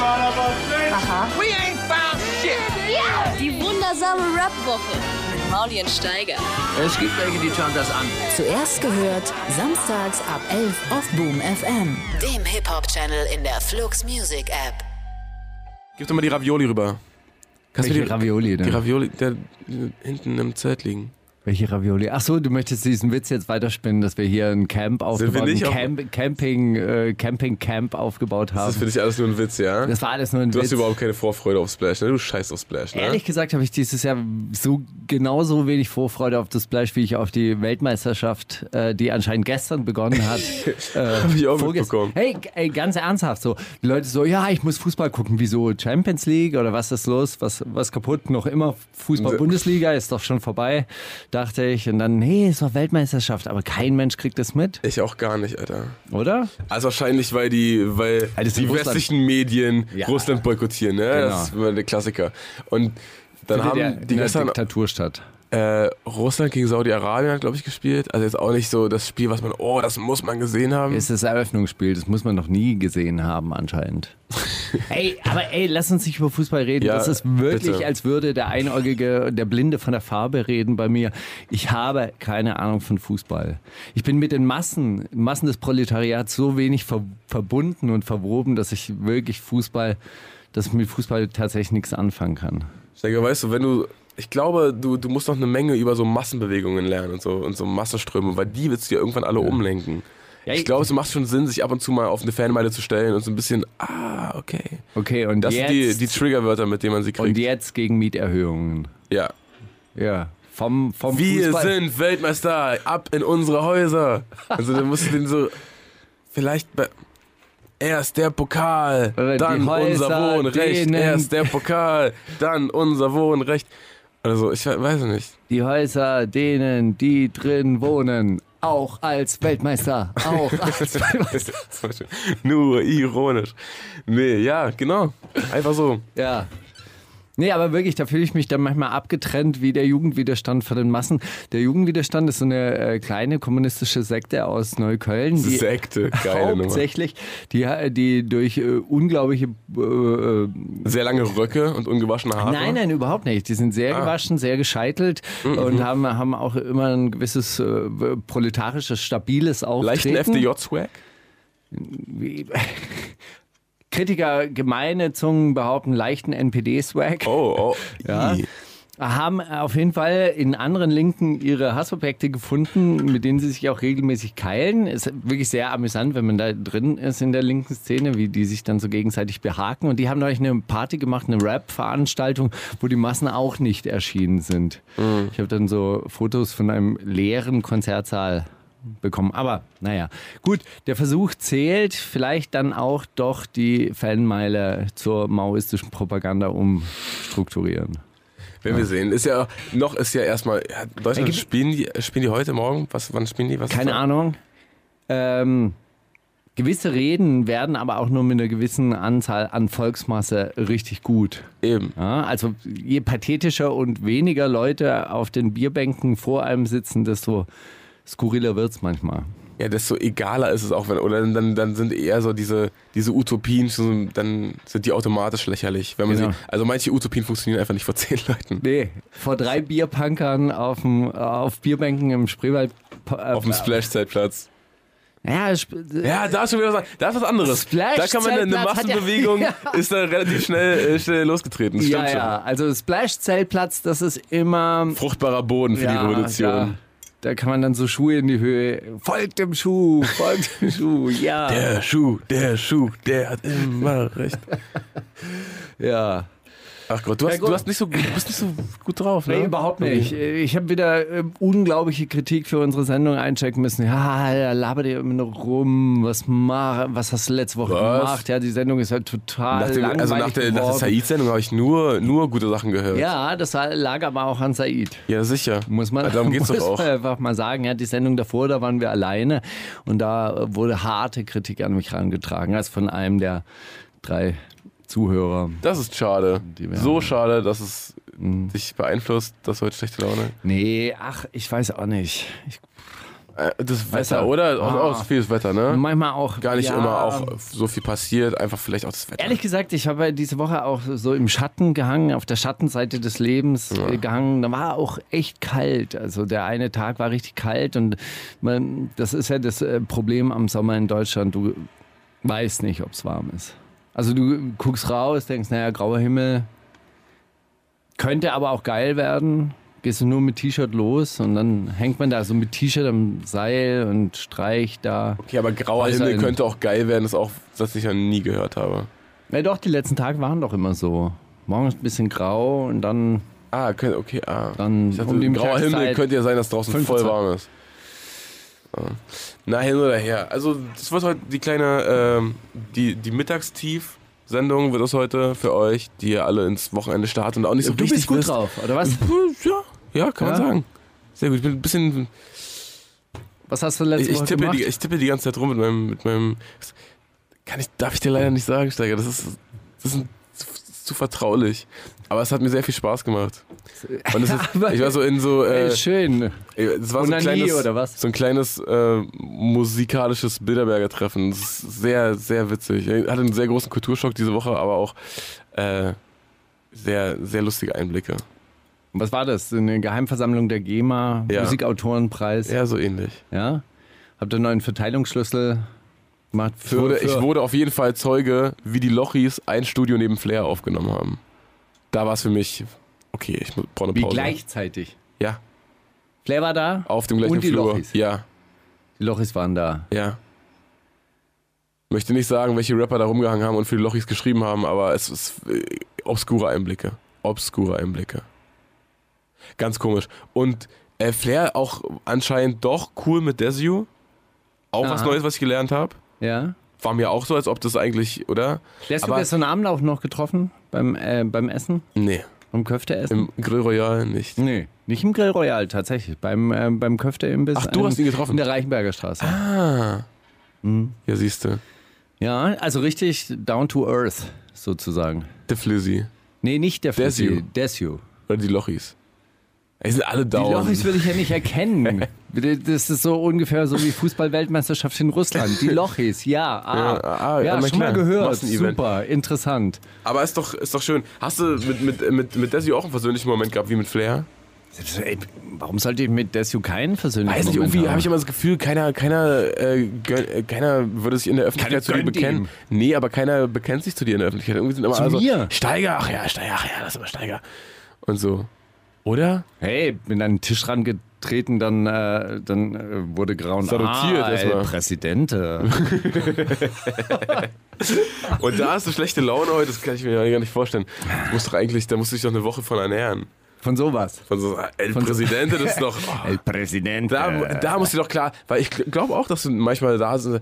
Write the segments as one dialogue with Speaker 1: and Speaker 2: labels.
Speaker 1: Aha.
Speaker 2: Die wundersame Rap-Woche mit Maulien Steiger.
Speaker 3: Es gibt welche, die schauen das an.
Speaker 4: Zuerst gehört, samstags ab 11 auf Boom FM.
Speaker 5: Dem Hip-Hop-Channel in der Flux Music App.
Speaker 6: Gib doch mal die Ravioli rüber.
Speaker 7: Kannst du
Speaker 6: Welche
Speaker 7: die Ravioli
Speaker 6: Die
Speaker 7: denn?
Speaker 6: Ravioli, der äh, hinten im Zelt liegen.
Speaker 7: Welche Ravioli? Ach so, du möchtest diesen Witz jetzt weiterspinnen, dass wir hier ein Camp aufgebaut, ein
Speaker 6: nicht auf-
Speaker 7: Camp, Camping, äh, Camping Camp aufgebaut
Speaker 6: Das ist für
Speaker 7: haben.
Speaker 6: dich alles nur ein Witz, ja?
Speaker 7: Das war alles nur ein
Speaker 6: du
Speaker 7: Witz.
Speaker 6: hast überhaupt keine Vorfreude auf Splash, ne? Du scheißt auf Splash, ne?
Speaker 7: Ehrlich gesagt habe ich dieses Jahr so genauso wenig Vorfreude auf das Fleisch, wie ich auf die Weltmeisterschaft, äh, die anscheinend gestern begonnen hat.
Speaker 6: Hab ich auch
Speaker 7: Vorgestern.
Speaker 6: mitbekommen.
Speaker 7: Hey, g- ey, ganz ernsthaft so. Die Leute so, ja, ich muss Fußball gucken. Wieso Champions League oder was ist los? Was, was kaputt? Noch immer Fußball-Bundesliga ist doch schon vorbei, dachte ich. Und dann, nee, es war Weltmeisterschaft, aber kein Mensch kriegt das mit,
Speaker 6: Ich auch gar nicht, Alter.
Speaker 7: oder?
Speaker 6: Also wahrscheinlich, weil die, weil
Speaker 7: Ja, das ist
Speaker 6: die
Speaker 7: in Russland.
Speaker 6: westlichen Medien
Speaker 7: Ja.
Speaker 6: Russland boykottieren, ne? Das ist
Speaker 7: Genau.
Speaker 6: immer der Klassiker. Und dann
Speaker 7: Findet ja
Speaker 6: haben die
Speaker 7: in der
Speaker 6: gestern
Speaker 7: Diktatur statt.
Speaker 6: äh, Russland gegen Saudi-Arabien, glaube ich, gespielt. Also jetzt auch nicht so das Spiel, was man, oh, das muss man gesehen haben.
Speaker 7: Ist das Eröffnungsspiel, das muss man noch nie gesehen haben anscheinend. ey, aber ey, lass uns nicht über Fußball reden.
Speaker 6: Ja,
Speaker 7: das ist wirklich,
Speaker 6: bitte.
Speaker 7: als würde der Einäugige, der Blinde von der Farbe reden bei mir. Ich habe keine Ahnung von Fußball. Ich bin mit den Massen, Massen des Proletariats so wenig ver verbunden und verwoben, dass ich wirklich Fußball, dass ich mit Fußball tatsächlich nichts anfangen kann.
Speaker 6: Steiger, weißt du, wenn du. Ich glaube, du, du musst noch eine Menge über so Massenbewegungen lernen und so, und so Massenströme, weil die willst du ja irgendwann alle umlenken. ich
Speaker 7: ich-
Speaker 6: glaube, es macht schon Sinn, sich ab und zu mal auf eine Fanmeile zu stellen und so ein bisschen, ah, okay.
Speaker 7: Okay, und
Speaker 6: Das
Speaker 7: jetzt,
Speaker 6: sind die, die Triggerwörter, mit denen man sie kriegt.
Speaker 7: und jetzt gegen Mieterhöhungen.
Speaker 6: ja.
Speaker 7: Ja. Vom, vom
Speaker 6: Wir
Speaker 7: Fußball.
Speaker 6: sind Weltmeister, ab in unsere Häuser. Also dann musst du den so, vielleicht bei, erst der Pokal,
Speaker 7: Oder die
Speaker 6: dann
Speaker 7: Häuser,
Speaker 6: unser Wohnrecht,
Speaker 7: denen-
Speaker 6: erst der Pokal, dann unser Wohnrecht. Oder so, ich we- weiß es nicht.
Speaker 7: Die Häuser, denen die drin wohnen, auch als Weltmeister, auch als Weltmeister.
Speaker 6: Zum Beispiel. Nur ironisch. Nee, ja, genau. Einfach so.
Speaker 7: Ja. Nee, aber wirklich, da fühle ich mich dann manchmal abgetrennt wie der Jugendwiderstand von den Massen. Der Jugendwiderstand ist so eine äh, kleine kommunistische Sekte aus Neukölln. die-
Speaker 6: Sekte, geile Nummer.
Speaker 7: Hauptsächlich, die, die durch äh, unglaubliche äh, äh,
Speaker 6: Sehr lange Röcke und ungewaschene Haare.
Speaker 7: Nein, nein, überhaupt nicht. Die sind
Speaker 6: Ah.
Speaker 7: sehr gewaschen, sehr gescheitelt
Speaker 6: Mhm,
Speaker 7: und haben, haben auch immer ein gewisses äh, proletarisches, stabiles Auftreten.
Speaker 6: Leichten FDJ-Swag.
Speaker 7: Wie- Kritiker, gemeine Zungen behaupten leichten NPD-Swag,
Speaker 6: Oh, oh.
Speaker 7: Ja.
Speaker 6: ii.
Speaker 7: haben äh, auf jeden Fall in anderen Linken ihre Hassobjekte gefunden, mit denen sie sich auch regelmäßig keilen. Ist wirklich sehr amüsant, wenn man da drin ist in der linken Szene, wie die sich dann so gegenseitig behaken. Und die haben neulich eine Party gemacht, eine Rap-Veranstaltung, wo die Massen auch nicht erschienen sind. Ich habe dann so Fotos von einem leeren Konzertsaal bekommen. Aber naja, gut, der Versuch zählt. Vielleicht dann auch doch die Fanmeile zur maoistischen Propaganda umstrukturieren.
Speaker 6: Wenn wir sehen. Ist ja, noch ist ja erstmal, ja, Deutschland,
Speaker 7: gibt-
Speaker 6: spielen die, spielen die heute, morgen? Was, wann spielen die? Was
Speaker 7: Keine
Speaker 6: ist da?
Speaker 7: Ahnung. Ähm, gewisse Reden werden aber auch nur mit einer gewissen Anzahl an Volksmasse richtig gut.
Speaker 6: Eben.
Speaker 7: Ja, also je pathetischer und weniger Leute auf den Bierbänken vor einem sitzen, desto skurriler wird es manchmal.
Speaker 6: Ja, desto egaler ist es auch, wenn, oder dann, dann sind eher so diese, diese Utopien, schon, dann sind die automatisch lächerlich. Wenn man
Speaker 7: Genau.
Speaker 6: sie, also manche Utopien funktionieren einfach nicht vor zehn Leuten.
Speaker 7: Nee, vor drei Bierpunkern auf, dem, auf Bierbänken im Spreewald. äh,
Speaker 6: Auf dem Splash-Zeitplatz.
Speaker 7: Ja, sp-
Speaker 6: Ja, da ist schon wieder was, da ist was anderes.
Speaker 7: Splash
Speaker 6: da kann man eine
Speaker 7: Zeltplatz hat ja-
Speaker 6: Massenbewegung,
Speaker 7: Ja.
Speaker 6: ist da relativ schnell, äh, schnell losgetreten. Das
Speaker 7: ja,
Speaker 6: stimmt
Speaker 7: ja. Also Splash-Zeltplatz, das ist immer
Speaker 6: schon. Fruchtbarer Boden für
Speaker 7: Ja,
Speaker 6: die Revolution.
Speaker 7: Ja. Da kann man dann so Schuhe in die Höhe. Folgt dem Schuh, folgt dem Schuh, ja.
Speaker 6: Der Schuh, der Schuh, der hat immer recht.
Speaker 7: Ja.
Speaker 6: Ach Gott, du, hast,
Speaker 7: gut.
Speaker 6: du hast nicht so, gut- du bist nicht so gut drauf, ne?
Speaker 7: Nee, überhaupt nicht. Ich habe wieder äh, unglaubliche Kritik für unsere Sendung einchecken müssen. Ja, da labert ihr immer noch rum. Was, mach, was hast du letzte Woche
Speaker 6: Was?
Speaker 7: gemacht? Ja, die Sendung ist halt total
Speaker 6: Nach dem,
Speaker 7: langweilig
Speaker 6: also nach der, nach der
Speaker 7: geworden.
Speaker 6: Said-Sendung habe ich nur, nur gute Sachen gehört.
Speaker 7: Ja, das war- lag aber auch an Said.
Speaker 6: Ja, sicher.
Speaker 7: Muss man,
Speaker 6: Darum geht's
Speaker 7: muss
Speaker 6: doch auch.
Speaker 7: man einfach mal sagen. Ja, die Sendung davor, da waren wir alleine und da äh, wurde harte Kritik an mich herangetragen. Also von einem der drei Zuhörer.
Speaker 6: Das ist schade.
Speaker 7: Die werden- Mhm.
Speaker 6: So schade, dass es dich beeinflusst, dass heute schlechte Laune.
Speaker 7: Nee, ach, ich weiß auch nicht. Ich,
Speaker 6: Äh, Das Wetter,
Speaker 7: Wetter.
Speaker 6: oder? Auch,
Speaker 7: Ah.
Speaker 6: auch so vieles Wetter, ne?
Speaker 7: Manchmal auch.
Speaker 6: Gar nicht
Speaker 7: ja,
Speaker 6: immer auch äh, so viel passiert, einfach vielleicht auch das Wetter.
Speaker 7: Ehrlich gesagt, ich habe diese Woche auch so im Schatten gehangen, auf der Schattenseite des Lebens äh, gehangen. Da war auch echt kalt. Also der eine Tag war richtig kalt und man, das ist ja das äh, Problem am Sommer in Deutschland. Du weißt nicht, ob es warm ist. Also du guckst raus, denkst, naja, grauer Himmel könnte aber auch geil werden. Gehst du nur mit T-Shirt los und dann hängt man da so mit T-Shirt am Seil und streicht da.
Speaker 6: Okay, aber grauer
Speaker 7: Häuser
Speaker 6: Himmel
Speaker 7: in-
Speaker 6: könnte auch geil werden, das ist auch, das ich ja nie gehört habe.
Speaker 7: Ja, doch, die letzten Tage waren doch immer so. Morgens ein bisschen grau und dann
Speaker 6: Ah, könnte, okay, ah.
Speaker 7: Dann
Speaker 6: ich dachte,
Speaker 7: um die
Speaker 6: grauer
Speaker 7: Mittagszeit.
Speaker 6: Himmel könnte ja sein, dass draußen
Speaker 7: 25.
Speaker 6: voll warm ist. Ah. Na, hin oder her. Also, das wird heute die kleine, ähm, die, die Mittagstief-Sendung wird das heute für euch, die ihr alle ins Wochenende startet und auch nicht so
Speaker 7: du
Speaker 6: richtig
Speaker 7: bist gut
Speaker 6: wisst.
Speaker 7: drauf, oder was?
Speaker 6: Ja, ja, kann
Speaker 7: Ja?
Speaker 6: man sagen. Sehr gut. Ich bin ein bisschen.
Speaker 7: Was hast du letzte
Speaker 6: Ich, ich,
Speaker 7: Woche
Speaker 6: tippe,
Speaker 7: Also gemacht?
Speaker 6: die, ich tippe die ganze Zeit rum mit meinem. Mit meinem kann ich, darf ich dir leider nicht sagen, Steiger. Das ist, das ist ein, zu, zu vertraulich. Aber es hat mir sehr viel Spaß gemacht. Und es ist,
Speaker 7: Aber-
Speaker 6: ich war so in so. Äh,
Speaker 7: Ey, schön.
Speaker 6: es war so ein
Speaker 7: Onanie
Speaker 6: kleines,
Speaker 7: oder was?
Speaker 6: So ein kleines äh, musikalisches Bilderberger Treffen. Das ist sehr, sehr witzig. Ich hatte einen sehr großen Kulturschock diese Woche, aber auch äh, sehr, sehr lustige Einblicke.
Speaker 7: Was war das? Eine Geheimversammlung der GEMA,
Speaker 6: Ja.
Speaker 7: Musikautorenpreis, ja.
Speaker 6: Ja, so ähnlich.
Speaker 7: Habt ihr einen neuen Verteilungsschlüssel gemacht?
Speaker 6: Ich wurde, ich wurde auf jeden Fall Zeuge, wie die Lochis ein Studio neben Flair aufgenommen haben. Da war es für mich, okay, ich mu- brauche eine
Speaker 7: Wie
Speaker 6: Pause. Oh.
Speaker 7: gleichzeitig?
Speaker 6: Ja,
Speaker 7: Flair war da,
Speaker 6: auf dem gleichen
Speaker 7: Und die
Speaker 6: Flur.
Speaker 7: Lochis.
Speaker 6: Ja,
Speaker 7: die Lochis waren da.
Speaker 6: ja. Möchte nicht sagen, welche Rapper da rumgehangen haben und für die Lochis geschrieben haben, aber es ist äh, obskure Einblicke. Obskure Einblicke. Ganz komisch. Und äh, Flair auch anscheinend doch cool mit Desio. Auch was
Speaker 7: Aha.
Speaker 6: Neues, was ich gelernt habe.
Speaker 7: Ja.
Speaker 6: War mir auch so, als ob das eigentlich, oder?
Speaker 7: Hast du
Speaker 6: Aber-
Speaker 7: gestern Abend auch noch getroffen beim, äh, beim Essen,
Speaker 6: Nee.
Speaker 7: beim Köfteessen?
Speaker 6: Im Grill Royal nicht.
Speaker 7: Nee, nicht im Grill Royal tatsächlich, beim, äh, beim Köfte-Imbiss.
Speaker 6: Ach, du
Speaker 7: an-
Speaker 6: hast ihn getroffen?
Speaker 7: In der Reichenberger Straße.
Speaker 6: Ja, siehst du.
Speaker 7: Ja, also richtig down to earth sozusagen.
Speaker 6: Der Flizzy.
Speaker 7: Nee, nicht der
Speaker 6: Desu.
Speaker 7: Flizzy, Desu.
Speaker 6: Oder die Lochis. Ey, Die sind alle
Speaker 7: Die
Speaker 6: down.
Speaker 7: Lochis würde ich ja nicht erkennen. Das ist so ungefähr so wie Fußball-Weltmeisterschaft in Russland. Die Lochis, ja. Ah,
Speaker 6: Ja, ah,
Speaker 7: ja,
Speaker 6: ja, na
Speaker 7: schon mal
Speaker 6: klar.
Speaker 7: gehört.
Speaker 6: Massenevent.
Speaker 7: Super, interessant.
Speaker 6: Aber ist doch, ist doch schön. Hast du mit, mit, mit, mit Desi auch einen persönlichen Moment gehabt, wie mit Flair?
Speaker 7: Ey, warum sollte ich mit Desu keinen persönlichen
Speaker 6: Weiß nicht,
Speaker 7: Moment
Speaker 6: irgendwie
Speaker 7: haben?
Speaker 6: habe ich immer das Gefühl, keiner, keiner, äh, gönn, äh, keiner würde sich in der Öffentlichkeit zu
Speaker 7: Keiner
Speaker 6: dir
Speaker 7: gönnt
Speaker 6: bekennen. Nee, aber keiner bekennt sich zu dir in der Öffentlichkeit. Irgendwie sind immer
Speaker 7: Zu
Speaker 6: alle so,
Speaker 7: mir?
Speaker 6: Steiger, ach ja, Steiger, ach ja, das ist immer Steiger. Und so. Oder?
Speaker 7: Hey, bin an den Tisch rangetreten, dann, äh, dann äh, wurde grauen.
Speaker 6: Salutiert
Speaker 7: ah,
Speaker 6: erstmal.
Speaker 7: ey, Präsidente.
Speaker 6: Und da hast du schlechte Laune heute, das kann ich mir gar nicht vorstellen. Du musst doch eigentlich, da musst du dich doch eine Woche von ernähren.
Speaker 7: Von sowas.
Speaker 6: Von so, El Presidente, das ist doch. Oh.
Speaker 7: El Präsidente.
Speaker 6: Da, da muss dir doch klar, weil ich glaube auch, dass du manchmal da sind,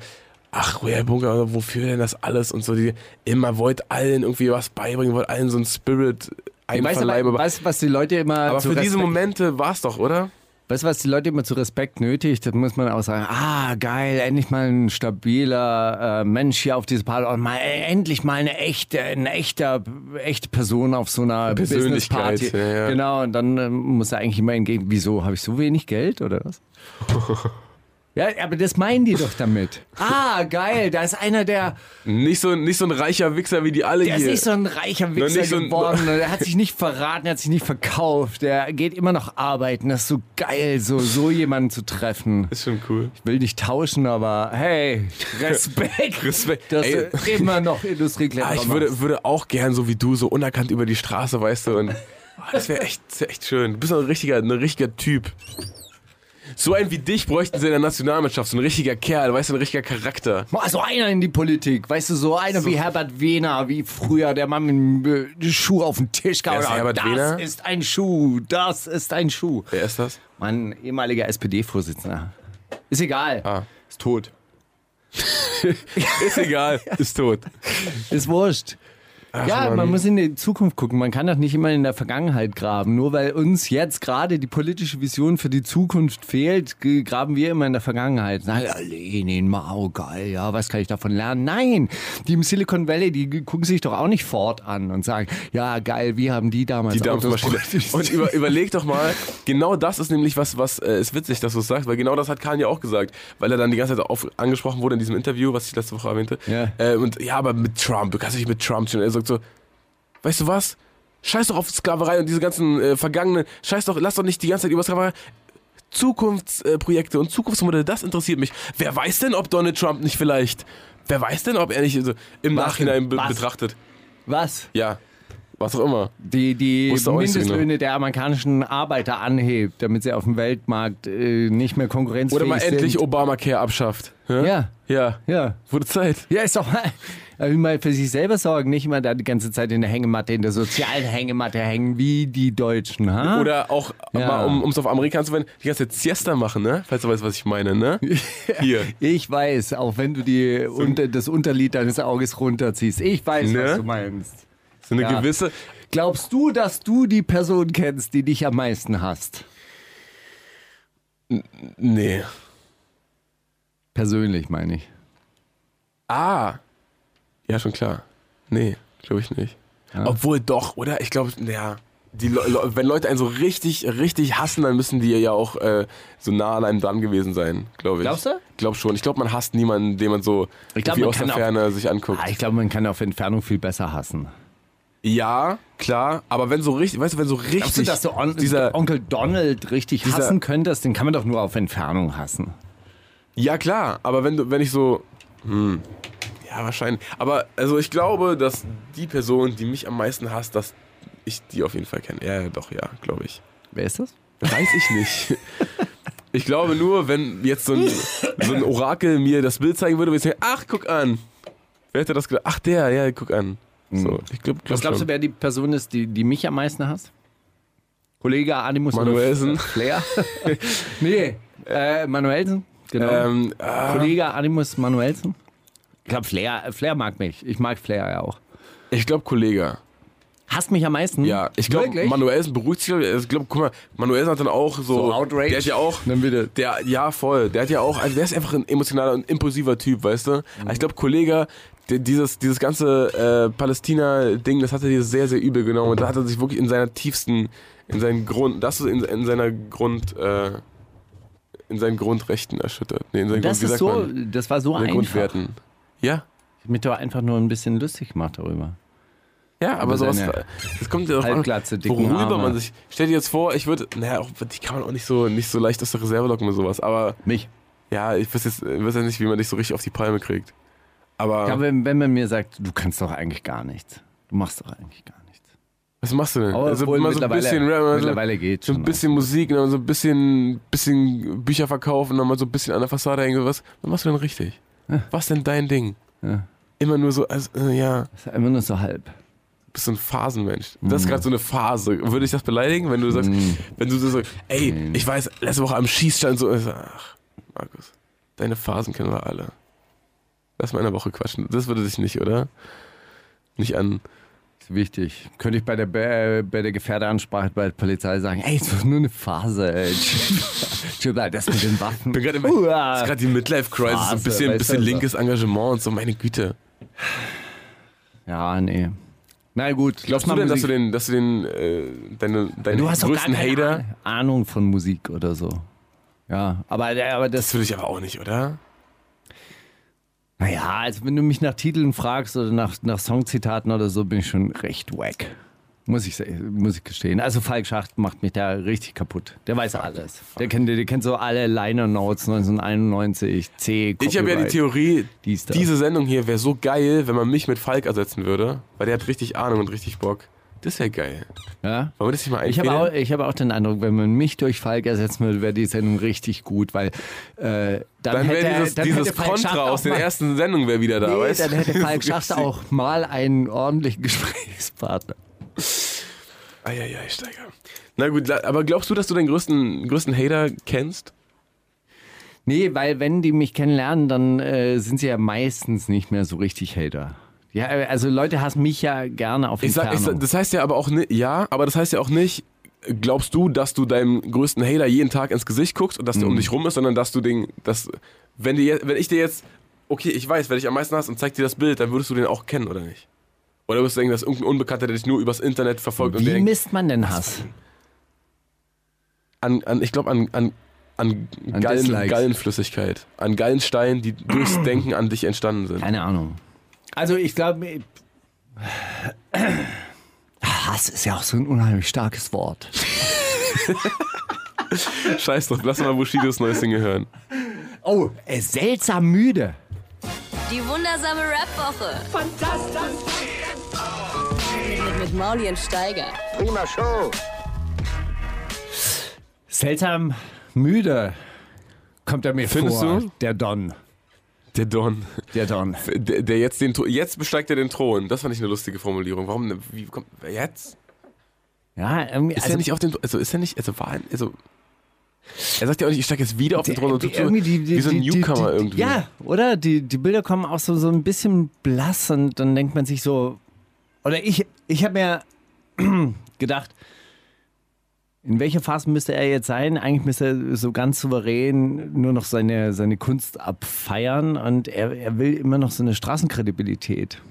Speaker 6: ach, Royal Bunker, wofür denn das alles und so, die immer wollt allen irgendwie was beibringen, wollt allen so einen Spirit
Speaker 7: Weißt du,
Speaker 6: einverleiben.
Speaker 7: aber,
Speaker 6: Aber,
Speaker 7: weißt, du, was die Leute immer
Speaker 6: aber
Speaker 7: zu
Speaker 6: für diese
Speaker 7: Respekt-
Speaker 6: Momente war es doch, oder?
Speaker 7: Weißt du, was die Leute immer zu Respekt nötigt? Das muss man auch sagen. Ah, geil, endlich mal ein stabiler äh, Mensch hier auf diesem Part. Und mal, äh, endlich mal eine echte, eine echter, echte Person auf so einer
Speaker 6: Persönlichkeit,
Speaker 7: Business-Party.
Speaker 6: ja, ja.
Speaker 7: Genau, und dann ähm, muss er eigentlich immer entgegen, wieso, habe ich so wenig Geld oder was? ja, aber das meinen die doch damit. Ah, geil, da ist einer, der,
Speaker 6: Nicht so, nicht so ein reicher Wichser wie die alle
Speaker 7: der ist
Speaker 6: hier.
Speaker 7: nicht so ein reicher Wichser
Speaker 6: nicht so ein-
Speaker 7: geworden. Der hat sich nicht verraten, der hat sich nicht verkauft. Der geht immer noch arbeiten. Das ist so geil, so, so jemanden zu treffen.
Speaker 6: ist schon cool.
Speaker 7: will nicht tauschen, aber hey, Respekt.
Speaker 6: Respekt.
Speaker 7: Dass
Speaker 6: Ey.
Speaker 7: du immer noch Industriekletterer
Speaker 6: Ah, ich
Speaker 7: machst.
Speaker 6: würde, würde auch gern so wie du, so unerkannt über die Straße, weißt du. Und, Ah, das wäre echt, das wär echt schön. Du bist doch ein richtiger, ein richtiger Typ. So einen wie dich bräuchten sie in der Nationalmannschaft. So ein richtiger Kerl, weißt du, ein richtiger Charakter.
Speaker 7: Boah, so einer in die Politik, weißt du, so einer wie Herbert Wehner, wie früher, der Mann mit dem äh, Schuh auf den Tisch gehauen
Speaker 6: Wer ist
Speaker 7: hat.
Speaker 6: Herbert
Speaker 7: das
Speaker 6: Wehner?
Speaker 7: ist ein Schuh, das ist ein Schuh.
Speaker 6: Wer ist das?
Speaker 7: Mein ehemaliger SPD-Vorsitzender. Ist egal.
Speaker 6: Ah.
Speaker 7: Ist tot.
Speaker 6: Ist egal, ist tot.
Speaker 7: Ist wurscht. ja,
Speaker 6: Mann.
Speaker 7: man muss in die Zukunft gucken. Man kann doch nicht immer in der Vergangenheit graben. Nur weil uns jetzt gerade die politische Vision für die Zukunft fehlt, g- graben wir immer in der Vergangenheit. Na ja, Lenin, Mao, geil, ja, was kann ich davon lernen? Nein, die im Silicon Valley, die g- gucken sich doch auch nicht Ford an und sagen, ja, geil, wie haben die damals
Speaker 6: Die
Speaker 7: Autos
Speaker 6: Dampfmaschine.
Speaker 7: produziert?
Speaker 6: Und über, überleg doch mal, genau das ist nämlich was, was äh, ist witzig, dass du es sagst, weil genau das hat Kahn ja auch gesagt, weil er dann die ganze Zeit auf, angesprochen wurde in diesem Interview, was ich letzte Woche erwähnte.
Speaker 7: Ja.
Speaker 6: Äh, und ja, aber mit Trump, du kannst dich mit Trump schon. Er sagt so, weißt du was? Scheiß doch auf Sklaverei und diese ganzen äh, vergangenen, scheiß doch, lass doch nicht die ganze Zeit über Sklaverei. Zukunftsprojekte und Zukunftsmodelle, das interessiert mich. Wer weiß denn, ob Donald Trump nicht vielleicht, wer weiß denn, ob er nicht also, im
Speaker 7: Was denn?
Speaker 6: Nachhinein be
Speaker 7: Was?
Speaker 6: betrachtet?
Speaker 7: Was?
Speaker 6: Ja, was auch immer.
Speaker 7: Die, die
Speaker 6: Wusste auch nicht so genau.
Speaker 7: Mindestlöhne der amerikanischen Arbeiter anhebt, damit sie auf dem Weltmarkt äh, nicht mehr konkurrenzfähig
Speaker 6: Oder mal endlich um-
Speaker 7: sind.
Speaker 6: Obamacare abschafft. Hä?
Speaker 7: Ja,
Speaker 6: Ja.
Speaker 7: ja.
Speaker 6: Wurde Zeit.
Speaker 7: Ja, ist doch mal, also mal für sich selber sorgen, nicht immer da die ganze Zeit in der Hängematte, in der sozialen Hängematte hängen, wie die Deutschen, ha?
Speaker 6: Oder auch,
Speaker 7: Ah. Ja.
Speaker 6: mal, um es auf Amerikaner zu wenden, die ganze Zeit Siesta machen, ne? Falls du weißt, was ich meine, ne? Hier.
Speaker 7: ich weiß, auch wenn du die, unter, das Unterlid deines Auges runterziehst. Ich weiß,
Speaker 6: Ne?
Speaker 7: was du meinst.
Speaker 6: So eine
Speaker 7: Ja.
Speaker 6: gewisse.
Speaker 7: Glaubst du, dass du die Person kennst, die dich am meisten hasst?
Speaker 6: Nee.
Speaker 7: Persönlich meine ich.
Speaker 6: Ah. Ja, schon klar. Nee, glaube ich nicht. Obwohl doch, oder? Ich glaube, ja. Die Le Le wenn Leute einen so richtig, richtig hassen, dann müssen die ja auch äh, so nah an einem dran gewesen sein, glaube ich.
Speaker 7: Glaubst du?
Speaker 6: Glaub schon. Ich glaube, man hasst niemanden, den man so
Speaker 7: Ich glaub,
Speaker 6: wie
Speaker 7: man
Speaker 6: aus der
Speaker 7: kann auch-
Speaker 6: Ferne sich anguckt.
Speaker 7: Ah, ich glaube, man kann auf Entfernung viel besser hassen.
Speaker 6: Ja, klar, aber wenn so richtig, weißt du, wenn so richtig
Speaker 7: Glaubst du, dass du On
Speaker 6: dieser
Speaker 7: Onkel Donald richtig
Speaker 6: dieser-
Speaker 7: hassen könntest? Den kann man doch nur auf Entfernung hassen.
Speaker 6: Ja, klar, aber wenn du wenn ich so hm, ja, wahrscheinlich, aber also ich glaube, dass die Person, die mich am meisten hasst, dass ich die auf jeden Fall kenne. Ja, ja, doch, ja, glaube ich.
Speaker 7: Wer ist das?
Speaker 6: Weiß ich nicht. Ich glaube nur, wenn jetzt so ein, so ein Orakel mir das Bild zeigen würde, würde ich sagen, ach, guck an. Wer hätte das gedacht? Ach, der, ja, guck an. So, ich glaube, glaub
Speaker 7: Hm. Was glaubst du,
Speaker 6: schon.
Speaker 7: wer die Person ist, die, die mich am meisten hasst? Kollege Animus
Speaker 6: Manuelsen.
Speaker 7: oder Flair? nee, äh, Manuelsen, genau.
Speaker 6: ähm, ah,
Speaker 7: Kollege Animus Manuelsen. Ich glaube, Flair, Flair mag mich. Ich mag Flair ja auch.
Speaker 6: ich glaube, Kollege.
Speaker 7: Hasst mich am meisten?
Speaker 6: Ja, ich glaube,
Speaker 7: Wirklich?
Speaker 6: Manuelsen beruhigt sich. glaub Ich glaube, guck mal, Manuelsen hat dann auch so.
Speaker 7: So Outrage.
Speaker 6: Der hat ja auch.
Speaker 7: Dann bitte.
Speaker 6: Der, ja, voll. Der hat ja auch. Also der ist einfach ein emotionaler und impulsiver Typ, weißt du?
Speaker 7: Mhm.
Speaker 6: Aber Ich glaube, Kollege, der, dieses, dieses ganze äh, Palästina-Ding, das hat er dir sehr, sehr übel genommen. Und da hat er sich wirklich in seiner tiefsten. In seinen Grund. Das ist in, in seiner Grund. Äh, in seinen Grundrechten erschüttert. Nee, in seinen
Speaker 7: Das,
Speaker 6: Grund, wie
Speaker 7: ist
Speaker 6: sagt
Speaker 7: so,
Speaker 6: man?
Speaker 7: das war so
Speaker 6: In
Speaker 7: einfach.
Speaker 6: seinen Grundwerten. Ja.
Speaker 7: Ich hab mich doch einfach nur ein bisschen lustig gemacht darüber.
Speaker 6: Ja, aber
Speaker 7: Aber
Speaker 6: sowas.
Speaker 7: seine
Speaker 6: Das kommt ja auch an,
Speaker 7: Halbglatze, dicken
Speaker 6: worüber
Speaker 7: Arme.
Speaker 6: man sich. Stell dir jetzt vor, ich würde. Naja, auch, die kann man auch nicht so, nicht so leicht aus der Reserve locken mit sowas. Aber
Speaker 7: Mich.
Speaker 6: ja, ich weiß jetzt ich weiß ja nicht, wie man dich so richtig auf die Palme kriegt. Aber
Speaker 7: Ich
Speaker 6: Ah.
Speaker 7: glaube, wenn, wenn man mir sagt, du kannst doch eigentlich gar nichts. Du machst doch eigentlich gar nichts.
Speaker 6: was machst du denn?
Speaker 7: Aber obwohl
Speaker 6: immer Also so ein
Speaker 7: mittlerweile-
Speaker 6: bisschen Rap, immer so-
Speaker 7: mittlerweile geht's
Speaker 6: so ein
Speaker 7: schon
Speaker 6: bisschen Musik, und dann so ein bisschen, bisschen Bücher verkaufen, dann mal so ein bisschen an der Fassade hängen, sowas. Was machst du denn richtig? Was denn dein Ding?
Speaker 7: Ja.
Speaker 6: Immer nur so, also, äh, ja,
Speaker 7: Das ist immer nur so halb.
Speaker 6: bist so ein Phasenmensch.
Speaker 7: Mhm.
Speaker 6: Das ist gerade so eine Phase. Würde ich das beleidigen, wenn du sagst, wenn du so sagst, ey,
Speaker 7: Mhm.
Speaker 6: ich weiß, letzte Woche am Schießstand so, ich sag, ach, Markus, deine Phasen kennen wir alle. Lass mal in der Woche quatschen. Das würde dich nicht, oder? Nicht an.
Speaker 7: Ist wichtig. Könnte ich bei der, Be- äh, bei der Gefährderansprache bei der Polizei sagen, ey, es war nur eine Phase. ey. Chill mal, das mit den Waffen.
Speaker 6: Bin gerade im-
Speaker 7: Uah.
Speaker 6: ist gerade die Midlife-Crisis, so ein
Speaker 7: Phase,
Speaker 6: bisschen,
Speaker 7: weißt
Speaker 6: bisschen
Speaker 7: du,
Speaker 6: linkes Engagement und so, meine Güte.
Speaker 7: Ja, nee. Na gut.
Speaker 6: Glaubst du denn, dass du den, dass du den, äh, deine, deine
Speaker 7: du hast doch gar
Speaker 6: größten
Speaker 7: keine
Speaker 6: Hater,
Speaker 7: Ahnung- Ahnung von Musik oder so. Ja, aber, aber
Speaker 6: das
Speaker 7: das...
Speaker 6: würde ich aber auch nicht, oder?
Speaker 7: Naja, also wenn du mich nach Titeln fragst oder nach, nach Songzitaten oder so, bin ich schon recht wack. Muss ich, se- muss ich gestehen. Also Falk Schacht macht mich da richtig kaputt. Der weiß alles. Der kennt, der kennt so alle Liner Notes 1991, C,
Speaker 6: Ich habe ja die
Speaker 7: Copyright.
Speaker 6: Theorie,
Speaker 7: Dies, das.
Speaker 6: diese Sendung hier wäre so geil, wenn man mich mit Falk ersetzen würde, weil der hat richtig Ahnung und richtig Bock. Das wäre geil.
Speaker 7: Ja?
Speaker 6: Wollen wir das nicht mal
Speaker 7: Ich habe auch,
Speaker 6: einfädeln?
Speaker 7: ich habe auch den Eindruck, wenn man mich durch Falk ersetzen würde, wäre die Sendung richtig gut, weil äh, dann,
Speaker 6: Dann
Speaker 7: hätte,
Speaker 6: wäre dieses,
Speaker 7: dann
Speaker 6: dieses
Speaker 7: hätte Falk Schacht
Speaker 6: Kontra
Speaker 7: auch
Speaker 6: aus den
Speaker 7: mal-
Speaker 6: ersten Sendungen wäre wieder da,
Speaker 7: nee,
Speaker 6: weißt
Speaker 7: Dann hätte Falk Schacht
Speaker 6: Richtig.
Speaker 7: auch mal einen ordentlichen Gesprächspartner.
Speaker 6: Eieiei, Steiger. Na gut, la- aber glaubst du, dass du deinen größten, größten Hater kennst?
Speaker 7: Nee, weil wenn die mich kennenlernen, dann äh, sind sie ja meistens nicht mehr so richtig Hater. Ja, also Leute hassen mich ja gerne auf
Speaker 6: Ich sag, ich sag,
Speaker 7: Entfernung.
Speaker 6: das heißt ja aber auch nicht, ja, aber das heißt ja auch nicht, glaubst du, dass du deinem größten Hater jeden Tag ins Gesicht guckst und dass
Speaker 7: Mhm.
Speaker 6: der um dich rum ist, sondern dass du den, dass, wenn, dir, jetzt- wenn ich dir jetzt, okay, ich weiß, wer dich am meisten hasst und zeig dir das Bild, dann würdest du den auch kennen, oder nicht? Oder würdest du denken, dass irgendein Unbekannter, der dich nur übers Internet verfolgt und dir
Speaker 7: Wie
Speaker 6: denkt,
Speaker 7: misst man denn Hass?
Speaker 6: an, an ich glaube, an, an, an,
Speaker 7: An
Speaker 6: Gallen,
Speaker 7: Dislikes.
Speaker 6: Gallenflüssigkeit, an Gallensteinen, die durchs Denken an dich entstanden sind.
Speaker 7: Keine Ahnung. Also ich glaube, Hass ist ja auch so ein unheimlich starkes Wort.
Speaker 6: Scheiß drauf, lass mal Bushidos neues Single hören.
Speaker 7: Oh, äh, seltsam müde.
Speaker 2: Die wundersame Rap-Woche. Fantastisch. Mit, mit Mauli und Steiger.
Speaker 7: Seltsam müde kommt er mir
Speaker 6: Findest
Speaker 7: vor.
Speaker 6: du?
Speaker 7: Der Don.
Speaker 6: Der Don.
Speaker 7: Der Don.
Speaker 6: Der, der jetzt den Thron- jetzt besteigt er den Thron. Das fand ich eine lustige Formulierung. Warum wie kommt jetzt?
Speaker 7: Ja, irgendwie,
Speaker 6: Ist
Speaker 7: also
Speaker 6: er nicht auf den also ist er nicht also war er- also er sagt ja auch nicht, ich steige jetzt wieder auf den
Speaker 7: die-
Speaker 6: Thron und
Speaker 7: die-
Speaker 6: tut so,
Speaker 7: irgendwie die- die-
Speaker 6: wie so ein
Speaker 7: die- die-
Speaker 6: Newcomer
Speaker 7: die-
Speaker 6: irgendwie.
Speaker 7: Ja, oder? Die, die Bilder kommen auch so, so ein bisschen blass und dann denkt man sich so. Oder ich, ich habe mir gedacht, in welcher Phase müsste er jetzt sein? Eigentlich müsste er so ganz souverän nur noch seine, seine Kunst abfeiern und er, er will immer noch so eine Straßenkredibilität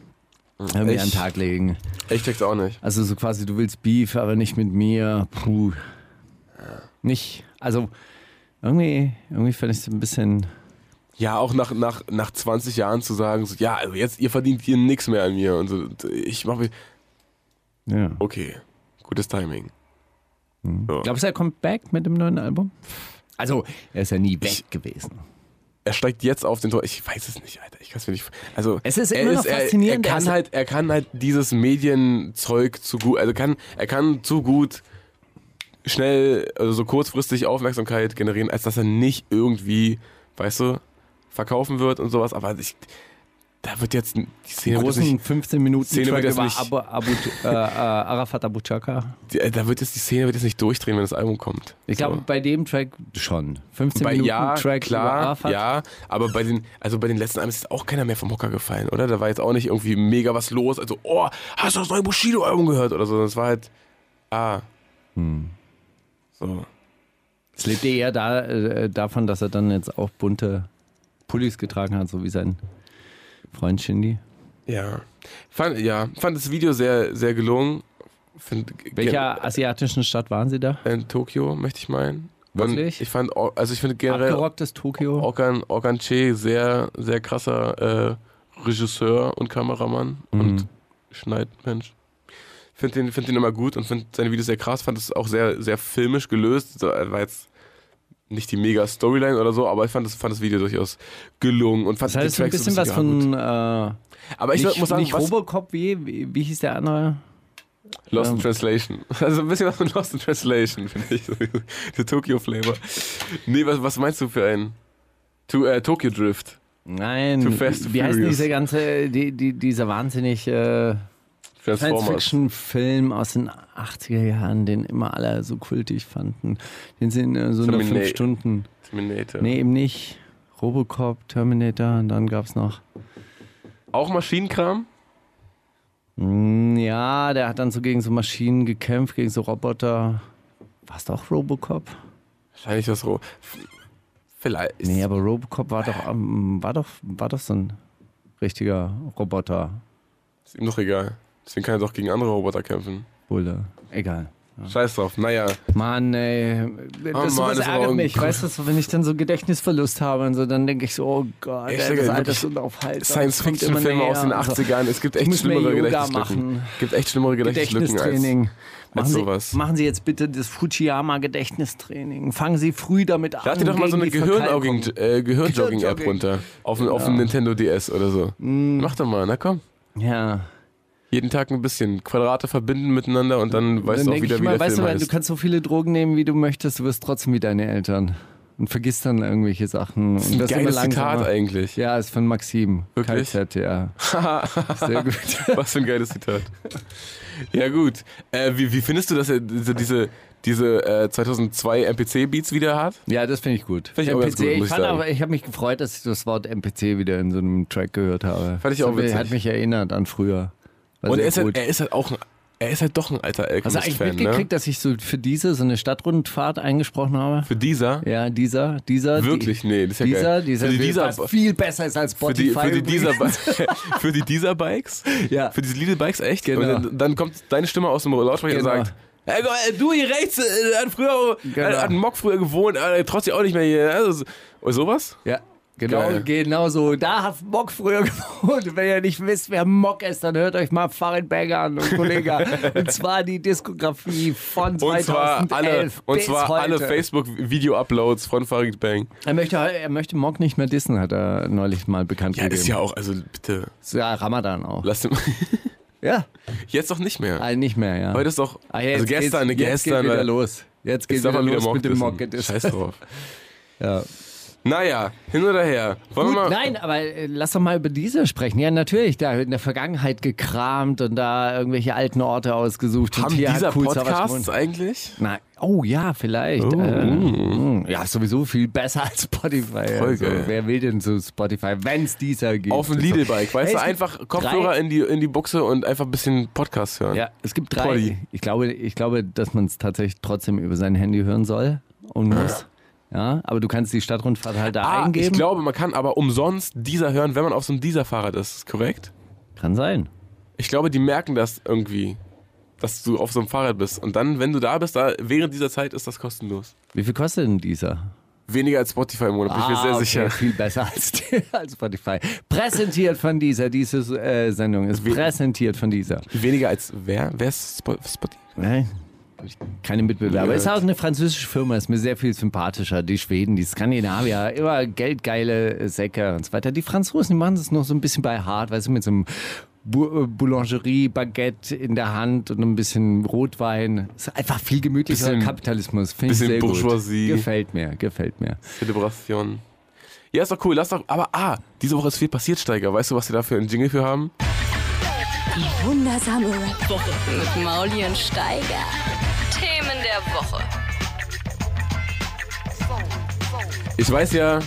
Speaker 7: irgendwie
Speaker 6: Hm, Ich-
Speaker 7: an den Tag legen.
Speaker 6: Ich check's auch nicht.
Speaker 7: Also so quasi, du willst Beef, aber nicht mit mir. Puh. Nicht. Also irgendwie, irgendwie fand ich es ein bisschen.
Speaker 6: Ja, auch nach, nach, nach 20 Jahren zu sagen, so, ja, also jetzt ihr verdient hier nichts mehr an mir und so und ich mache
Speaker 7: Ja.
Speaker 6: okay, gutes Timing.
Speaker 7: Glaubst du, er kommt back mit dem neuen Album? Also, er ist ja nie weg
Speaker 6: Ich-
Speaker 7: gewesen.
Speaker 6: Er steigt jetzt auf den Thron. Ich weiß es nicht, Alter. Ich kann es mir nicht. Also
Speaker 7: Es ist
Speaker 6: er
Speaker 7: immer noch
Speaker 6: er,
Speaker 7: faszinierend, also
Speaker 6: Er
Speaker 7: er
Speaker 6: kann
Speaker 7: ist-
Speaker 6: halt, er kann halt dieses Medienzeug zu gut. Also kann er kann zu gut schnell, also so kurzfristig Aufmerksamkeit generieren, als dass er nicht irgendwie, weißt du, verkaufen wird und sowas. Aber ich, da wird jetzt die Szene wird jetzt
Speaker 7: großen
Speaker 6: nicht,
Speaker 7: 15 Minuten
Speaker 6: Szene wird
Speaker 7: Track
Speaker 6: jetzt
Speaker 7: über
Speaker 6: nicht-
Speaker 7: Abu, Abu, äh, äh, Arafat Abu Chaka.
Speaker 6: die- da wird jetzt die Szene wird jetzt nicht durchdrehen, wenn das Album kommt.
Speaker 7: Ich glaube, bei dem Track schon. 15
Speaker 6: bei
Speaker 7: Minuten
Speaker 6: ja,
Speaker 7: Track über
Speaker 6: klar,
Speaker 7: Arafat.
Speaker 6: ja, aber bei den, also bei den letzten Alben ist jetzt auch keiner mehr vom Hocker gefallen, oder? Da war jetzt auch nicht irgendwie mega was los, also, oh, hast du das neue Bushido-Album gehört oder so, sondern es war halt, ah. So.
Speaker 7: Es lebte eher da, äh, davon, dass er dann jetzt auch bunte Pullis getragen hat, so wie sein Freund Shindy.
Speaker 6: Ja. Fand, ja, fand das Video sehr, sehr gelungen. Find, äh,
Speaker 7: Welcher asiatischen Stadt waren Sie da?
Speaker 6: In Tokio, möchte ich meinen. Und
Speaker 7: Wirklich?
Speaker 6: Ich fand, auch- also ich finde generell
Speaker 7: Abgerocktes Tokio.
Speaker 6: Orkan, Orkan Che sehr, sehr krasser äh, Regisseur und Kameramann und
Speaker 7: Mhm.
Speaker 6: Schneidmensch. Find den, find den immer gut und find seine Videos sehr krass. Fand es auch sehr, sehr filmisch gelöst. So, äh, War jetzt nicht die mega Storyline oder so, aber ich fand das, fand das Video durchaus gelungen und fand
Speaker 7: Das heißt,
Speaker 6: die
Speaker 7: ein
Speaker 6: Tracks
Speaker 7: bisschen was
Speaker 6: ja, gut.
Speaker 7: von. Äh,
Speaker 6: Aber ich
Speaker 7: nicht,
Speaker 6: muss sagen,
Speaker 7: nicht
Speaker 6: was,
Speaker 7: Robocop, wie, wie, wie hieß der andere?
Speaker 6: Lost in
Speaker 7: ähm,
Speaker 6: Translation. Also ein bisschen was von Lost in Translation, finde ich. Der Tokyo Flavor. Nee, was, was meinst du für einen? To, äh, Tokyo Drift.
Speaker 7: Nein.
Speaker 6: Too Fast, Too
Speaker 7: wie heißt
Speaker 6: Furious.
Speaker 7: diese ganze, die, die, dieser wahnsinnig äh,
Speaker 6: Transformers.
Speaker 7: Science-Fiction-Film aus den 80er Jahren, den immer alle so kultig fanden? Den sind äh, so nur
Speaker 6: Terminator.
Speaker 7: fünf Stunden.
Speaker 6: Terminator.
Speaker 7: Nee, eben nicht. Robocop, Terminator und dann gab's noch.
Speaker 6: Auch Maschinenkram?
Speaker 7: Mm, Ja, der hat dann so gegen so Maschinen gekämpft, gegen so Roboter. War's doch Robocop?
Speaker 6: Wahrscheinlich das Roh. Vielleicht.
Speaker 7: Nee, aber Robocop war doch, ähm, war doch, war doch so ein richtiger Roboterbulle.
Speaker 6: Ist ihm doch egal. Deswegen kann er doch gegen andere Roboter kämpfen.
Speaker 7: Egal.
Speaker 6: Scheiß drauf. Naja.
Speaker 7: Mann, ey. Das,
Speaker 6: Oh Mann,
Speaker 7: sowas
Speaker 6: das war
Speaker 7: ärgert
Speaker 6: un-
Speaker 7: mich. Weißt du, so, wenn ich dann so Gedächtnisverlust habe und so, dann denke ich so, oh Gott,
Speaker 6: Echt,
Speaker 7: ey, das
Speaker 6: Digga,
Speaker 7: Alter ist
Speaker 6: wirklich
Speaker 7: unaufhaltsam. Es kommt immer
Speaker 6: Science-Fiction-Filme
Speaker 7: näher Also
Speaker 6: aus den
Speaker 7: und so.
Speaker 6: 80ern. Es gibt echt
Speaker 7: muss mehr
Speaker 6: schlimmere
Speaker 7: Yoga
Speaker 6: Gedächtnislücken.
Speaker 7: machen.
Speaker 6: gibt echt schlimmere Gedächtnislücken als.
Speaker 7: Gedächtnistraining. Machen Sie,
Speaker 6: sowas.
Speaker 7: machen Sie jetzt bitte das Fujiyama-Gedächtnistraining. Fangen Sie früh damit an.
Speaker 6: Lad dir doch mal so
Speaker 7: gegen
Speaker 6: eine
Speaker 7: die Verkalkung.
Speaker 6: Gehirnjogging- äh, Gehirnjogging-App
Speaker 7: Gehirnjogging. Mm.
Speaker 6: runter. Auf, dem- auf dem Nintendo DS oder so. Mach doch mal, na komm.
Speaker 7: Ja.
Speaker 6: Jeden Tag ein bisschen Quadrate verbinden miteinander und dann weißt
Speaker 7: dann
Speaker 6: du auch
Speaker 7: denk
Speaker 6: wieder,
Speaker 7: ich
Speaker 6: wie
Speaker 7: mal,
Speaker 6: der
Speaker 7: weißt
Speaker 6: Film
Speaker 7: du, weil du
Speaker 6: heißt.
Speaker 7: kannst so viele Drogen nehmen, wie du möchtest, du wirst trotzdem wie deine Eltern. Und vergisst dann irgendwelche Sachen. Das
Speaker 6: Ein
Speaker 7: und wirst immer
Speaker 6: geiles Zitat
Speaker 7: langsamer.
Speaker 6: eigentlich.
Speaker 7: Ja, ist von Maxim.
Speaker 6: Wirklich?
Speaker 7: KZ, ja. Sehr gut.
Speaker 6: Was für ein geiles Zitat. Ja, gut. Äh, wie, wie findest du das, äh, diese, diese, diese äh, 2002 MPC-Beats wieder hat.
Speaker 7: Ja, das finde ich gut.
Speaker 6: Find ich auch ganz gut, muss
Speaker 7: ich
Speaker 6: ich
Speaker 7: fand
Speaker 6: sagen.
Speaker 7: aber, ich habe mich gefreut, dass ich das Wort MPC wieder in so einem Track gehört habe.
Speaker 6: Fand ich
Speaker 7: Das
Speaker 6: auch
Speaker 7: hat-
Speaker 6: witzig.
Speaker 7: Hat mich erinnert an früher. War
Speaker 6: Und
Speaker 7: sehr
Speaker 6: er ist, halt,
Speaker 7: gut.
Speaker 6: er ist halt auch ein, er ist halt doch ein alter
Speaker 7: Hast du eigentlich
Speaker 6: Alchemist-Fan, ne?
Speaker 7: mitgekriegt, dass ich so für diese so eine Stadtrundfahrt eingesprochen habe?
Speaker 6: Für dieser,
Speaker 7: Ja, dieser, dieser.
Speaker 6: Wirklich?
Speaker 7: die,
Speaker 6: Nee, das ist ja
Speaker 7: dieser,
Speaker 6: geil.
Speaker 7: dieser,
Speaker 6: Für die
Speaker 7: Bild,
Speaker 6: dieser-
Speaker 7: was viel besser ist als
Speaker 6: für die,
Speaker 7: Spotify.
Speaker 6: für die dieser,
Speaker 7: übrigens.
Speaker 6: für die dieser Bikes,
Speaker 7: Ja.
Speaker 6: für diese Lidl Bikes, echt?
Speaker 7: Genau.
Speaker 6: Und dann, dann kommt deine Stimme aus dem Lautsprecher
Speaker 7: Genau.
Speaker 6: und sagt, "Ey, Gott, du hier rechts, äh, hat früher,
Speaker 7: Genau.
Speaker 6: hat, hat Mock früher gewohnt, äh, trotzdem auch nicht mehr hier. Also, oder sowas?
Speaker 7: Ja, genau,
Speaker 6: Geil.
Speaker 7: genau so. Da hat Mock früher gewohnt. Wenn ihr nicht wisst, wer Mock ist, dann hört euch mal Farid Banger an und Kollege. und zwar die Diskografie von
Speaker 6: Und
Speaker 7: 2011
Speaker 6: zwar alle, und
Speaker 7: bis
Speaker 6: zwar
Speaker 7: heute.
Speaker 6: alle Facebook-Video-Uploads von Farid Bang.
Speaker 7: Er möchte, halt- er möchte Mock nicht mehr dissen, hat er neulich mal bekannt
Speaker 6: Ja,
Speaker 7: gegeben.
Speaker 6: ist ja auch, also bitte,
Speaker 7: ja Ramadan auch.
Speaker 6: lass den,
Speaker 7: Ja,
Speaker 6: jetzt doch nicht mehr.
Speaker 7: also nicht mehr, ja.
Speaker 6: Heute ist doch,
Speaker 7: Ah, ja,
Speaker 6: also
Speaker 7: jetzt geht's-
Speaker 6: gestern,
Speaker 7: jetzt
Speaker 6: gestern,
Speaker 7: geht wieder
Speaker 6: äh,
Speaker 7: los. Jetzt geht
Speaker 6: jetzt darf
Speaker 7: wieder
Speaker 6: man wieder
Speaker 7: los
Speaker 6: Mock
Speaker 7: mit dem Mock.
Speaker 6: dissen. Scheiß drauf.
Speaker 7: Ja.
Speaker 6: Naja, hin oder her. Wollen
Speaker 7: Gut,
Speaker 6: wir mal,
Speaker 7: nein, aber äh, lass doch mal über diese sprechen. Ja, natürlich, da in der Vergangenheit gekramt und da irgendwelche alten Orte ausgesucht. und
Speaker 6: haben
Speaker 7: hier hat
Speaker 6: dieser
Speaker 7: Kulzer was
Speaker 6: Podcast
Speaker 7: gewohnt.
Speaker 6: eigentlich?
Speaker 7: Nein. Oh ja, vielleicht. Äh, mm. ja, sowieso viel besser als Spotify. Also,
Speaker 6: Voll geil.
Speaker 7: wer will denn so Spotify, wenn es dieser gibt? Also,
Speaker 6: Auf ein Lidl-Bike, weißt
Speaker 7: Hey,
Speaker 6: du,
Speaker 7: es gibt
Speaker 6: einfach Kopfhörer
Speaker 7: drei-
Speaker 6: in die, in die Buchse und einfach ein bisschen Podcast hören.
Speaker 7: Ja, es gibt drei.
Speaker 6: Poddy.
Speaker 7: Ich glaube, ich glaube, dass man es tatsächlich trotzdem über sein Handy hören soll und muss. Ja, aber du kannst die Stadtrundfahrt halt da
Speaker 6: Ah,
Speaker 7: eingeben.
Speaker 6: ich glaube, man kann aber umsonst dieser hören, wenn man auf so einem dieser Fahrrad ist, ist korrekt?
Speaker 7: Kann sein.
Speaker 6: Ich glaube, die merken das irgendwie, dass du auf so einem Fahrrad bist. Und dann, wenn du da bist, da, während dieser Zeit ist das kostenlos.
Speaker 7: Wie viel kostet denn dieser?
Speaker 6: Weniger als Spotify im Monat, bin ich mir sehr
Speaker 7: Ah, okay,
Speaker 6: sicher.
Speaker 7: Viel besser als, die- als Spotify. Präsentiert von dieser. Diese äh, Sendung ist
Speaker 6: Wie-
Speaker 7: präsentiert von dieser.
Speaker 6: Weniger als wer? Wer ist Spo- Spotify?
Speaker 7: Nein. hab ich Keine Mitbewerber.
Speaker 6: Ja.
Speaker 7: Ist auch eine französische Firma, ist mir sehr viel sympathischer. Die Schweden, die Skandinavier, immer geldgeile Säcke und so weiter. Die Franzosen, die machen es noch so ein bisschen bei hart, weißt du, mit so einem Bu- äh, Boulangerie-Baguette in der Hand und ein bisschen Rotwein. Ist einfach viel gemütlicher
Speaker 6: Bisschen-
Speaker 7: Kapitalismus. Find
Speaker 6: bisschen
Speaker 7: ich sehr
Speaker 6: Bourgeoisie.
Speaker 7: Gut. Gefällt mir, gefällt mir.
Speaker 6: Celebration. Ja, ist doch cool. Lass doch. Aber ah, diese Woche ist viel passiert, Steiger. Weißt du, was wir dafür einen Jingle für haben?
Speaker 4: Die wundersame
Speaker 2: Woche mit Mauli und Steiger. Themen der Woche.
Speaker 6: Ich weiß ja,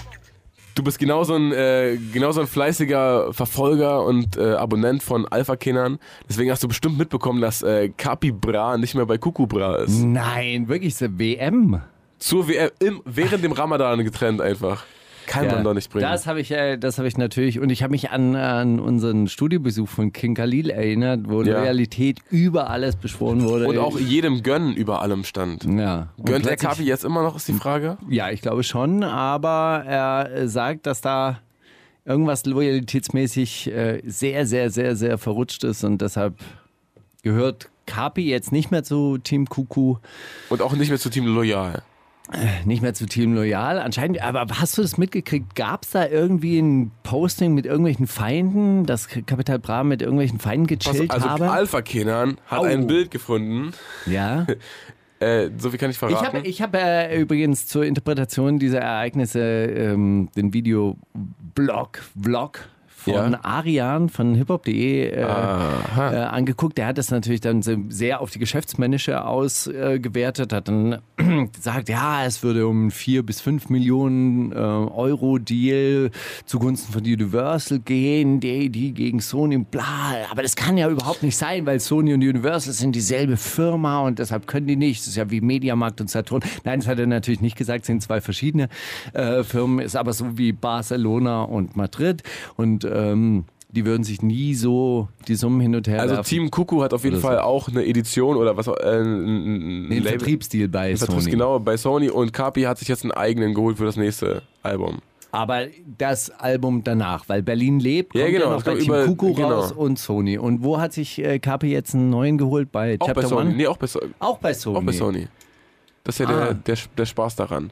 Speaker 6: du bist genauso ein, äh, genauso ein fleißiger Verfolger und äh, Abonnent von Alpha-Kindern. Deswegen hast du bestimmt mitbekommen, dass äh, Capibra nicht mehr bei Kukubra
Speaker 7: Hm.
Speaker 6: ist.
Speaker 7: Nein, wirklich, so WM.
Speaker 6: Zur WM, im, während dem Ramadan getrennt einfach. Kann man doch nicht bringen.
Speaker 7: Das habe ich, äh, das habe ich natürlich. Und ich habe mich an, an unseren Studiobesuch von King Khalil erinnert, wo
Speaker 6: Ja.
Speaker 7: Loyalität über alles beschworen wurde.
Speaker 6: und auch jedem Gönnen über allem stand.
Speaker 7: ja. Und
Speaker 6: Gönnt der
Speaker 7: Hm, plötzlich- Hm.
Speaker 6: Kapi jetzt immer noch, ist die Frage?
Speaker 7: Ja, ich glaube schon, aber er äh, sagt, dass da irgendwas loyalitätsmäßig äh, sehr, sehr, sehr, sehr verrutscht ist und deshalb gehört Kapi jetzt nicht mehr zu Team Kuku,
Speaker 6: Und auch nicht mehr zu Team Loyal.
Speaker 7: nicht mehr zu Team Loyal. Anscheinend, aber hast du das mitgekriegt? Gab es da irgendwie ein Posting mit irgendwelchen Feinden, dass Kapital Bra mit irgendwelchen Feinden
Speaker 6: Pass-
Speaker 7: gechillt
Speaker 6: Also
Speaker 7: habe?
Speaker 6: Alpha-Kenan hat
Speaker 7: Au.
Speaker 6: ein Bild gefunden.
Speaker 7: Ja.
Speaker 6: Äh, so viel kann ich verraten.
Speaker 7: Ich habe ich hab, äh, übrigens zur Interpretation dieser Ereignisse ähm, den Videoblog Vlog von
Speaker 6: Ja.
Speaker 7: Arian von hiphop.de äh,
Speaker 6: Aha.
Speaker 7: äh, angeguckt. Der hat das natürlich dann so sehr auf die Geschäftsmännische ausgewertet, hat dann gesagt, ja, es würde um 4 bis 5 Millionen äh, Euro Deal zugunsten von Universal gehen, die, die gegen Sony, bla. Aber das kann ja überhaupt nicht sein, weil Sony und Universal sind dieselbe Firma und deshalb können die nicht. Das ist ja wie Mediamarkt und Saturn. Nein, das hat er natürlich nicht gesagt, sind zwei verschiedene äh, Firmen, ist aber so wie Barcelona und Madrid und ähm, die würden sich nie so die Summen hin und her
Speaker 6: Also
Speaker 7: werfen.
Speaker 6: Team Kuku hat auf jeden
Speaker 7: Oder so.
Speaker 6: Fall auch eine Edition oder was auch- äh, ein,
Speaker 7: den
Speaker 6: ein Label-
Speaker 7: Vertriebsdeal bei
Speaker 6: einen Vertriebs-
Speaker 7: Sony.
Speaker 6: genau bei Sony und Kapi hat sich jetzt einen eigenen geholt für das nächste Album.
Speaker 7: Aber das Album danach, weil Berlin lebt, kommt
Speaker 6: Ja,
Speaker 7: ja,
Speaker 6: genau,
Speaker 7: noch
Speaker 6: es
Speaker 7: bei
Speaker 6: kommt
Speaker 7: Team
Speaker 6: über-
Speaker 7: Kuku
Speaker 6: genau.
Speaker 7: raus und Sony. Und wo hat sich äh, KP jetzt einen neuen geholt? Bei
Speaker 6: Auch
Speaker 7: Chapter
Speaker 6: bei Sony.
Speaker 7: One?
Speaker 6: Nee, auch bei, So-
Speaker 7: Auch bei Sony.
Speaker 6: auch bei Sony. Das ist ja
Speaker 7: Ah.
Speaker 6: der, der, der Spaß daran.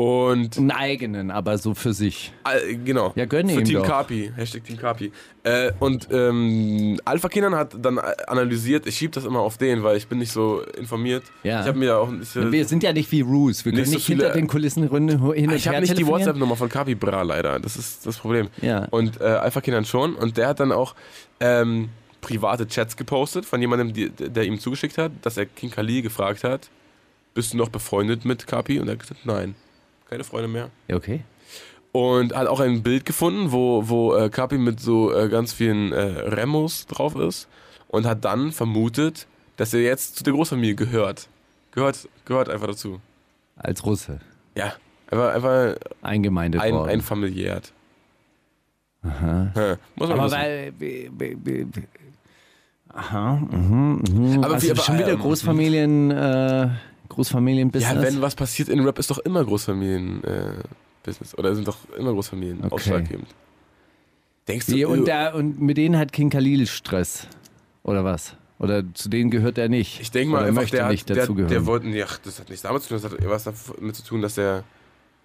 Speaker 6: Und
Speaker 7: Einen eigenen, aber so für sich.
Speaker 6: äh, genau.
Speaker 7: Ja, gönn
Speaker 6: Für
Speaker 7: ihm
Speaker 6: Team
Speaker 7: doch.
Speaker 6: Kapi. Hashtag Team Kapi. Äh, und ähm, Alpha Kindern hat dann analysiert, ich schiebe das immer auf den, weil ich bin nicht so informiert.
Speaker 7: Ja.
Speaker 6: Ich habe mir da auch ich,
Speaker 7: Wir sind ja nicht wie Roos. Wir können
Speaker 6: Nicht
Speaker 7: nicht,
Speaker 6: so viele- Ah,
Speaker 7: hinter den Kulissen hin und her
Speaker 6: Ich habe nicht die
Speaker 7: telefonieren.
Speaker 6: WhatsApp-Nummer von Capybra leider. Das ist das Problem.
Speaker 7: Ja.
Speaker 6: Und äh, Alpha Kindern schon. Und der hat dann auch ähm, private Chats gepostet von jemandem, die, der ihm zugeschickt hat, dass er King Kali gefragt hat, bist du noch befreundet mit Kapi? Und er hat gesagt, nein, keine Freunde mehr.
Speaker 7: Ja, okay.
Speaker 6: Und hat auch ein Bild gefunden, wo, wo äh, Kapi mit so äh, ganz vielen äh, Remos drauf ist und hat dann vermutet, dass er jetzt zu der Großfamilie gehört. Gehört, gehört einfach dazu.
Speaker 7: Als Russe.
Speaker 6: Ja. Einfach, einfach
Speaker 7: Eingemeindet
Speaker 6: ein,
Speaker 7: worden.
Speaker 6: ein Familiärt. Aha. Muss man
Speaker 7: aber
Speaker 6: wissen.
Speaker 7: weil. b- b- b- b- Aha, mhm, mhm.
Speaker 6: Aber wie-
Speaker 7: also
Speaker 6: aber-
Speaker 7: schon wieder
Speaker 6: ähm,
Speaker 7: Großfamilien, äh,
Speaker 6: Ja,
Speaker 7: Großfamilienbusiness.
Speaker 6: wenn was passiert in Rap, ist doch immer Großfamilien-Business. Äh, Business. Oder sind doch immer Großfamilien
Speaker 7: Okay.
Speaker 6: ausschlaggebend. Denkst du,
Speaker 7: Wie,
Speaker 6: äh,
Speaker 7: und, da, und mit denen hat King Khalil Stress. Oder was? Oder zu denen gehört er nicht.
Speaker 6: ich denke mal,
Speaker 7: Oder
Speaker 6: einfach,
Speaker 7: möchte
Speaker 6: der, hat-
Speaker 7: nicht
Speaker 6: der,
Speaker 7: dazugehören.
Speaker 6: der wollte, ja, das hat nichts damit zu tun, das hat was damit zu tun, dass der,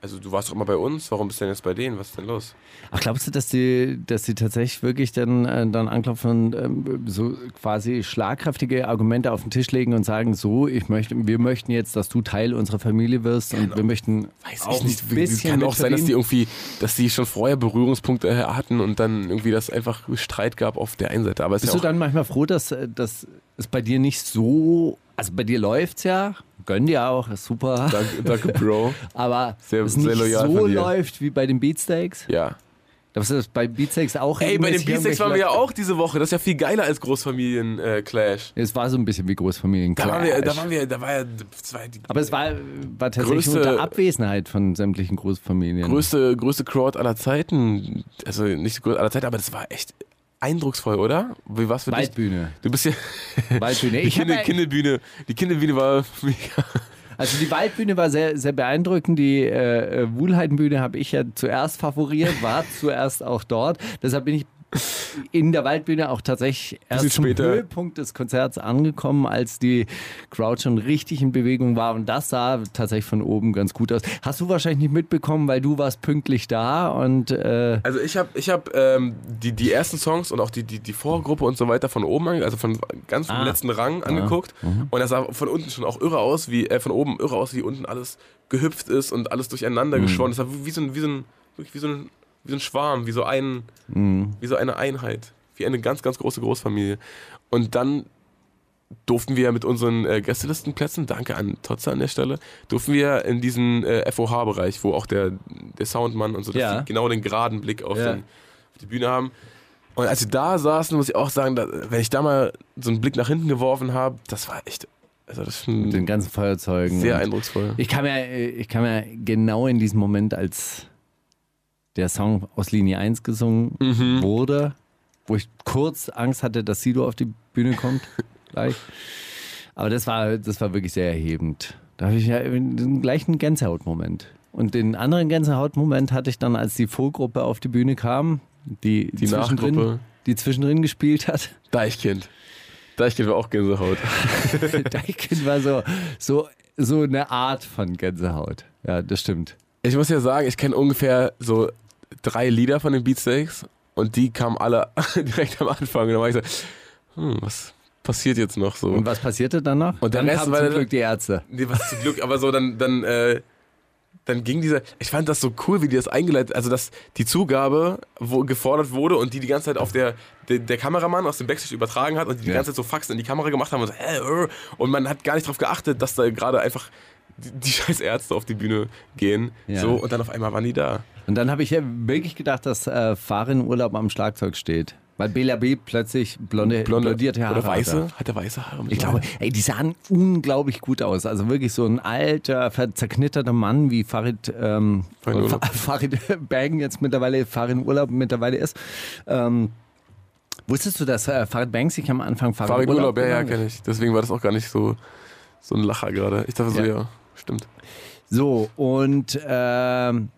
Speaker 6: also du warst doch immer bei uns, warum bist du denn jetzt bei denen, was ist denn los?
Speaker 7: Ach, glaubst du, dass die, dass die tatsächlich wirklich dann, äh, dann anklopfen und ähm, so quasi schlagkräftige Argumente auf den Tisch legen und sagen, so, ich möchte, wir möchten jetzt, dass du Teil unserer Familie wirst
Speaker 6: Genau.
Speaker 7: und wir möchten auch ein bisschen
Speaker 6: kann auch sein, dass die
Speaker 7: mitverdienen?
Speaker 6: irgendwie, dass die schon vorher Berührungspunkte hatten und dann irgendwie das einfach Streit gab auf der einen Seite. Aber es ist
Speaker 7: Bist
Speaker 6: ja
Speaker 7: du
Speaker 6: auch,
Speaker 7: dann manchmal froh, dass, äh, dass es bei dir nicht so, also bei dir läuft's ja, gönn dir auch, ist super,
Speaker 6: danke, danke, Bro.
Speaker 7: aber
Speaker 6: Sehr-
Speaker 7: es
Speaker 6: sehr
Speaker 7: nicht
Speaker 6: loyal
Speaker 7: so
Speaker 6: von dir.
Speaker 7: läuft wie bei den Beatsteaks.
Speaker 6: Ja.
Speaker 7: Das ist bei Beatsteaks auch
Speaker 6: Ey, bei den
Speaker 7: regelmäßig
Speaker 6: Beatsex
Speaker 7: irgendwelche
Speaker 6: waren wir ja
Speaker 7: Leute-
Speaker 6: auch diese Woche, das ist ja viel geiler als Großfamilien-Clash.
Speaker 7: Es war so ein bisschen wie Großfamilien.
Speaker 6: Da waren wir, da waren wir, da war ja zwei, die
Speaker 7: Aber es war, war tatsächlich
Speaker 6: Größte-
Speaker 7: unter Abwesenheit von sämtlichen Großfamilien.
Speaker 6: größte, größte Crowd aller Zeiten. Also nicht die größte aller Zeiten, aber das war echt eindrucksvoll, oder? Wie war's für dich?
Speaker 7: Waldbühne.
Speaker 6: Du bist ja
Speaker 7: Waldbühne.
Speaker 6: die
Speaker 7: Ich hab
Speaker 6: Kinder,
Speaker 7: ja-
Speaker 6: Kinderbühne. Die Kinderbühne war mega.
Speaker 7: Also die Waldbühne war sehr, sehr beeindruckend. Die äh, äh, Wuhlheidenbühne habe ich ja zuerst favoriert, war zuerst auch dort. Deshalb bin ich in der Waldbühne auch tatsächlich erst
Speaker 6: Bisschen
Speaker 7: zum
Speaker 6: später.
Speaker 7: Höhepunkt des Konzerts angekommen, als die Crowd schon richtig in Bewegung war. Und das sah tatsächlich von oben ganz gut aus. Hast du wahrscheinlich nicht mitbekommen, weil du warst pünktlich da und äh,
Speaker 6: Also ich habe ich hab, ähm, die, die ersten Songs und auch die, die, die Vorgruppe und so weiter von oben, ange also von ganz vom
Speaker 7: Ah. Mhm.
Speaker 6: letzten Rang angeguckt. Und das sah von unten schon auch irre aus, wie äh, von oben irre aus, wie unten alles gehüpft ist und alles durcheinander
Speaker 7: Mhm.
Speaker 6: geschwommen. Das war wie so ein, wie so ein, wirklich wie so ein, wie so ein Schwarm, wie so ein,
Speaker 7: Mhm.
Speaker 6: wie so eine Einheit, wie eine ganz, ganz große Großfamilie. Und dann durften wir mit unseren äh, Gästelistenplätzen, danke an Totze an der Stelle, durften wir in diesen äh, FOH-Bereich, wo auch der, der Soundmann und so, dass
Speaker 7: Ja.
Speaker 6: die genau den geraden Blick auf,
Speaker 7: Ja.
Speaker 6: den, auf die Bühne haben. Und als wir da saßen, muss ich auch sagen, da, wenn ich da mal so einen Blick nach hinten geworfen habe, das war echt, also das ist schon
Speaker 7: den ganzen Feuerzeugen.
Speaker 6: sehr
Speaker 7: und
Speaker 6: eindrucksvoll.
Speaker 7: Ich kam, ja, äh, ich kam ja genau in diesem Moment, als der Song aus Linie 1 gesungen
Speaker 6: Mhm.
Speaker 7: wurde, wo ich kurz Angst hatte, dass Sido auf die Bühne kommt. gleich. Aber das war, das war wirklich sehr erhebend. Da habe ich ja den gleichen Gänsehautmoment. Und den anderen Gänsehautmoment hatte ich dann, als die Vorgruppe auf die Bühne kam, die,
Speaker 6: Die
Speaker 7: zwischendrin,
Speaker 6: Nachgruppe.
Speaker 7: die zwischendrin gespielt hat.
Speaker 6: Deichkind. Deichkind war auch Gänsehaut.
Speaker 7: Deichkind war so, so, so eine Art von Gänsehaut. Ja, das stimmt.
Speaker 6: Ich muss ja sagen, ich kenne ungefähr so drei Lieder von den Beatsteaks und die kamen alle direkt am Anfang. Und da war ich so, hm, was passiert jetzt noch so?
Speaker 7: Und was passierte danach?
Speaker 6: Und der
Speaker 7: dann
Speaker 6: Rest
Speaker 7: kamen
Speaker 6: war
Speaker 7: zum
Speaker 6: dann-
Speaker 7: Glück die Ärzte.
Speaker 6: Nee, was zum Glück, aber so dann, dann, äh, dann ging dieser. Ich fand das so cool, wie die das eingeleitet, also dass die Zugabe wo gefordert wurde und die die ganze Zeit auf der der, der Kameramann aus dem Backstage übertragen hat und die die
Speaker 7: Ja.
Speaker 6: ganze Zeit so Faxen in die Kamera gemacht haben und so, äh, äh, und man hat gar nicht darauf geachtet, dass da gerade einfach die, die scheiß Ärzte auf die Bühne gehen.
Speaker 7: Ja.
Speaker 6: So und dann auf einmal waren die da.
Speaker 7: Und dann habe ich ja wirklich gedacht, dass äh, Farin Urlaub am Schlagzeug steht. Weil Bela B plötzlich blonde, blondierte Haare
Speaker 6: oder weiße?
Speaker 7: hatte.
Speaker 6: Hat er weiße Haare?
Speaker 7: Ich glaube, ey, die sahen unglaublich gut aus. Also wirklich so ein alter, ver- zerknitterter Mann wie Farid, ähm,
Speaker 6: Farin
Speaker 7: Fa-
Speaker 6: Urlaub.
Speaker 7: Farid Bang jetzt mittlerweile, Farin Urlaub mittlerweile ist. Ähm, wusstest du, dass äh, Farid Bang sich am Anfang Farid,
Speaker 6: Farid Urlaub, ja, ja,
Speaker 7: genannt hat?
Speaker 6: kenne ich. Deswegen war das auch gar nicht so so ein Lacher gerade. Ich dachte so,
Speaker 7: Ja.
Speaker 6: ja stimmt.
Speaker 7: So, und ähm,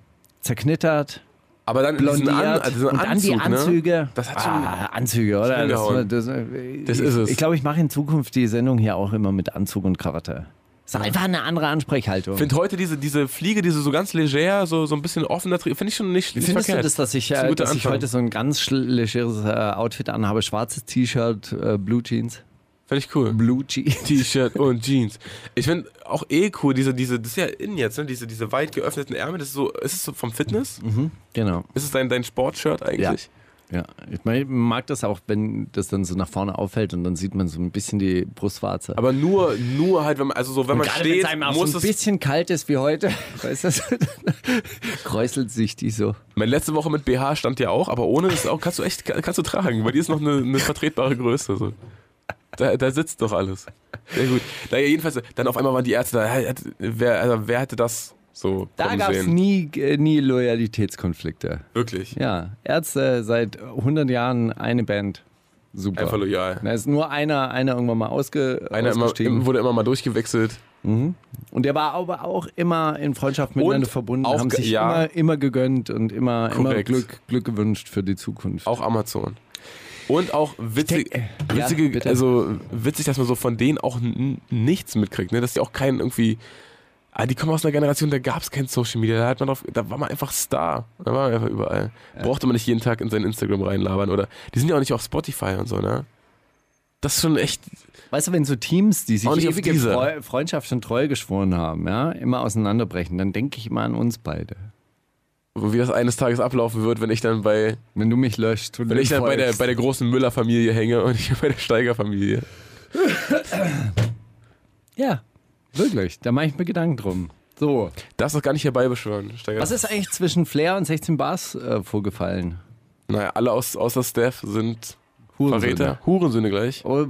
Speaker 7: zerknittert,
Speaker 6: Aber dann diesen,
Speaker 7: blondiert
Speaker 6: An, also diesen
Speaker 7: ne? und dann die
Speaker 6: Anzug,
Speaker 7: Anzüge.
Speaker 6: Ne? Das hat schon.
Speaker 7: ah, Anzüge, oder?
Speaker 6: hingehauen.
Speaker 7: das, äh,
Speaker 6: Das
Speaker 7: ich,
Speaker 6: ist es.
Speaker 7: Ich glaube, ich mache in Zukunft die Sendung hier auch immer mit Anzug und Krawatte. Ist einfach eine andere Ansprechhaltung.
Speaker 6: Ich finde heute diese, diese Fliege, diese so ganz leger, so, so ein bisschen offener, finde ich schon nicht, nicht
Speaker 7: Findest du
Speaker 6: verkehrt.
Speaker 7: das, dass ich,
Speaker 6: ist ein
Speaker 7: äh,
Speaker 6: guter
Speaker 7: dass ich
Speaker 6: Anfang.
Speaker 7: heute so ein ganz schl- legeres äh, Outfit anhabe? Schwarzes T-Shirt, äh, Blue Jeans,
Speaker 6: Finde ich cool.
Speaker 7: Blue Jeans.
Speaker 6: T-Shirt und Jeans. Ich finde auch eh cool, diese, diese, das ist ja in jetzt, ne? diese, diese weit geöffneten Ärmel, das ist so, ist es so vom Fitness?
Speaker 7: Genau.
Speaker 6: Ist es dein, dein Sportshirt eigentlich?
Speaker 7: Ja, ich meine, man mag das auch, wenn das dann so nach vorne auffällt und dann sieht man so ein bisschen die Brustwarze.
Speaker 6: Aber nur, nur halt, wenn man, also so, wenn man
Speaker 7: Gerade wenn
Speaker 6: steht,
Speaker 7: es einem auch
Speaker 6: muss
Speaker 7: so ein
Speaker 6: es.
Speaker 7: bisschen kalt ist wie heute, weißt du, dann kräuselt sich die so.
Speaker 6: Meine letzte Woche mit BH stand ja auch, aber ohne ist auch, kannst du echt, kannst du tragen. Bei dir ist noch eine, eine vertretbare Größe. So. Da, da sitzt doch alles. Sehr gut. Naja, jedenfalls, dann auf einmal waren die Ärzte da. Hä, hätte- Wer, also, wer hätte das so
Speaker 7: Da
Speaker 6: kommen
Speaker 7: gab es
Speaker 6: sehen?
Speaker 7: nie, äh, nie Loyalitätskonflikte.
Speaker 6: Wirklich.
Speaker 7: Ja, Ärzte seit 100 Jahren eine Band. Super.
Speaker 6: Einfach loyal.
Speaker 7: Da ist nur einer, einer irgendwann mal ausge,
Speaker 6: Einer immer,
Speaker 7: ausgestiegen.
Speaker 6: wurde immer mal durchgewechselt.
Speaker 7: und der war aber auch immer in Freundschaft miteinander verbunden,
Speaker 6: auch
Speaker 7: haben
Speaker 6: ge-
Speaker 7: sich
Speaker 6: ja.
Speaker 7: immer, immer gegönnt und immer, immer
Speaker 6: Korrekt.
Speaker 7: Glück, Glück gewünscht für die Zukunft.
Speaker 6: Auch Amazon. Und auch witzig,
Speaker 7: Steck- äh, Ja,
Speaker 6: witzige,
Speaker 7: bitte.
Speaker 6: also witzig, dass man so von denen auch n- nichts mitkriegt, ne? Dass die auch keinen irgendwie. Ah, die kommen aus einer Generation, da gab es kein Social Media, da hat man drauf, da war man einfach Star. Da war man einfach überall. Brauchte man nicht jeden Tag in sein Instagram reinlabern oder. Die sind ja auch nicht auf Spotify und so, ne? Das ist schon echt.
Speaker 7: Weißt du, wenn so Teams, die sich
Speaker 6: Auch nicht auf
Speaker 7: ewige
Speaker 6: diese.
Speaker 7: Freu Freundschaft und Treue geschworen haben, ja, immer auseinanderbrechen, dann denke ich immer an uns beide.
Speaker 6: Wie das eines Tages ablaufen wird, wenn ich dann bei,
Speaker 7: Wenn du mich löscht und
Speaker 6: wenn ich dann bei der,
Speaker 7: folgst.
Speaker 6: bei der großen Müller-Familie hänge und ich bei der Steiger-Familie.
Speaker 7: Ja, wirklich, da mache ich mir Gedanken drum. So,
Speaker 6: Darfst doch gar nicht herbeibeschwören, Steiger.
Speaker 7: was ist eigentlich zwischen Flair und 16 Bars äh, vorgefallen?
Speaker 6: Naja, alle aus, außer Steph sind
Speaker 7: Hurensöhne.
Speaker 6: Verräter. Hurensöhne gleich.
Speaker 7: Oh, äh,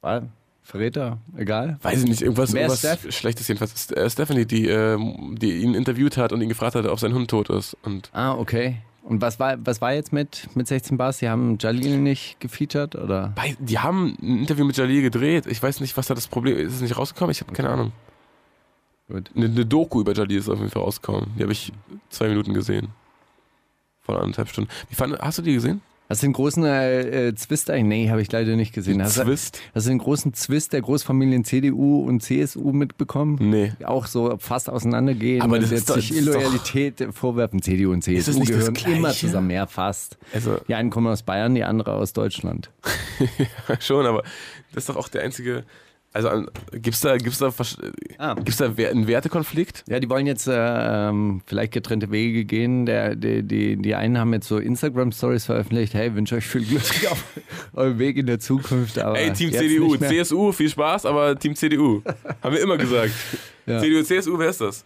Speaker 7: war- Verräter, egal.
Speaker 6: Weiß ich nicht, irgendwas,
Speaker 7: Wer ist
Speaker 6: irgendwas Schlechtes jedenfalls. St- äh, Stephanie, die, äh, die ihn interviewt hat und ihn gefragt hat, ob sein Hund tot ist. Und
Speaker 7: Ah, okay. Und was war, was war jetzt mit, mit 16 Bars? Sie haben Jalil nicht gefeatured oder?
Speaker 6: bei- die haben ein Interview mit Jalil gedreht. Ich weiß nicht, was da das Problem ist. Ist es nicht rausgekommen? Ich habe keine Ahnung.
Speaker 7: Gut.
Speaker 6: Eine, eine Doku über Jalil ist auf jeden Fall rausgekommen. Die habe ich zwei Minuten gesehen. Vor anderthalb Stunden. Wie fand, hast du die gesehen?
Speaker 7: Hast du den großen äh, äh, Zwist eigentlich? Nee, habe ich leider nicht gesehen. Hast du,
Speaker 6: Zwist?
Speaker 7: hast du den großen Zwist der Großfamilien CDU und CSU mitbekommen?
Speaker 6: Nee.
Speaker 7: Auch so fast auseinandergehen
Speaker 6: Aber das
Speaker 7: und
Speaker 6: ist
Speaker 7: jetzt
Speaker 6: doch-
Speaker 7: sich
Speaker 6: das ist doch-
Speaker 7: Illoyalität vorwerfen. CDU und CSU
Speaker 6: das nicht das
Speaker 7: gehören immer
Speaker 6: Gleiche?
Speaker 7: zusammen. Ja, fast.
Speaker 6: Also,
Speaker 7: Die einen kommen aus Bayern, die andere aus Deutschland.
Speaker 6: schon, aber das ist doch auch der einzige. Also, an- gibt's da, gibt's da, versch-
Speaker 7: Ah.
Speaker 6: gibt's da wer- einen Wertekonflikt?
Speaker 7: Ja, die wollen jetzt äh, ähm, vielleicht getrennte Wege gehen. Der, die, die, die einen haben jetzt so Instagram-Stories veröffentlicht. Hey, wünsche euch viel Glück auf eurem Weg in der Zukunft. Aber
Speaker 6: Ey, Team
Speaker 7: Äh, jetzt
Speaker 6: CDU,
Speaker 7: nicht mehr.
Speaker 6: CSU, viel Spaß, aber Team CDU. Haben wir immer gesagt.
Speaker 7: Ja.
Speaker 6: CDU, CSU, wer ist das?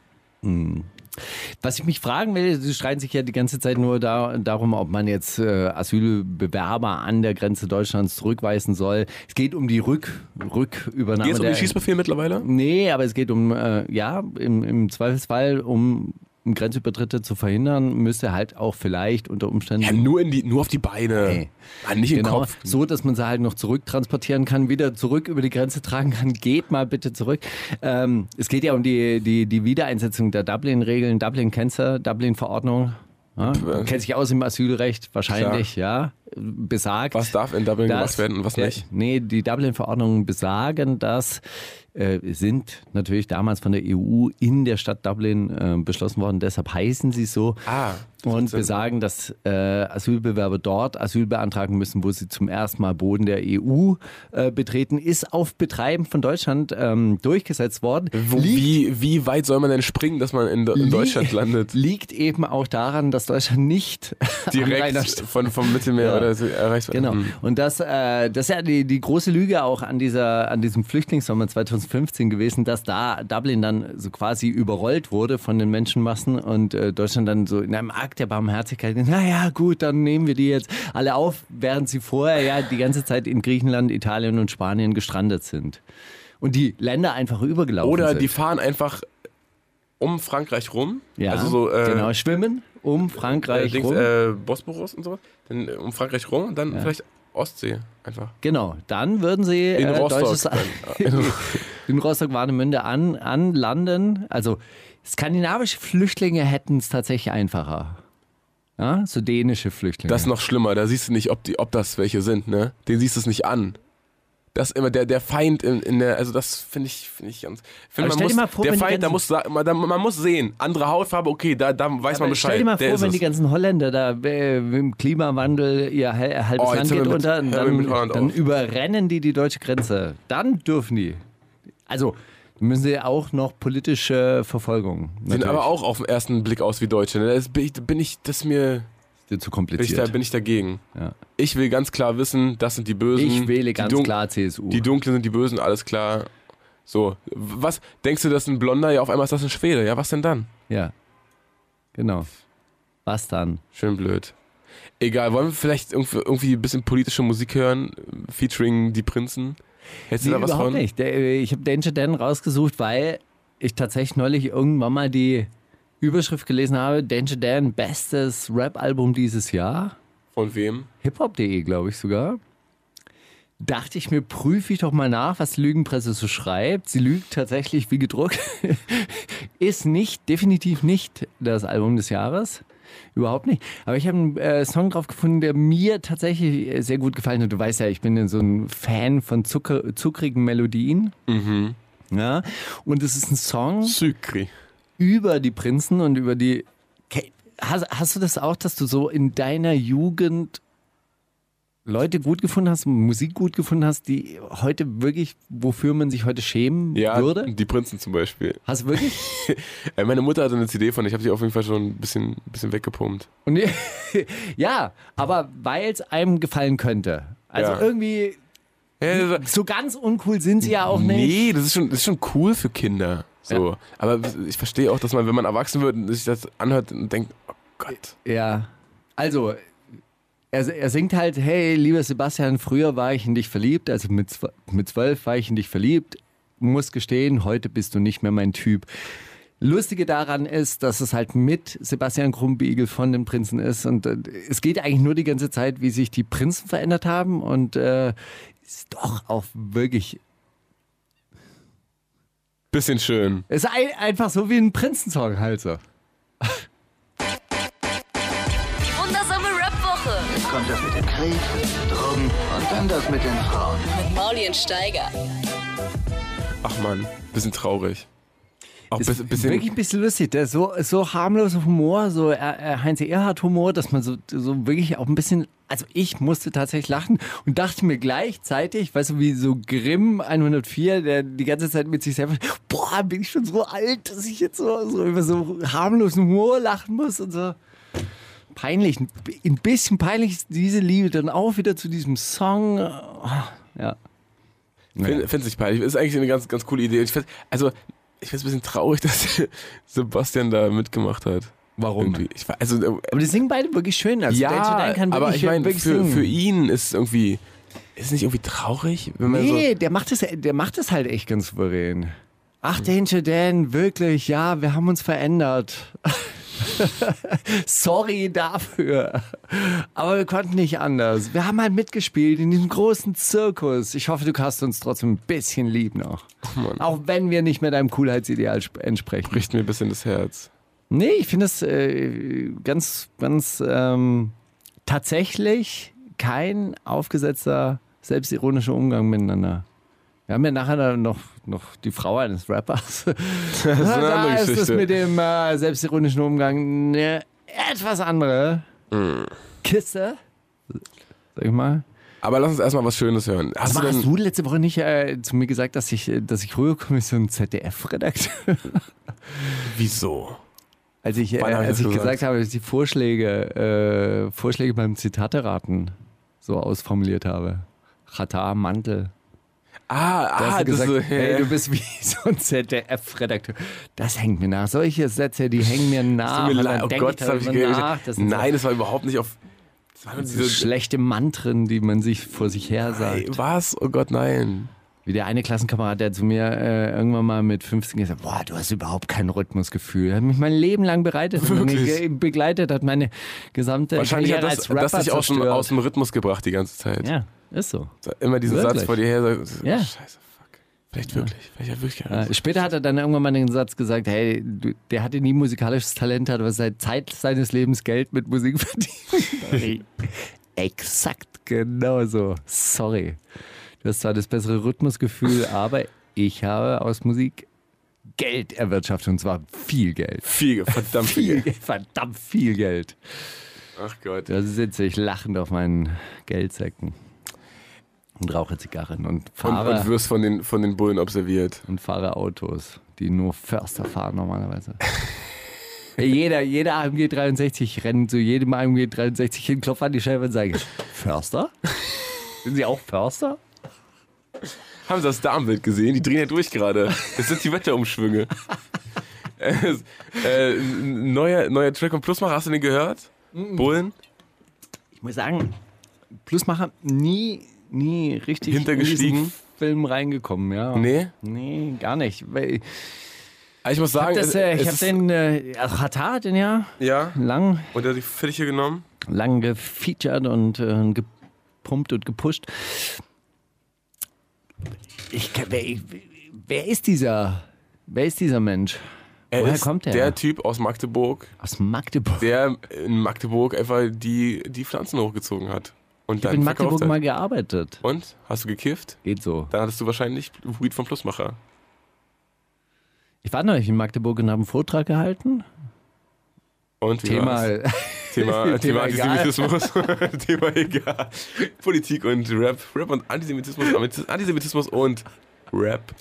Speaker 7: Was ich mich fragen will, sie streiten sich ja die ganze Zeit nur da, darum, ob man jetzt äh, Asylbewerber an der Grenze Deutschlands zurückweisen soll. Es geht um die Rück, Rückübernahme.
Speaker 6: Geht es um
Speaker 7: der-
Speaker 6: den Schießbefehl mittlerweile?
Speaker 7: Nee, aber es geht um, äh, ja, im, im Zweifelsfall um. um Grenzübertritte zu verhindern, müsste halt auch vielleicht unter Umständen
Speaker 6: nur, in die, nur auf die Beine.
Speaker 7: Ey.
Speaker 6: Mann, nicht
Speaker 7: Genau, so, dass man sie halt noch zurücktransportieren kann, wieder zurück über die Grenze tragen kann. Geht mal bitte zurück. Ähm, es geht ja um die, die, die Wiedereinsetzung der Dublin-Regeln. Dublin kennst du, Dublin-Verordnung. Ja,
Speaker 6: äh.
Speaker 7: kennt sich aus im Asylrecht, wahrscheinlich, ja. Besagt.
Speaker 6: Was darf in Dublin
Speaker 7: dass-
Speaker 6: gemacht werden und was
Speaker 7: Ja,
Speaker 6: nicht?
Speaker 7: Nee, die Dublin-Verordnungen besagen, dass äh, sind natürlich damals von der EU in der Stadt Dublin äh, beschlossen worden, deshalb heißen sie so.
Speaker 6: Ah,
Speaker 7: Und besagen, dass äh, Asylbewerber dort Asyl beantragen müssen, wo sie zum ersten Mal Boden der EU äh, betreten, ist auf Betreiben von Deutschland ähm, durchgesetzt worden.
Speaker 6: Wo, wie, wie weit soll man denn springen, dass man in, Do- in
Speaker 7: Li-
Speaker 6: Deutschland landet?
Speaker 7: Liegt eben auch daran, dass Deutschland nicht Anrainer-
Speaker 6: Direkt von, vom Mittelmeer
Speaker 7: Ja.
Speaker 6: oder so erreicht
Speaker 7: Genau.
Speaker 6: Hm.
Speaker 7: Und das, äh, das ist ja die, die große Lüge auch an, dieser, an diesem Flüchtlingssommer 2015 gewesen, dass da Dublin dann so quasi überrollt wurde von den Menschenmassen und äh, Deutschland dann so in einem Akt der Barmherzigkeit, naja, gut, dann nehmen wir die jetzt alle auf, während sie vorher ja die ganze Zeit in Griechenland, Italien und Spanien gestrandet sind. Und die Länder einfach übergelaufen
Speaker 6: Oder
Speaker 7: sind.
Speaker 6: die fahren einfach um Frankreich rum.
Speaker 7: ja,
Speaker 6: also so, äh,
Speaker 7: genau, schwimmen um
Speaker 6: äh,
Speaker 7: Frankreich
Speaker 6: Dings,
Speaker 7: rum.
Speaker 6: äh, Bosporus und sowas. Dann äh, um Frankreich rum und dann vielleicht Ostsee einfach.
Speaker 7: Genau, dann würden sie äh,
Speaker 6: In Rostock
Speaker 7: deutsches
Speaker 6: dann.
Speaker 7: in Rostock Warnemünde an, anlanden. Also skandinavische Flüchtlinge hätten es tatsächlich einfacher. Ja, so dänische Flüchtlinge.
Speaker 6: Das ist noch schlimmer. Da siehst du nicht, ob, die, ob das welche sind, ne? Den siehst du es nicht an. Das ist immer der, der Feind in, in der, also das finde ich, finde ich ganz. ich Find
Speaker 7: Aber stell
Speaker 6: muss,
Speaker 7: dir mal vor,
Speaker 6: der
Speaker 7: wenn die
Speaker 6: Feind, da
Speaker 7: ganzen-
Speaker 6: muss, sa- man, da, man muss sehen, andere Hautfarbe, okay, da, da weiß man
Speaker 7: Aber
Speaker 6: Bescheid.
Speaker 7: Stell dir mal
Speaker 6: der
Speaker 7: vor,
Speaker 6: ist
Speaker 7: wenn die
Speaker 6: es.
Speaker 7: ganzen Holländer da äh, im Klimawandel ihr hal- halbes
Speaker 6: Oh,
Speaker 7: Land
Speaker 6: jetzt hören wir
Speaker 7: geht
Speaker 6: mit-
Speaker 7: unter, und
Speaker 6: hören wir
Speaker 7: dann,
Speaker 6: mit Holland
Speaker 7: dann
Speaker 6: auf.
Speaker 7: überrennen die die deutsche Grenze. Dann dürfen die. Also müssen sie auch noch politische Verfolgung.
Speaker 6: Sehen
Speaker 7: natürlich.
Speaker 6: aber auch auf den ersten Blick aus wie Deutsche. Ne? Das bin ich, bin ich, das ist mir,
Speaker 7: zu
Speaker 6: Bin ich, da,
Speaker 7: kompliziert.
Speaker 6: bin ich dagegen.
Speaker 7: Ja.
Speaker 6: Ich will ganz klar wissen, das sind die Bösen.
Speaker 7: Ich wähle
Speaker 6: die
Speaker 7: ganz
Speaker 6: Dun-
Speaker 7: klar CSU.
Speaker 6: Die Dunklen sind die Bösen, alles klar. So, was denkst du, das ist ein Blonder? Ja, auf einmal ist das ein Schwede. Ja, was denn dann?
Speaker 7: ja. Genau. Was dann?
Speaker 6: Schön blöd. Egal, wollen wir vielleicht irgendwie, irgendwie ein bisschen politische Musik hören, featuring die Prinzen? Hättest du da was
Speaker 7: überhaupt
Speaker 6: von?
Speaker 7: nicht. Der, äh, Ich habe Danger Dan rausgesucht, weil ich tatsächlich neulich irgendwann mal die Überschrift gelesen habe, Danger Dan, bestes Rap-Album dieses Jahr.
Speaker 6: Von wem?
Speaker 7: hiphop.de, glaube ich sogar. Dachte ich mir, prüfe ich doch mal nach, was die Lügenpresse so schreibt. Sie lügt tatsächlich wie gedruckt. Ist nicht, definitiv nicht das Album des Jahres. Überhaupt nicht. Aber ich habe einen äh, Song drauf gefunden, der mir tatsächlich äh, sehr gut gefallen hat. Du weißt ja, ich bin ja so ein Fan von Zucker, zuckrigen Melodien. Ja. Und es ist ein Song
Speaker 6: Zykri.
Speaker 7: über die Prinzen und über die. Ke- Hast, hast du das auch, dass du so in deiner Jugend Leute gut gefunden hast, Musik gut gefunden hast, die heute wirklich, wofür man sich heute schämen
Speaker 6: Ja,
Speaker 7: würde?
Speaker 6: die Prinzen zum Beispiel.
Speaker 7: Hast du wirklich?
Speaker 6: Äh, meine Mutter hatte eine CD von, ich habe sie auf jeden Fall schon ein bisschen, bisschen weggepumpt.
Speaker 7: Und, ja, aber weil es einem gefallen könnte. Also
Speaker 6: Ja.
Speaker 7: irgendwie,
Speaker 6: Äh,
Speaker 7: so ganz uncool sind sie ja auch nicht.
Speaker 6: nee, das ist, schon, das ist schon cool für Kinder. So. Aber ich verstehe auch, dass man, wenn man erwachsen wird und sich das anhört und denkt, oh Gott.
Speaker 7: Ja. Also, er, er singt halt, hey, lieber Sebastian, früher war ich in dich verliebt, also mit, zw- mit zwölf war ich in dich verliebt, muss gestehen, heute bist du nicht mehr mein Typ. Lustige daran ist, dass es halt mit Sebastian Krumbiegel von den Prinzen ist und äh, es geht eigentlich nur die ganze Zeit, wie sich die Prinzen verändert haben und äh, ist doch auch wirklich,
Speaker 6: Bisschen schön.
Speaker 7: ist ein, einfach so wie ein Prinzensong halt so.
Speaker 2: Die wundersame Rap-Woche
Speaker 3: Kommt das mit dem Krieg, Drogen und dann das mit den Frauen.
Speaker 2: mit Mauli und Steiger.
Speaker 6: Ach man, bisschen traurig. Auch
Speaker 7: Ist
Speaker 6: bis, bisschen,
Speaker 7: wirklich ein bisschen lustig. Der ist so, so harmloser Humor, so äh, äh, Heinz Erhardt Humor, dass man so, so wirklich auch ein bisschen. Also ich musste tatsächlich lachen und dachte mir gleichzeitig, weißt du, wie so Grimm 104, der die ganze Zeit mit sich selber, boah, bin ich schon so alt, dass ich jetzt so, so über so harmlosen Humor lachen muss und so. Peinlich, ein bi- ein bisschen peinlich ist diese Liebe dann auch wieder zu diesem Song. Ah, Ja.
Speaker 6: Finde find's nicht peinlich. Ist eigentlich eine ganz, ganz coole Idee. Ich find, also, ich find's ein bisschen traurig, dass Sebastian da mitgemacht hat.
Speaker 7: Warum?
Speaker 6: Irgendwie. Ich, war- also, äh,
Speaker 7: Aber die singen beide wirklich schön. Also Dance
Speaker 6: ja,
Speaker 7: Dance kann
Speaker 6: aber
Speaker 7: wirklich-
Speaker 6: ich meine,
Speaker 7: wirklich
Speaker 6: für,
Speaker 7: singen.
Speaker 6: für ihn ist irgendwie, ist nicht irgendwie traurig, wenn man
Speaker 7: Nee, der macht es, der macht es halt echt ganz souverän. Ach,
Speaker 6: Hm.
Speaker 7: Danger Dan, wirklich, ja, wir haben uns verändert. Sorry dafür. Aber wir konnten nicht anders. Wir haben halt mitgespielt in diesem großen Zirkus. Ich hoffe, du hast uns trotzdem ein bisschen lieb noch.
Speaker 6: Oh Mann.
Speaker 7: Auch wenn wir nicht mehr deinem Coolheitsideal sp- entsprechen.
Speaker 6: so, bricht mir ein bisschen das Herz.
Speaker 7: Nee, ich finde es äh, ganz, ganz ähm, tatsächlich kein aufgesetzter, selbstironischer Umgang miteinander. Wir haben ja nachher dann noch, noch die Frau eines Rappers. das ist
Speaker 6: eine andere
Speaker 7: da ist es
Speaker 6: Geschichte.
Speaker 7: mit dem äh, selbstironischen Umgang eine etwas andere
Speaker 6: Hm.
Speaker 7: Kiste, sag ich mal.
Speaker 6: Aber lass uns erstmal was Schönes hören. Hast
Speaker 7: Aber
Speaker 6: du
Speaker 7: hast
Speaker 6: denn,
Speaker 7: du letzte Woche nicht äh, zu mir gesagt, dass ich, äh, dass ich Rührkommission ZDF-Redakteur
Speaker 6: wieso?
Speaker 7: Als ich, äh,
Speaker 6: Wann hab ich
Speaker 7: als
Speaker 6: das
Speaker 7: ich gesagt?
Speaker 6: gesagt
Speaker 7: habe, dass ich die Vorschläge, äh, Vorschläge beim Zitate-Raten so ausformuliert habe. Chata, Mantel.
Speaker 6: Ah,
Speaker 7: Da
Speaker 6: ah,
Speaker 7: hast du gesagt,
Speaker 6: das ist,
Speaker 7: hey, du bist wie so ein ZDF-Redakteur. Das hängt mir nach. Solche Sätze, die hängen mir nach.
Speaker 6: tut mir
Speaker 7: Und
Speaker 6: leid.
Speaker 7: Ah, dann
Speaker 6: Oh
Speaker 7: denk
Speaker 6: Gott, das habe ich
Speaker 7: darüber
Speaker 6: gehört.
Speaker 7: nach. Das sind
Speaker 6: Nein, das war überhaupt nicht auf. Das waren
Speaker 7: so, so
Speaker 6: diese.
Speaker 7: schlechte Mantren, die man sich vor sich her sagt.
Speaker 6: Ey, was? Oh Gott, nein.
Speaker 7: Wie der eine Klassenkamerad, der zu mir äh, irgendwann mal mit 15 gesagt hat, boah, du hast überhaupt kein Rhythmusgefühl. Hat mich mein Leben lang bereitet und
Speaker 6: Wirklich?
Speaker 7: ge- begleitet, hat meine gesamte
Speaker 6: Wahrscheinlich hat
Speaker 7: Karriere
Speaker 6: das,
Speaker 7: als Rapper
Speaker 6: das dich auch schon
Speaker 7: zerstört.
Speaker 6: aus dem Rhythmus gebracht die ganze Zeit.
Speaker 7: Ja, ist so.
Speaker 6: Immer diesen
Speaker 7: Wirklich?
Speaker 6: Satz vor dir her. So, oh,
Speaker 7: Ja.
Speaker 6: Scheiße, fuck. Vielleicht wirklich. Vielleicht hat wirklich keiner.
Speaker 7: Äh, Später hat er dann irgendwann mal den Satz gesagt, hey, du, der hatte nie musikalisches Talent, hat aber seit Zeit seines Lebens Geld mit Musik verdient. Exakt genau so. Sorry. Du hast zwar das bessere Rhythmusgefühl, aber ich habe aus Musik Geld erwirtschaftet und zwar viel Geld.
Speaker 6: Viel, verdammt
Speaker 7: Viel
Speaker 6: viel.
Speaker 7: Geld, verdammt viel Geld.
Speaker 6: Ach Gott.
Speaker 7: Da sitze ich lachend auf meinen Geldsäcken und rauche Zigarren und
Speaker 6: Und,
Speaker 7: fahre.
Speaker 6: und wirst von den, von den Bullen observiert.
Speaker 7: und fahre Autos, die nur Förster fahren normalerweise. Jeder, jeder AMG 63 rennt zu jedem AMG 63 hin, klopft an die Scheibe und sagt, Förster? Sind Sie auch Förster?
Speaker 6: Haben Sie das Darmbild gesehen? Die drehen ja durch gerade. Das sind die Wetterumschwünge. äh, äh, neuer, neuer Track und Plusmacher, hast du den gehört?
Speaker 7: Mm.
Speaker 6: Bullen?
Speaker 7: Ich muss sagen, Plusmacher nie, nie richtig
Speaker 6: Hintergestiegen?
Speaker 7: in diesen Film reingekommen, ja.
Speaker 6: Nee?
Speaker 7: Nee, gar nicht. Weil
Speaker 6: Ah, Ich muss sagen,
Speaker 7: das,
Speaker 6: äh,
Speaker 7: äh, ich
Speaker 6: es
Speaker 7: habe
Speaker 6: ist-
Speaker 7: den, äh, also Hatar den ja
Speaker 6: Ja,
Speaker 7: lang,
Speaker 6: und der hat die Fittiche genommen.
Speaker 7: lang gefeatured und äh, gepumpt und gepusht. Ich, kann- wer, ich, wer ist dieser? Wer ist dieser Mensch?
Speaker 6: Er
Speaker 7: Woher
Speaker 6: ist
Speaker 7: kommt der?
Speaker 6: Der Typ aus Magdeburg,
Speaker 7: Aus Magdeburg.
Speaker 6: der in Magdeburg einfach die, die Pflanzen hochgezogen hat. Und
Speaker 7: ich habe
Speaker 6: dann
Speaker 7: in Magdeburg
Speaker 6: verkauft halt. hat.
Speaker 7: mal gearbeitet.
Speaker 6: Und? Hast du gekifft?
Speaker 7: Geht so.
Speaker 6: Dann hattest du wahrscheinlich Weed vom Plusmacher.
Speaker 7: Ich war neulich in Magdeburg und habe einen Vortrag gehalten.
Speaker 6: Und wie
Speaker 7: Thema,
Speaker 6: war's? Thema, Thema
Speaker 7: Thema egal.
Speaker 6: Antisemitismus. Thema egal. Politik und Rap. Rap und Antisemitismus. Antisemitismus und Rap.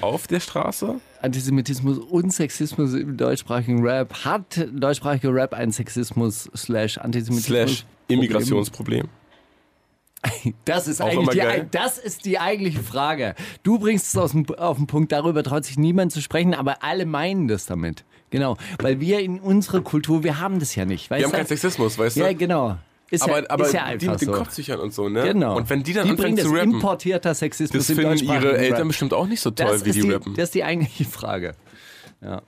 Speaker 6: Auf der Straße?
Speaker 7: Antisemitismus und Sexismus im deutschsprachigen Rap. Hat deutschsprachiger Rap ein Sexismus slash Antisemitismus?
Speaker 6: Slash Immigrationsproblem.
Speaker 7: Das ist,
Speaker 6: Auch
Speaker 7: eigentlich
Speaker 6: immer
Speaker 7: die,
Speaker 6: geil.
Speaker 7: das ist die eigentliche Frage. Du bringst es aus dem, auf den Punkt, darüber traut sich niemand zu sprechen, aber alle meinen das damit. Genau, weil wir in unserer Kultur, wir haben das ja nicht. Weißt
Speaker 6: Wir haben
Speaker 7: du?
Speaker 6: keinen Sexismus, weißt du?
Speaker 7: Ja, genau. Ist
Speaker 6: aber
Speaker 7: ja,
Speaker 6: aber
Speaker 7: ist ja
Speaker 6: die
Speaker 7: einfach
Speaker 6: mit den
Speaker 7: so.
Speaker 6: Kopftüchern und so, ne?
Speaker 7: Genau.
Speaker 6: Und wenn die dann
Speaker 7: die bringen
Speaker 6: anfangen zu
Speaker 7: das
Speaker 6: rappen,
Speaker 7: importierter Sexismus
Speaker 6: das
Speaker 7: im
Speaker 6: finden
Speaker 7: deutschsprachigen
Speaker 6: ihre Eltern
Speaker 7: Rap.
Speaker 6: bestimmt auch nicht so toll,
Speaker 7: Das
Speaker 6: wie
Speaker 7: ist,
Speaker 6: die,
Speaker 7: die,
Speaker 6: rappen.
Speaker 7: das ist die eigentliche Frage. Ja.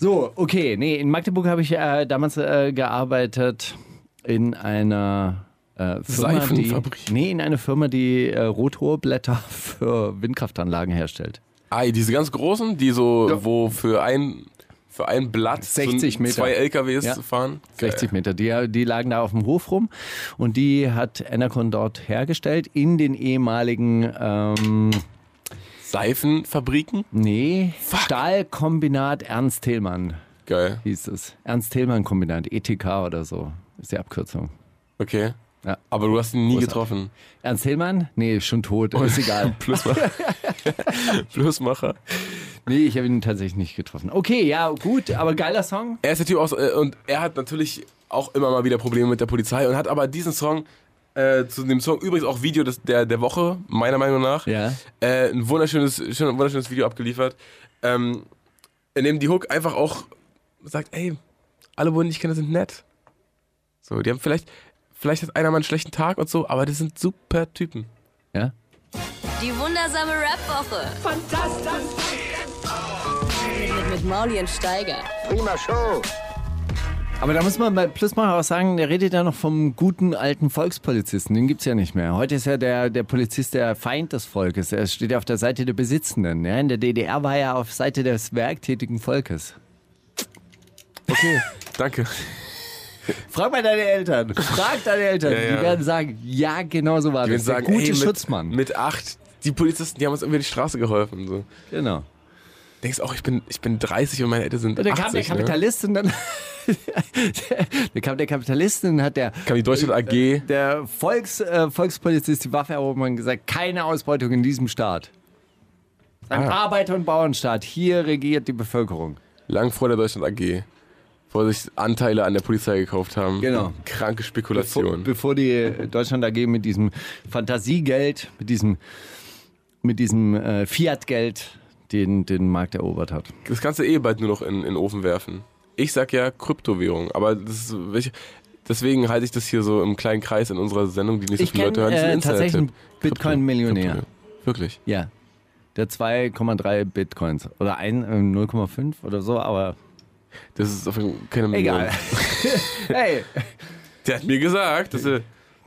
Speaker 7: So, okay. Nee, in Magdeburg habe ich äh, damals äh, gearbeitet in einer äh, Firma,
Speaker 6: Seifenfabrik.
Speaker 7: Die, nee, in einer Firma, die äh, Rotorblätter für Windkraftanlagen herstellt.
Speaker 6: Ei, Ah, diese ganz großen, die so,
Speaker 7: Ja.
Speaker 6: wo für ein, für ein Blatt so
Speaker 7: 60 Meter.
Speaker 6: zwei LKWs
Speaker 7: Ja.
Speaker 6: fahren.
Speaker 7: 60 Meter. Die, die lagen da auf dem Hof rum und die hat Enercon dort hergestellt in den ehemaligen, ähm,
Speaker 6: Seifenfabriken?
Speaker 7: nee, Stahlkombinat Ernst Thälmann
Speaker 6: Geil.
Speaker 7: hieß es. Ernst Thälmann Kombinat, ETK oder so ist die Abkürzung.
Speaker 6: Okay.
Speaker 7: Ja.
Speaker 6: Aber du hast ihn nie
Speaker 7: Großartig.
Speaker 6: getroffen.
Speaker 7: Ernst Hillmann? Nee, schon tot. Ist egal.
Speaker 6: Plusmacher. Plusmacher.
Speaker 7: Nee, ich habe ihn tatsächlich nicht getroffen. Okay, ja, gut, aber geiler Song.
Speaker 6: Er ist der Typ aus, äh, und er hat natürlich auch immer mal wieder Probleme mit der Polizei und hat aber diesen Song, äh, zu dem Song übrigens auch Video des, der, der Woche, meiner Meinung nach,
Speaker 7: Ja.
Speaker 6: äh, ein wunderschönes, schön, wunderschönes Video abgeliefert, ähm, in dem die Hook einfach auch sagt, ey, alle Bullen, die ich kenne, sind nett. So, die haben vielleicht, vielleicht hat einer mal einen schlechten Tag und so, aber das sind super Typen.
Speaker 7: Ja.
Speaker 2: Die wundersame Rap-Woche. Fantastisch. Mit, mit Mauli und Steiger.
Speaker 3: Prima Show.
Speaker 7: Aber da muss man bei Plusmacher auch sagen, der redet ja noch vom guten alten Volkspolizisten. Den gibt's ja nicht mehr. Heute ist ja der, der Polizist der Feind des Volkes. Er steht ja auf der Seite der Besitzenden. Ja, in der DDR war er auf Seite des werktätigen Volkes.
Speaker 6: Okay, danke.
Speaker 7: Frag mal deine Eltern. Frag deine Eltern.
Speaker 6: Ja, ja.
Speaker 7: Die werden sagen, ja, genau so war
Speaker 6: Die
Speaker 7: das.
Speaker 6: werden
Speaker 7: Der
Speaker 6: sagen,
Speaker 7: gute
Speaker 6: ey, mit,
Speaker 7: Schutzmann.
Speaker 6: Mit acht, die Polizisten, die haben uns irgendwie die Straße geholfen. So.
Speaker 7: genau.
Speaker 6: Denkst auch, ich bin, ich bin 30 und meine Eltern sind.
Speaker 7: Und dann
Speaker 6: 80,
Speaker 7: kam der
Speaker 6: Ne?
Speaker 7: Kapitalist und dann, dann kam der Kapitalist und hat der,
Speaker 6: Kam die Deutschland
Speaker 7: Äh,
Speaker 6: AG.
Speaker 7: der Volks, äh, Volkspolizist die Waffe erhoben und gesagt, keine Ausbeutung in diesem Staat. Ein
Speaker 6: Ah.
Speaker 7: Arbeiter- und Bauernstaat, hier regiert die Bevölkerung.
Speaker 6: Lang vor der Deutschland AG. Wo sich Anteile an der Polizei gekauft haben.
Speaker 7: Genau.
Speaker 6: Kranke
Speaker 7: Vor,
Speaker 6: Spekulation.
Speaker 7: bevor die äh, Deutschland AG mit diesem Fantasiegeld, mit diesem, mit diesem äh, Fiat-Geld den, den Markt erobert hat.
Speaker 6: das kannst du eh bald nur noch in, in den Ofen werfen. Ich sag ja Kryptowährung, aber das ist, welche- deswegen halte ich das hier so im kleinen Kreis in unserer Sendung, die nicht
Speaker 7: Ich
Speaker 6: so viele
Speaker 7: kenn,
Speaker 6: Leute hören. Das ist ein
Speaker 7: äh,
Speaker 6: Insider-Tipp.
Speaker 7: tatsächlich einen Bitcoin-Millionär.
Speaker 6: Krypto- Krypto- Wirklich.
Speaker 7: Ja. Der 2,3 Bitcoins. Oder ein, äh, 0,5 oder so, aber
Speaker 6: Das ist auf jeden Fall keine Million.
Speaker 7: egal. hey,
Speaker 6: Der hat mir gesagt, dass er.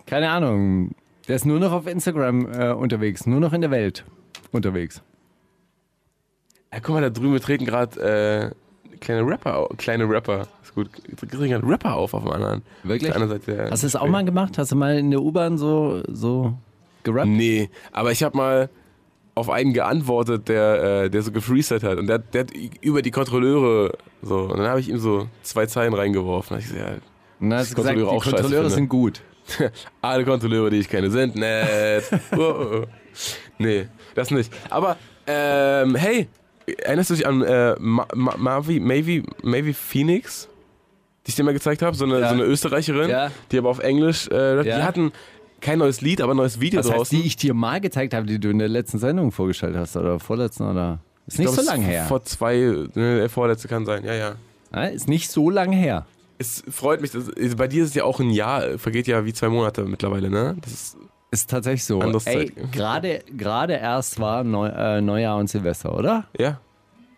Speaker 7: keine Ahnung. Der ist nur noch auf Instagram äh, unterwegs, nur noch in der Welt unterwegs.
Speaker 6: Ja, guck mal, da drüben wir treten gerade äh, kleine Rapper au- Kleine Rapper. Ist gut. Wir treten gerade Rapper auf auf dem anderen.
Speaker 7: Wirklich?
Speaker 6: Auf der anderen Seite der-
Speaker 7: Hast du das auch mal gemacht? Hast du mal in der U-Bahn so, so gerappt?
Speaker 6: Äh, Nee, aber ich habe mal auf einen geantwortet, der, äh, der so gefreestylt hat. Und der, der hat i- über die Kontrolleure so. Und dann habe ich ihm so zwei Zeilen reingeworfen. Da hab Ich gesagt,
Speaker 7: Und dann hast
Speaker 6: Das
Speaker 7: du gesagt, die
Speaker 6: Kontrolleure auch scheiße
Speaker 7: Kontrolleure
Speaker 6: finde.
Speaker 7: sind gut.
Speaker 6: ja, alle Kontrolleure, die ich kenne, sind nett. oh, oh, oh. Nee, das nicht. Aber ähm, hey, erinnerst du dich an äh, Ma Ma Mavi, Mavi, Mavi Phoenix, die ich dir mal gezeigt habe? So eine,
Speaker 7: Ja.
Speaker 6: so eine Österreicherin,
Speaker 7: Ja.
Speaker 6: die aber auf Englisch, äh,
Speaker 7: Ja.
Speaker 6: die hatten kein neues Lied, aber ein neues Video
Speaker 7: Das Also heißt,
Speaker 6: draußen.
Speaker 7: die ich dir mal gezeigt habe, die du in der letzten Sendung vorgestellt hast oder vorletzten oder. Ist
Speaker 6: Ich
Speaker 7: nicht
Speaker 6: glaub,
Speaker 7: so
Speaker 6: es ist
Speaker 7: lange her.
Speaker 6: Vor zwei, ne, der vorletzte kann sein, ja, ja.
Speaker 7: Ja, Ist nicht so lange her.
Speaker 6: Es freut mich, dass, bei dir ist es ja auch ein Jahr, äh, vergeht ja wie zwei Monate mittlerweile, ne? Das ist,
Speaker 7: Ist tatsächlich so.
Speaker 6: Anderes
Speaker 7: Ey,
Speaker 6: Zeit.
Speaker 7: gerade gerade erst war Neu, äh, Neujahr und Silvester, oder?
Speaker 6: ja.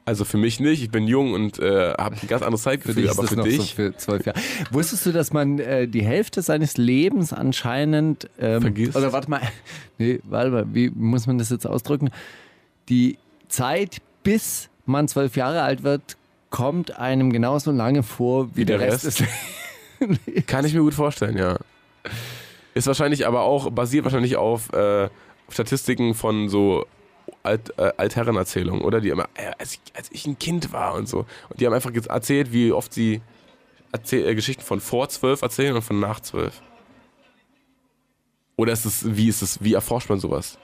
Speaker 6: Also für mich nicht, ich bin jung und äh, habe ein ganz anderes Zeitgefühl, aber für
Speaker 7: noch
Speaker 6: dich
Speaker 7: so für zwölf Jahre. Wusstest du, dass man äh, die Hälfte seines Lebens anscheinend ähm,
Speaker 6: Vergisst?
Speaker 7: Oder warte mal, nee, warte mal, wie muss man das jetzt ausdrücken? Die Zeit, bis man zwölf Jahre alt wird, kommt einem genauso lange vor wie, der,
Speaker 6: der
Speaker 7: Rest.
Speaker 6: Rest?
Speaker 7: des-
Speaker 6: Kann ich mir gut vorstellen, ja. Ist wahrscheinlich aber auch, basiert wahrscheinlich auf äh, Statistiken von so Alt, äh, Altherrenerzählungen, oder? Die immer, äh, als, ich, als ich ein Kind war und so. Und die haben einfach jetzt erzählt, wie oft sie erzähl, äh, Geschichten von vor zwölf erzählen und von nach zwölf. Oder ist es, wie ist es, wie erforscht man sowas?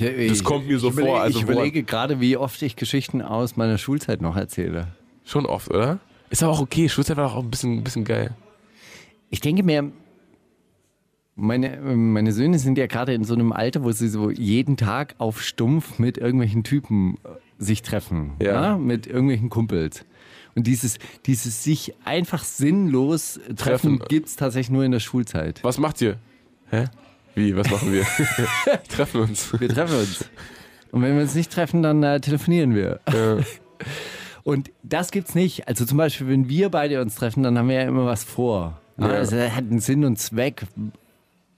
Speaker 7: Ich-
Speaker 6: kommt mir so
Speaker 7: ich überlege,
Speaker 6: vor, also
Speaker 7: ich
Speaker 6: woran-
Speaker 7: überlege gerade, wie oft ich Geschichten aus meiner Schulzeit noch erzähle.
Speaker 6: Schon oft, oder? Ist aber auch okay, Schulzeit war doch auch ein bisschen, ein bisschen geil.
Speaker 7: Ich denke mir, meine, meine Söhne sind ja gerade in so einem Alter, wo sie so jeden Tag auf Stumpf mit irgendwelchen Typen äh, sich treffen. ne?
Speaker 6: Ja.
Speaker 7: Mit irgendwelchen Kumpels. Und dieses, dieses sich einfach sinnlos treffen,
Speaker 6: Treffen.
Speaker 7: gibt's gibt es tatsächlich nur in der Schulzeit.
Speaker 6: Was macht ihr? Hä? Wie, was machen wir? Treffen uns.
Speaker 7: Wir treffen uns. Und wenn wir uns nicht treffen, dann äh, telefonieren wir.
Speaker 6: Ja.
Speaker 7: Und das gibt's nicht. Also zum Beispiel, wenn wir beide uns treffen, dann haben wir ja immer was vor.
Speaker 6: Ja.
Speaker 7: Also das hat einen Sinn und Zweck.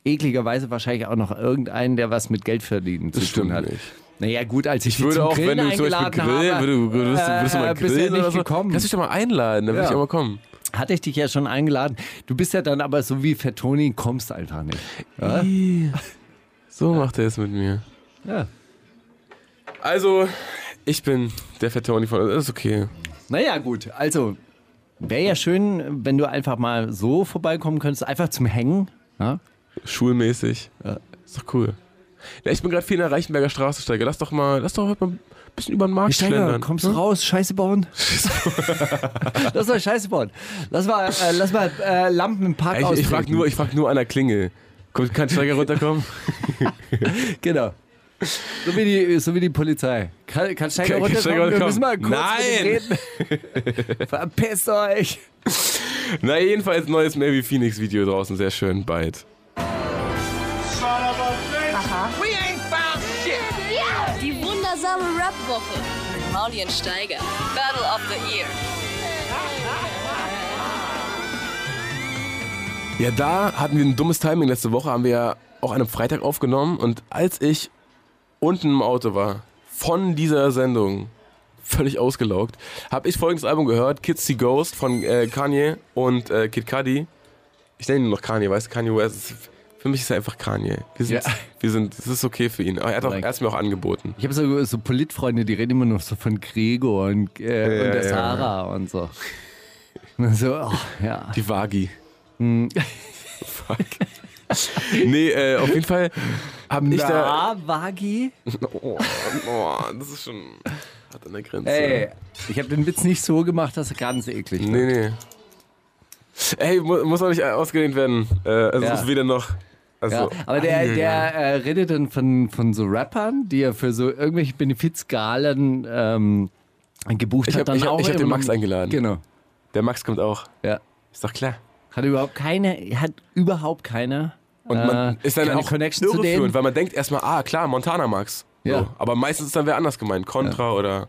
Speaker 7: Ekligerweise wahrscheinlich auch noch irgendeinen, der was mit Geld verdienen zu
Speaker 6: Das
Speaker 7: tun
Speaker 6: stimmt
Speaker 7: hat.
Speaker 6: nicht.
Speaker 7: Naja, gut, als ich,
Speaker 6: Ich würde
Speaker 7: halt. zum
Speaker 6: auch,
Speaker 7: Grillen
Speaker 6: wenn du zum Beispiel
Speaker 7: eingeladen
Speaker 6: grillen,
Speaker 7: habe,
Speaker 6: würde, würdest, du- würdest du
Speaker 7: äh,
Speaker 6: mal
Speaker 7: bist ja
Speaker 6: grillen
Speaker 7: nicht
Speaker 6: oder so.
Speaker 7: gekommen.
Speaker 6: Kannst du dich doch mal einladen, dann würde
Speaker 7: Ja.
Speaker 6: ich auch mal kommen.
Speaker 7: hatte ich dich ja schon eingeladen. Du bist ja dann aber so wie Fettoni, kommst einfach nicht.
Speaker 6: Ih, So macht er es mit mir.
Speaker 7: Ja.
Speaker 6: Also, ich bin der fette Tony von Das ist okay.
Speaker 7: Naja, gut, also wäre ja schön, wenn du einfach mal so vorbeikommen könntest, einfach zum Hängen. Ja?
Speaker 6: Schulmäßig. Ist doch cool. Ja, ich bin gerade viel in der Reichenberger Straße, Steiger. Lass doch mal, lass doch heute mal ein bisschen über den Markt
Speaker 7: Steiger,
Speaker 6: schlendern. Hm?
Speaker 7: kommst raus, Scheiße bauen. lass mal Scheiße bauen. Lass mal, äh, lass mal äh, Lampen im Park
Speaker 6: Ey, ich, ich frag
Speaker 7: austreten.
Speaker 6: nur, ich frag nur an der Klingel. Kommt- Kann Steiger runterkommen?
Speaker 7: Genau. So wie die, so wie die Polizei. Kann, kann Steiger
Speaker 6: Kann- kann Steiger
Speaker 7: runterkommen? Wir
Speaker 6: runterkommen?
Speaker 7: müssen mal kurz mit ihm reden. Verpisst euch.
Speaker 6: Na, jedenfalls neues Maybe Phoenix Video draußen. Sehr schön, bald.
Speaker 2: Die wundersame Rap-Woche mit Maulien Steiger. Battle of the Year.
Speaker 6: Ja, da hatten wir ein dummes Timing letzte Woche, haben wir ja auch an einem Freitag aufgenommen und als ich unten im Auto war, von dieser Sendung, völlig ausgelaugt, habe ich folgendes Album gehört, Kids See Ghost von äh, Kanye und äh, Kid Cudi. Ich nenne ihn nur noch Kanye, weißt du, Kanye West, ist, für mich ist er einfach Kanye. Wir sind,
Speaker 7: Ja.
Speaker 6: wir sind, es ist okay für ihn. Aber er hat auch,
Speaker 7: Korrekt.
Speaker 6: er hat's mir auch angeboten.
Speaker 7: Ich habe so, so Politfreunde, die reden immer noch so von Gregor und, äh,
Speaker 6: Ja,
Speaker 7: und der
Speaker 6: ja,
Speaker 7: Sarah und so. Und so, oh, ja.
Speaker 6: Die Wagi. Fuck. nee, äh, auf jeden Fall habe ich da...
Speaker 7: Na, Wagi?
Speaker 6: Oh, oh, das ist schon hat an der Grenze.
Speaker 7: Ey, ich habe den Witz nicht so gemacht, dass er ganz eklig
Speaker 6: Nee,
Speaker 7: war.
Speaker 6: nee. Ey, mu muss auch nicht ausgedehnt werden. Äh, also
Speaker 7: Ja.
Speaker 6: es ist weder noch. Also,
Speaker 7: Ja, aber der, der äh, redet dann von, von so Rappern, die er für so irgendwelche Benefizskalen ähm, gebucht
Speaker 6: Ich
Speaker 7: hat.
Speaker 6: hab-
Speaker 7: dann
Speaker 6: ich hab-
Speaker 7: auch
Speaker 6: ich hab den
Speaker 7: immer-
Speaker 6: Max eingeladen.
Speaker 7: Genau.
Speaker 6: der Max kommt auch.
Speaker 7: Ja.
Speaker 6: Ist doch klar.
Speaker 7: Hat überhaupt keine, hat überhaupt keine.
Speaker 6: Und
Speaker 7: Äh,
Speaker 6: man ist dann
Speaker 7: keine
Speaker 6: auch
Speaker 7: Connection zu
Speaker 6: irreführend,
Speaker 7: denen.
Speaker 6: weil man denkt erstmal, ah klar, Montana Max.
Speaker 7: Ja.
Speaker 6: So. Aber meistens ist dann wer anders gemeint. Contra oder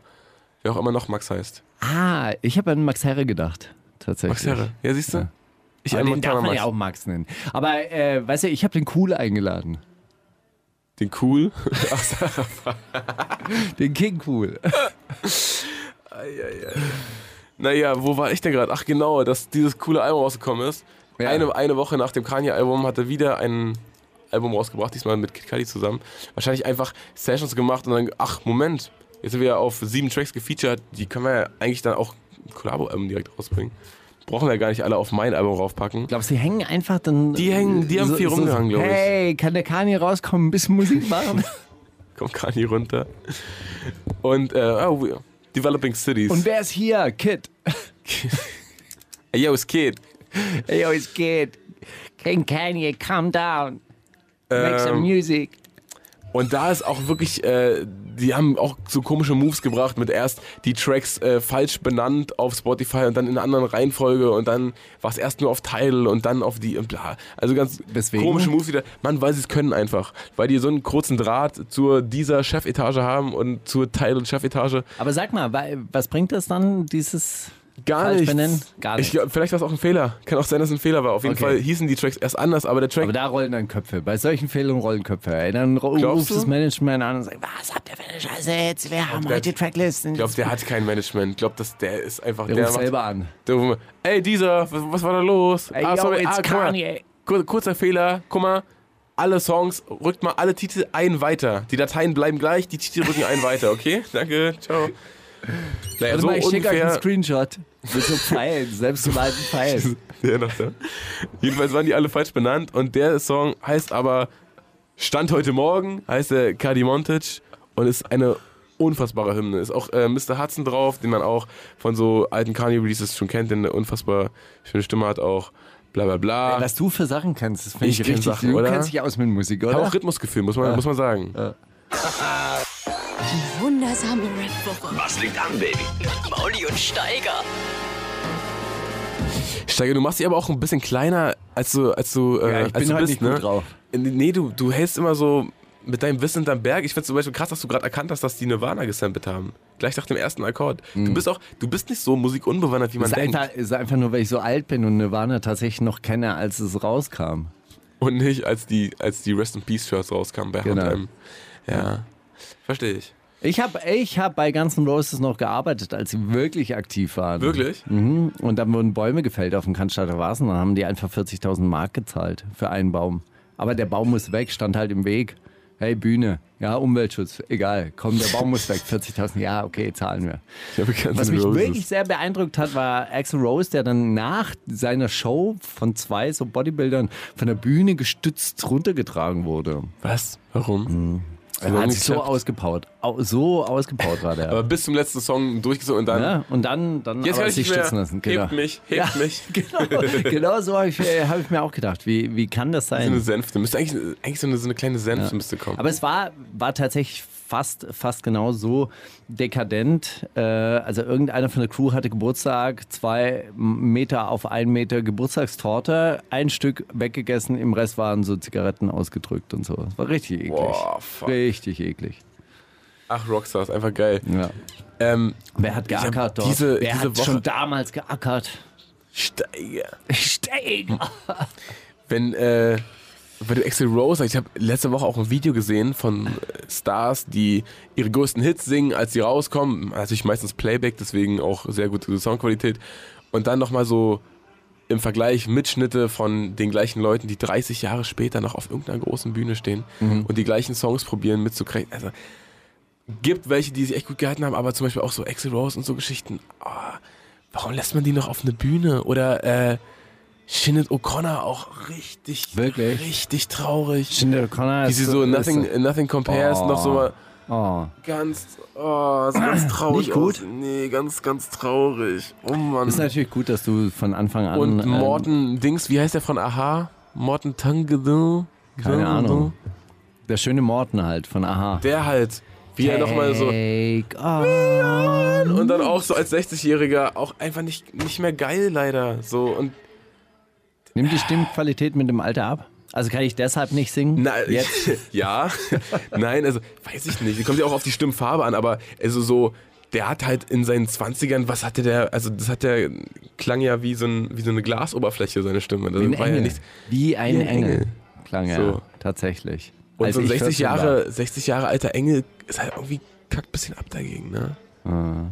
Speaker 6: wer auch immer noch Max heißt.
Speaker 7: Ah, ich habe an Max Herre gedacht. Tatsächlich.
Speaker 6: Max Herre. Ja, siehst du?
Speaker 7: Ja.
Speaker 6: Ich
Speaker 7: Aber
Speaker 6: an
Speaker 7: den darf
Speaker 6: Montana
Speaker 7: man
Speaker 6: Max.
Speaker 7: ja auch Max nennen. Aber äh, weißt du, ich habe den Cool eingeladen.
Speaker 6: Den cool.
Speaker 7: Den King Cool.
Speaker 6: Naja, wo war ich denn gerade? Ach genau, dass dieses coole Album rausgekommen ist.
Speaker 7: Ja.
Speaker 6: Eine, eine Woche nach dem Kanye-Album hat er wieder ein Album rausgebracht, diesmal mit Kid Cudi zusammen. Wahrscheinlich einfach Sessions gemacht und dann, ach Moment, jetzt sind wir ja auf sieben Tracks gefeatured, die können wir ja eigentlich dann auch ein Kollabo-Album direkt rausbringen. Brauchen wir ja gar nicht alle auf mein Album raufpacken.
Speaker 7: Glaubst du, die hängen einfach dann.
Speaker 6: Die hängen- die haben viel rumgehangen, glaub ich.
Speaker 7: Hey, kann der Kanye rauskommen, ein bisschen Musik machen?
Speaker 6: kommt Kanye runter. Und, äh, oh, we- Developing Cities.
Speaker 7: Und wer ist hier? Kid.
Speaker 6: Ey, yo, es geht.
Speaker 7: Yo, it's Kid. King Kanye, calm down. Make some
Speaker 6: Ähm,
Speaker 7: music.
Speaker 6: Und da ist auch wirklich, äh, die haben auch so komische Moves gebracht mit erst die Tracks äh, falsch benannt auf Spotify und dann in einer anderen Reihenfolge und dann war es erst nur auf Tidal und dann auf die und bla. Also ganz
Speaker 7: Deswegen?
Speaker 6: komische Moves wieder. Mann, weil sie es können einfach. Weil die so einen kurzen Draht zur dieser Chefetage haben und zur Tidal-Chefetage.
Speaker 7: Aber sag mal, wa- was bringt das dann, dieses.
Speaker 6: Gar
Speaker 7: Falsch
Speaker 6: nichts.
Speaker 7: benennen? Gar
Speaker 6: Ich glaub, vielleicht war es auch ein Fehler. Kann auch sein, dass es ein Fehler war. Auf jeden
Speaker 7: Okay.
Speaker 6: Fall hießen die Tracks erst anders, aber der Track
Speaker 7: Aber da rollen dann Köpfe. Bei solchen Fehlern rollen Köpfe. Ey. Dann ru-
Speaker 6: Glaubst
Speaker 7: ruft
Speaker 6: du?
Speaker 7: das Management an und sagt: Was habt ihr für eine Scheiße jetzt? Wir haben
Speaker 6: der-
Speaker 7: heute Tracklisten.
Speaker 6: Ich glaube, der hat kein Management. Ich glaube, der ist einfach
Speaker 7: der, ruft
Speaker 6: macht-
Speaker 7: selber an. Ah,
Speaker 6: Der ruft immer, Ey, dieser, was, was war da los? Ah,
Speaker 7: Ey, yo, it's
Speaker 6: guck mal.
Speaker 7: Kanye.
Speaker 6: Kur- kurzer Fehler, guck mal. Alle Songs, rückt mal alle Titel ein weiter. Die Dateien bleiben gleich, die Titel rücken ein weiter, okay? Danke, ciao. Naja,
Speaker 7: Warte
Speaker 6: so
Speaker 7: mal, ich schicke euch einen
Speaker 6: ungefähr.
Speaker 7: Screenshot. Mit so Pfeilen, selbstgemalten Pfeilen.
Speaker 6: Ja, noch da. Jedenfalls waren die alle falsch benannt und der Song heißt aber Stand heute Morgen, heißt er Cardi Montage und ist eine unfassbare Hymne. Ist auch äh, Mr. Hudson drauf, den man auch von so alten Kanye-Releases schon kennt, der eine unfassbar schöne Stimme hat auch. Bla bla bla.
Speaker 7: Was du für Sachen kannst, das finde
Speaker 6: Ich
Speaker 7: ich,
Speaker 6: kenn
Speaker 7: richtig.
Speaker 6: Sachen,
Speaker 7: du
Speaker 6: oder?
Speaker 7: kennst dich aus mit Musik,
Speaker 6: Haben
Speaker 7: oder?
Speaker 6: auch Rhythmusgefühl, muss man, muss man sagen.
Speaker 2: Wundersame Rap-Woche.
Speaker 1: Was liegt an, Baby?
Speaker 2: Mit Mauli und Steiger.
Speaker 6: Steiger, du machst dich aber auch ein bisschen kleiner, als du, als du, äh,
Speaker 7: Ja, ich
Speaker 6: als
Speaker 7: bin
Speaker 6: du
Speaker 7: heute
Speaker 6: bist,
Speaker 7: nicht
Speaker 6: ne?
Speaker 7: gut drauf.
Speaker 6: Nee, du, du hältst immer so mit deinem Wissen am Berg. Ich finde zum Beispiel krass, dass du gerade erkannt hast, dass die Nirvana gesampelt haben. Gleich nach dem ersten Akkord.
Speaker 7: Mhm.
Speaker 6: Du bist auch, du bist nicht so musikunbewandert, wie man
Speaker 7: Ist
Speaker 6: denkt.
Speaker 7: einfach, ist einfach nur, weil ich so alt bin und Nirvana tatsächlich noch kenne, als es rauskam.
Speaker 6: Und nicht, als die, als die Rest in Peace Shirts rauskamen bei
Speaker 7: Genau.
Speaker 6: H&M. Ja, verstehe ich.
Speaker 7: Ich habe ich hab bei ganzen Roses noch gearbeitet, als sie wirklich aktiv waren.
Speaker 6: Wirklich?
Speaker 7: Mhm. Und dann wurden Bäume gefällt auf dem Cannstatter Wasen. Dann haben die einfach 40.000 Mark gezahlt für einen Baum. Aber der Baum muss weg, stand halt im Weg. Hey, Bühne. Ja, Umweltschutz. Egal. Komm, der Baum muss weg. 40.000. Ja, okay, zahlen wir.
Speaker 6: Ich habe ganzen
Speaker 7: Was mich
Speaker 6: Roses.
Speaker 7: wirklich sehr beeindruckt hat, war Axel Rose, der dann nach seiner Show von zwei so Bodybuildern von der Bühne gestützt runtergetragen wurde.
Speaker 6: Was? Warum?
Speaker 7: Mhm. Er
Speaker 6: Warum
Speaker 7: hat
Speaker 6: nicht
Speaker 7: sich so
Speaker 6: klappt?
Speaker 7: ausgebaut. Au- So ausgebaut war der.
Speaker 6: Aber bis zum letzten Song durchgezogen und dann.
Speaker 7: Ja, und dann, dann
Speaker 6: Äh, Jetzt
Speaker 7: aber
Speaker 6: kann ich
Speaker 7: sich
Speaker 6: nicht mehr.
Speaker 7: stützen lassen.
Speaker 6: Hebt
Speaker 7: Genau.
Speaker 6: mich, hebt mich.
Speaker 7: Genau, genau so habe ich, äh, hab ich mir auch gedacht. Wie, wie kann das
Speaker 6: So eine
Speaker 7: sein?
Speaker 6: Sänfte. Müsste eigentlich, eigentlich so, eine, so eine kleine Sänfte müsste kommen.
Speaker 7: Aber es war, war tatsächlich fast, fast genau so dekadent. Äh, also irgendeiner von der Crew hatte Geburtstag, zwei Meter auf einen Meter Geburtstagstorte, ein Stück weggegessen, im Rest waren so Zigaretten ausgedrückt und so. Es war richtig eklig.
Speaker 6: Boah, fuck.
Speaker 7: Richtig eklig.
Speaker 6: Ach, Rockstar ist einfach geil.
Speaker 7: Ja.
Speaker 6: Ähm,
Speaker 7: Wer hat
Speaker 6: Ich hab
Speaker 7: geackert dort?
Speaker 6: diese-
Speaker 7: Wer
Speaker 6: diese
Speaker 7: hat
Speaker 6: Woche-
Speaker 7: schon damals geackert?
Speaker 6: Steiger.
Speaker 7: Steigen!
Speaker 6: Wenn, äh, wenn du Axel Rose sagst, ich habe letzte Woche auch ein Video gesehen von äh, Stars, die ihre größten Hits singen, als sie rauskommen. Natürlich meistens Playback, deswegen auch sehr gute Soundqualität. Und dann nochmal so im Vergleich Mitschnitte von den gleichen Leuten, die 30 Jahre später noch auf irgendeiner großen Bühne stehen und die gleichen Songs probieren mitzukriegen. Also, gibt welche, die sich echt gut gehalten haben, aber zum Beispiel auch so Axel Rose und so Geschichten. Ah, warum lässt man die noch auf eine Bühne? Oder äh, Shinnet O'Connor auch richtig,
Speaker 7: Wirklich?
Speaker 6: richtig traurig.
Speaker 7: Ginger Connor
Speaker 6: Wie
Speaker 7: ist
Speaker 6: sie so
Speaker 7: ist-
Speaker 6: Nothing, nothing Compares
Speaker 7: Oh.
Speaker 6: noch so mal
Speaker 7: Oh.
Speaker 6: ganz, oh, so ganz traurig
Speaker 7: Nicht gut?
Speaker 6: Aus. Nee, ganz, ganz traurig. Oh Mann.
Speaker 7: Ist natürlich gut, dass du von Anfang an.
Speaker 6: und
Speaker 7: ähm,
Speaker 6: Morten Dings, wie heißt der von Aha? Morten Tangedo?
Speaker 7: Keine Ahnung. ähm, der schöne Morten halt von Aha.
Speaker 6: Der halt, wie er nochmal so,
Speaker 7: Take on.
Speaker 6: Und dann auch so als 60-Jähriger auch einfach nicht, nicht mehr geil, leider. So und
Speaker 7: Nimm die Stimmqualität mit dem Alter ab. Also kann ich deshalb nicht singen?
Speaker 6: na,
Speaker 7: Jetzt.
Speaker 6: ja. Nein, also weiß ich nicht. Kommt ja auch auf die Stimmfarbe an, aber also so, der hat halt in seinen 20ern, was hatte der, also das hat der, klang ja wie so, ein, wie so eine Glasoberfläche, seine Stimme. Das
Speaker 7: Wie ein
Speaker 6: war ja
Speaker 7: Engel.
Speaker 6: nichts.
Speaker 7: Wie ein
Speaker 6: Wie ein
Speaker 7: Engel.
Speaker 6: Engel.
Speaker 7: Klang er.
Speaker 6: So.
Speaker 7: Tatsächlich.
Speaker 6: Und
Speaker 7: Als
Speaker 6: so ein
Speaker 7: ich
Speaker 6: 60
Speaker 7: 14
Speaker 6: Jahre, 60 Jahre alter Engel ist halt irgendwie kackt ein bisschen ab dagegen, ne?
Speaker 7: war. Ah.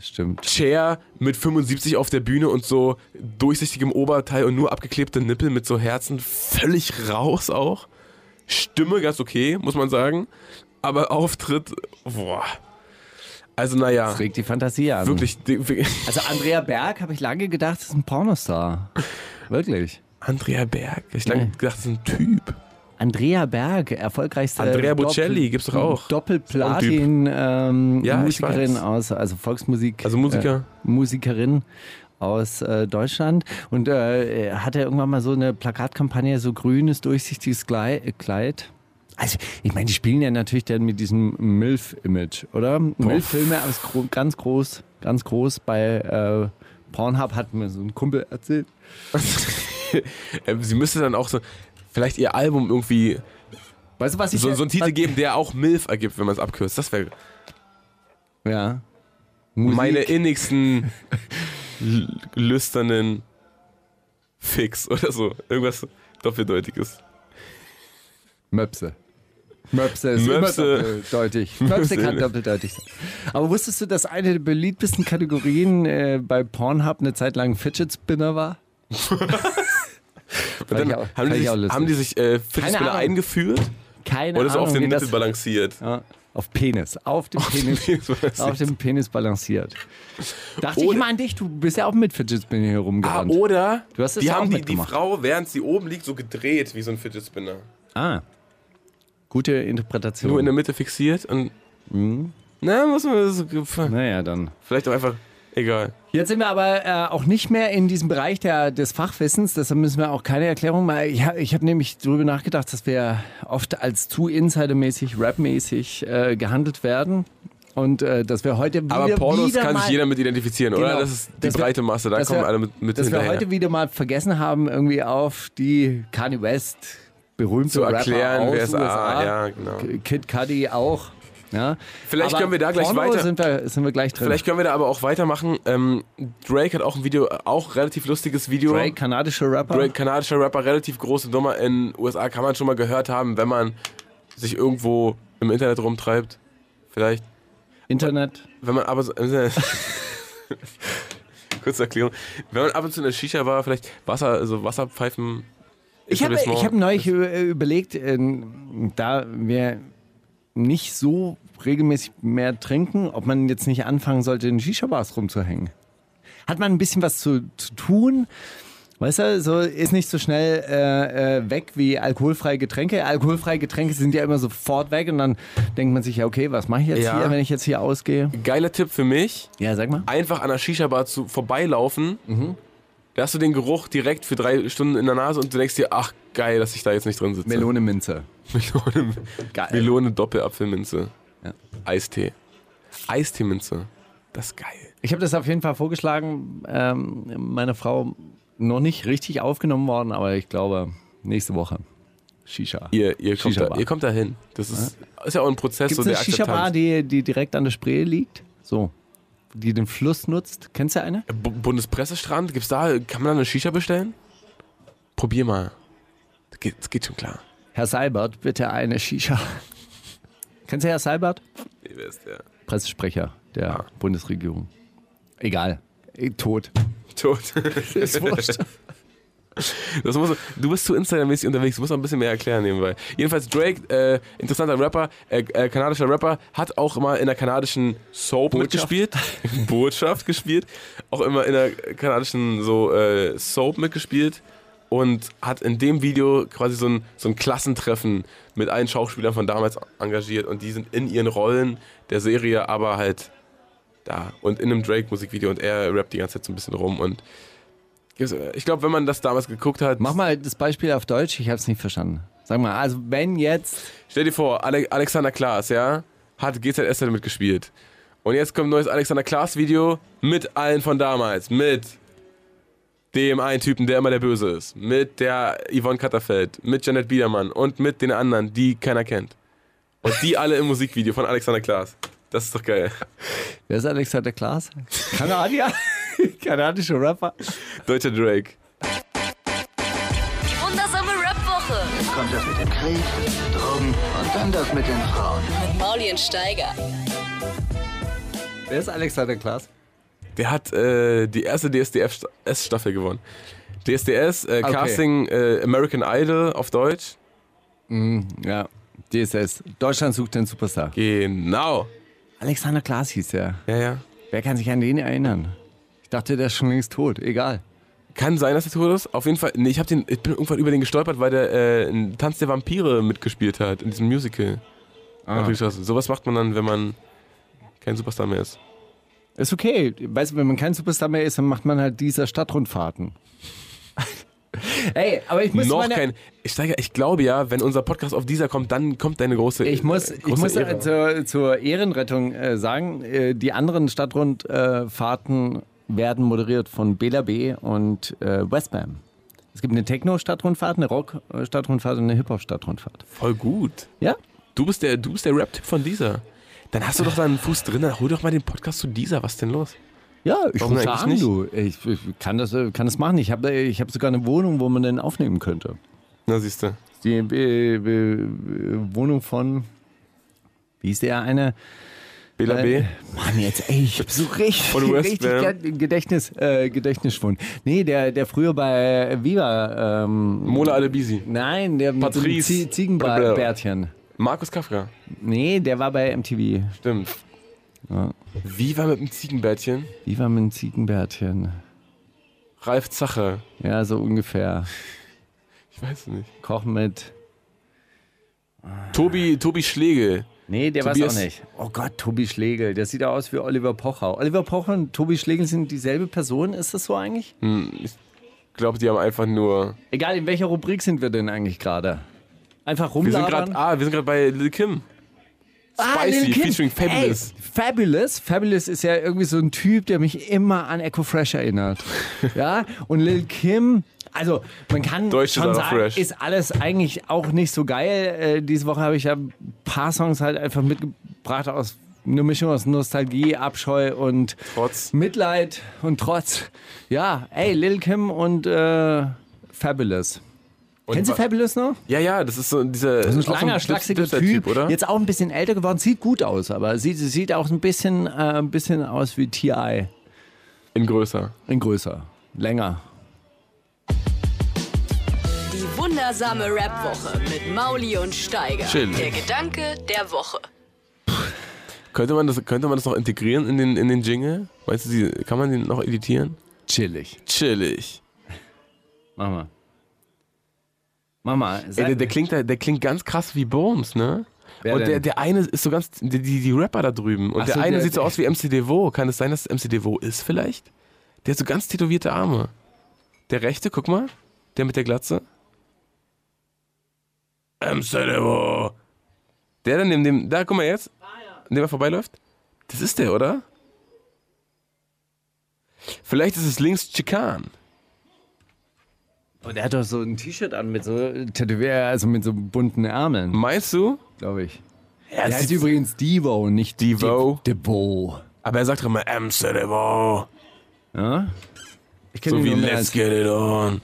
Speaker 7: Stimmt.
Speaker 6: Chair mit 75 auf der Bühne und so durchsichtigem Oberteil und nur abgeklebte Nippel mit so Herzen völlig raus auch. Stimme ganz okay, muss man sagen. Aber Auftritt, boah. Also naja,
Speaker 7: Das regt die Fantasie an.
Speaker 6: wirklich. die- wir-
Speaker 7: Also Andrea Berg habe ich lange gedacht, ist ein Pornostar. Wirklich.
Speaker 6: Andrea Berg, ich hab lange
Speaker 7: Nee.
Speaker 6: gedacht, das ist ein Typ.
Speaker 7: Andrea Berg, erfolgreichste
Speaker 6: Andrea
Speaker 7: Doppel-
Speaker 6: Bocelli gibt's doch auch.
Speaker 7: Doppelplatin ähm,
Speaker 6: Ja, ich
Speaker 7: Musikerin
Speaker 6: weiß.
Speaker 7: aus, also Volksmusik.
Speaker 6: Also Musiker.
Speaker 7: Äh, Musikerin aus äh, Deutschland und äh, er hatte irgendwann mal so eine Plakatkampagne, so grünes, durchsichtiges Glei- äh, Kleid. Also, ich meine, die spielen ja natürlich dann mit diesem MILF-Image, oder? MILF-Filme aber ist gro ganz groß, ganz groß. Bei äh, Pornhub hat mir so ein Kumpel erzählt.
Speaker 6: Äh, Sie müsste dann auch so vielleicht ihr Album irgendwie
Speaker 7: Weißt du, was ich
Speaker 6: so, so einen Titel
Speaker 7: was-
Speaker 6: geben, der auch MILF ergibt, wenn man es abkürzt. Das wäre
Speaker 7: Ja.
Speaker 6: meine innigsten l- lüsternen Fix oder so. Irgendwas Doppeldeutiges.
Speaker 7: Möpse. Möpse ist
Speaker 6: Möpse.
Speaker 7: immer doppeldeutig. Möpse kann doppeldeutig sein. Aber wusstest du, dass eine der beliebtesten Kategorien äh, bei Pornhub eine Zeit lang Fidget Spinner war?
Speaker 6: Und
Speaker 7: ich
Speaker 6: dann
Speaker 7: auch-
Speaker 6: haben,
Speaker 7: fand
Speaker 6: die
Speaker 7: ich
Speaker 6: sich,
Speaker 7: auch lustig.
Speaker 6: haben die sich äh, Fidget Spinner
Speaker 7: Ahnung.
Speaker 6: eingeführt
Speaker 7: Keine
Speaker 6: oder so
Speaker 7: Ahnung,
Speaker 6: auf den
Speaker 7: wie
Speaker 6: Nippel
Speaker 7: das,
Speaker 6: balanciert?
Speaker 7: ja, Ah, auf Penis. Auf dem Penis. auf dem Penis balanciert. Dachte ich
Speaker 6: Oder-
Speaker 7: immer an dich, du bist ja auch mit Fidget Spinner hier
Speaker 6: Ah,
Speaker 7: rumgerannt.
Speaker 6: oder
Speaker 7: Du hast es
Speaker 6: die
Speaker 7: ja
Speaker 6: haben
Speaker 7: auch
Speaker 6: die, die
Speaker 7: mitgemacht.
Speaker 6: Frau, während sie oben liegt, so gedreht wie so ein Fidget Spinner.
Speaker 7: ah. Gute Interpretation.
Speaker 6: Nur in der Mitte fixiert und.
Speaker 7: Mhm.
Speaker 6: Na, muss man das
Speaker 7: naja, dann.
Speaker 6: Vielleicht auch einfach. Egal.
Speaker 7: Jetzt sind wir aber äh, auch nicht mehr in diesem Bereich der, des Fachwissens, deshalb müssen wir auch keine Erklärung machen. Ich, hab- ich habe nämlich darüber nachgedacht, dass wir oft als zu insidermäßig, rapmäßig äh, gehandelt werden. Und äh, dass wir heute wieder,
Speaker 6: Aber Pornos
Speaker 7: wieder
Speaker 6: kann
Speaker 7: mal,
Speaker 6: sich jeder mit identifizieren, oder?
Speaker 7: Genau.
Speaker 6: Das ist die
Speaker 7: Dass wir-
Speaker 6: breite Masse, da
Speaker 7: dass
Speaker 6: kommen
Speaker 7: wir-
Speaker 6: alle mit, mit
Speaker 7: dass wir
Speaker 6: hinterher.
Speaker 7: heute wieder mal vergessen haben, irgendwie auf die Kanye West berühmte
Speaker 6: zu
Speaker 7: Rapper
Speaker 6: erklären,
Speaker 7: aus
Speaker 6: wer es
Speaker 7: USA,
Speaker 6: ah, ja, genau.
Speaker 7: Kid Cudi auch. Ja.
Speaker 6: Vielleicht
Speaker 7: Aber
Speaker 6: können wir da gleich
Speaker 7: Porno
Speaker 6: weiter-
Speaker 7: Sind wir, sind wir gleich drin.
Speaker 6: Vielleicht können wir da aber auch weitermachen. Ähm, Drake hat auch ein Video, auch relativ lustiges Video.
Speaker 7: Drake, kanadischer Rapper.
Speaker 6: Drake, kanadischer Rapper, relativ große Nummer in den USA, kann man schon mal gehört haben, wenn man sich irgendwo im Internet rumtreibt. Vielleicht.
Speaker 7: Internet.
Speaker 6: Wenn man aber so. Kurze Erklärung. Wenn man ab und zu in der Shisha war, vielleicht Wasser, also Wasserpfeifen.
Speaker 7: Ich habe ich hab neulich ü- überlegt, ähm, da wir nicht so regelmäßig mehr trinken, ob man jetzt nicht anfangen sollte, in Shisha-Bars rumzuhängen. Hat man ein bisschen was zu, zu tun? Weißt du, so ist nicht so schnell äh, äh, weg wie alkoholfreie Getränke. Alkoholfreie Getränke sind ja immer sofort weg und dann denkt man sich, ja, okay, was mache ich jetzt
Speaker 6: Ja.
Speaker 7: hier, wenn ich jetzt hier ausgehe?
Speaker 6: Geiler Tipp für mich:
Speaker 7: Ja, sag mal.
Speaker 6: einfach an der Shisha-Bar zu, vorbeilaufen. Da hast du den Geruch direkt für drei Stunden in der Nase und du denkst dir, ach geil, dass ich da jetzt nicht drin sitze.
Speaker 7: Minze.
Speaker 6: Melone,
Speaker 7: Geil.
Speaker 6: Melone Doppelapfelminze.
Speaker 7: Ja.
Speaker 6: Eistee. Eisteeminze. Das ist geil.
Speaker 7: Ich habe das auf jeden Fall vorgeschlagen. Ähm, meine Frau noch nicht richtig aufgenommen worden, aber ich glaube, nächste Woche. Shisha.
Speaker 6: Ihr, ihr, kommt, da,
Speaker 7: Shisha-Bar.
Speaker 6: ihr kommt da hin. Das ist, ist ja auch ein Prozess
Speaker 7: Gibt
Speaker 6: so
Speaker 7: es
Speaker 6: der
Speaker 7: eine Shisha-Bar,
Speaker 6: Akzeptanz.
Speaker 7: die, die direkt an der Spree liegt? So. Die den Fluss nutzt? Kennst du eine?
Speaker 6: B Bundespressestrand, gibt's da, kann man da eine Shisha bestellen? Probier mal. Das geht, das geht schon klar.
Speaker 7: Herr Seibert, bitte eine Shisha. Kennst du Herr Seibert?
Speaker 6: Wer ist der?
Speaker 7: Pressesprecher der Bundesregierung. Egal. Eh, Tot.
Speaker 6: Tot.
Speaker 7: Ist wurscht.
Speaker 6: Das muss, du bist zu Instagram-mäßig unterwegs, du musst noch ein bisschen mehr erklären nebenbei. Jedenfalls Drake, äh, interessanter Rapper, äh, äh, kanadischer Rapper, hat auch immer in der kanadischen Soap
Speaker 7: Botschaft.
Speaker 6: mitgespielt. Botschaft gespielt. Auch immer in der kanadischen so äh, Soap mitgespielt. Und hat in dem Video quasi so ein, so ein Klassentreffen mit allen Schauspielern von damals engagiert. Und die sind in ihren Rollen der Serie, aber halt da. Und in einem Drake-Musikvideo. Und er rappt die ganze Zeit so ein bisschen rum. Und ich glaube, wenn man das damals geguckt hat,
Speaker 7: Mach mal das Beispiel auf Deutsch, ich habe es nicht verstanden. Sag mal, also wenn jetzt.
Speaker 6: Stell dir vor, Ale Alexander Klaas, ja, hat GZSZ mitgespielt. Und jetzt kommt ein neues Alexander Klaas Video mit allen von damals. Mit dem einen Typen, der immer der Böse ist. Mit der Yvonne Katterfeld, mit Janet Biedermann und mit den anderen, die keiner kennt. Und die alle im Musikvideo von Alexander Klaas. Das ist doch geil.
Speaker 7: Wer ist Alexander Klaas? Kanadier? Kanadischer Rapper.
Speaker 6: Deutscher Drake.
Speaker 2: Die wundersame Rap-Woche
Speaker 3: Kommt das mit dem Krieg, Drogen und dann das mit den Frauen.
Speaker 2: mit Maulien Steiger.
Speaker 7: Wer ist Alexander Klaas?
Speaker 6: Der hat äh, die erste DSDS-Staffel gewonnen. DSDS, äh,
Speaker 7: Okay.
Speaker 6: Casting äh, American Idol auf Deutsch.
Speaker 7: Ja, DSS. Deutschland sucht den Superstar.
Speaker 6: Genau.
Speaker 7: Alexander Klaas hieß er.
Speaker 6: Ja, ja.
Speaker 7: Wer kann sich an den erinnern? Ich dachte, der ist schon längst tot. Egal.
Speaker 6: Kann sein, dass der tot ist. Auf jeden Fall, nee, ich, hab den, ich bin irgendwann über den gestolpert, weil der äh, in Tanz der Vampire mitgespielt hat, in diesem Musical. Ah. Sowas macht man dann, wenn man kein Superstar mehr ist.
Speaker 7: Ist okay. Weißt du, wenn man kein Superstar mehr ist, dann macht man halt dieser Stadtrundfahrten. Ey, aber ich muss
Speaker 6: Noch
Speaker 7: meine,
Speaker 6: kein. Ich, steige, ich glaube ja, wenn unser Podcast auf dieser kommt, dann kommt deine große.
Speaker 7: ich muss,
Speaker 6: äh,
Speaker 7: ich
Speaker 6: große
Speaker 7: muss
Speaker 6: Ehre.
Speaker 7: äh, zur, zur Ehrenrettung äh, sagen, äh, die anderen Stadtrundfahrten äh, werden moderiert von Bela B. und äh, Westbam. Es gibt eine Techno-Stadtrundfahrt, eine Rock-Stadtrundfahrt und eine Hip-Hop-Stadtrundfahrt.
Speaker 6: Voll gut.
Speaker 7: Ja?
Speaker 6: Du bist der, du bist der Rap-Tipp von dieser. Dann hast du doch da einen Fuß drin, dann hol doch mal den Podcast zu dieser. Was denn los?
Speaker 7: Ja, ich
Speaker 6: Warum
Speaker 7: rufe
Speaker 6: eigentlich
Speaker 7: an,
Speaker 6: nicht?
Speaker 7: du. Ich, ich kann, das, äh, kann das machen. Ich habe ich hab sogar eine Wohnung, wo man den aufnehmen könnte.
Speaker 6: Na, siehst du.
Speaker 7: Die äh, äh, Wohnung von, wie ist der eine?
Speaker 6: Bela B.
Speaker 7: Äh, Mann, jetzt, ey, ich hab so richtig,
Speaker 6: Von West
Speaker 7: richtig
Speaker 6: Ham.
Speaker 7: Ge- Gedächtnis, äh, Gedächtnisschwund. Nee, der, der früher bei Viva, ähm,
Speaker 6: Mola Alebisi.
Speaker 7: nein, der mit dem
Speaker 6: Patrice.
Speaker 7: Zie Ziegenbärtchen.
Speaker 6: Markus Kafka.
Speaker 7: Nee, der war bei MTV.
Speaker 6: Stimmt.
Speaker 7: Ja.
Speaker 6: Wie war mit dem Ziegenbärtchen?
Speaker 7: Viva mit dem Ziegenbärtchen.
Speaker 6: Ralf Zache.
Speaker 7: Ja, so ungefähr.
Speaker 6: Ich weiß es nicht.
Speaker 7: Koch mit.
Speaker 6: Tobi, Tobi Schlegel.
Speaker 7: Nee, der
Speaker 6: Tobias-
Speaker 7: war's Ah. auch nicht. Oh Gott, Tobi Schlegel. Der sieht ja aus wie Oliver Pocher. Oliver Pocher und Tobi Schlegel sind dieselbe Person. Ist das so eigentlich?
Speaker 6: Ich glaube, die haben einfach nur.
Speaker 7: Egal, in welcher Rubrik sind wir denn eigentlich gerade? Einfach
Speaker 6: Wir
Speaker 7: rumlabern.
Speaker 6: sind gerade ah, wir sind gerade bei Lil Kim.
Speaker 7: Ah,
Speaker 6: Spicy,
Speaker 7: Lil' Kim.
Speaker 6: featuring Fabulous.
Speaker 7: Ey, Fabulous. Fabulous ist ja irgendwie so ein Typ, der mich immer an Echo Fresh erinnert. ja, und Lil Kim, also man kann
Speaker 6: Deutsch ist
Speaker 7: schon
Speaker 6: aber
Speaker 7: sagen,
Speaker 6: fresh.
Speaker 7: ist alles eigentlich auch nicht so geil. Äh, diese Woche habe ich ja ein paar Songs halt einfach mitgebracht aus eine Mischung aus Nostalgie, Abscheu und
Speaker 6: Trotz.
Speaker 7: Mitleid und Trotz. Ja, ey, Lil Kim und äh, Fabulous.
Speaker 6: Und
Speaker 7: Kennen Sie
Speaker 6: wa-
Speaker 7: Fabulous noch?
Speaker 6: Ja, ja, das ist so dieser.
Speaker 7: Das
Speaker 6: auch
Speaker 7: ist
Speaker 6: so
Speaker 7: ein langer,
Speaker 6: Dip-
Speaker 7: schlachsiger
Speaker 6: Dipster
Speaker 7: typ,
Speaker 6: oder?
Speaker 7: Jetzt auch ein bisschen älter geworden. Sieht gut aus, aber sieht, sieht auch ein bisschen, äh, ein bisschen aus wie T.I.
Speaker 6: In größer.
Speaker 7: In größer, länger.
Speaker 2: Die wundersame Rap-Woche mit Mauli und Steiger.
Speaker 6: Chill.
Speaker 2: Der Gedanke der Woche.
Speaker 6: Könnte man, das, könnte man das noch integrieren in den, in den Jingle? Meinst du, die, kann man den noch editieren?
Speaker 7: Chillig.
Speaker 6: Chillig.
Speaker 7: Mama. Mama,
Speaker 6: Ey, der,
Speaker 7: sag,
Speaker 6: der, klingt, halt- der klingt ganz krass wie Bones, ne?
Speaker 7: Wer
Speaker 6: und der,
Speaker 7: denn?
Speaker 6: der eine ist so ganz, die, die, die Rapper da drüben. Und
Speaker 7: Ach
Speaker 6: der
Speaker 7: so,
Speaker 6: eine
Speaker 7: der-
Speaker 6: sieht so aus wie MC Devo. Kann es sein, dass es MC Devo ist vielleicht? Der hat so ganz tätowierte Arme. Der rechte, guck mal. Der mit der Glatze. MC Devo. Der dann neben dem, da guck mal jetzt, an dem er vorbeiläuft. Das ist der, oder? Vielleicht ist es links Chikan.
Speaker 7: oh, der hat doch so ein T-Shirt an mit so Tätowier, also mit so bunten Ärmeln,
Speaker 6: Meinst du?
Speaker 7: glaube ich.
Speaker 6: Ja,
Speaker 7: Der heißt übrigens Devo, nicht
Speaker 6: Devo.
Speaker 7: De- Devo.
Speaker 6: aber er sagt doch immer MC Devo.
Speaker 7: Ja? Ich kenn
Speaker 6: So
Speaker 7: ihn
Speaker 6: wie
Speaker 7: nur mehr
Speaker 6: Let's
Speaker 7: als-
Speaker 6: Get It On.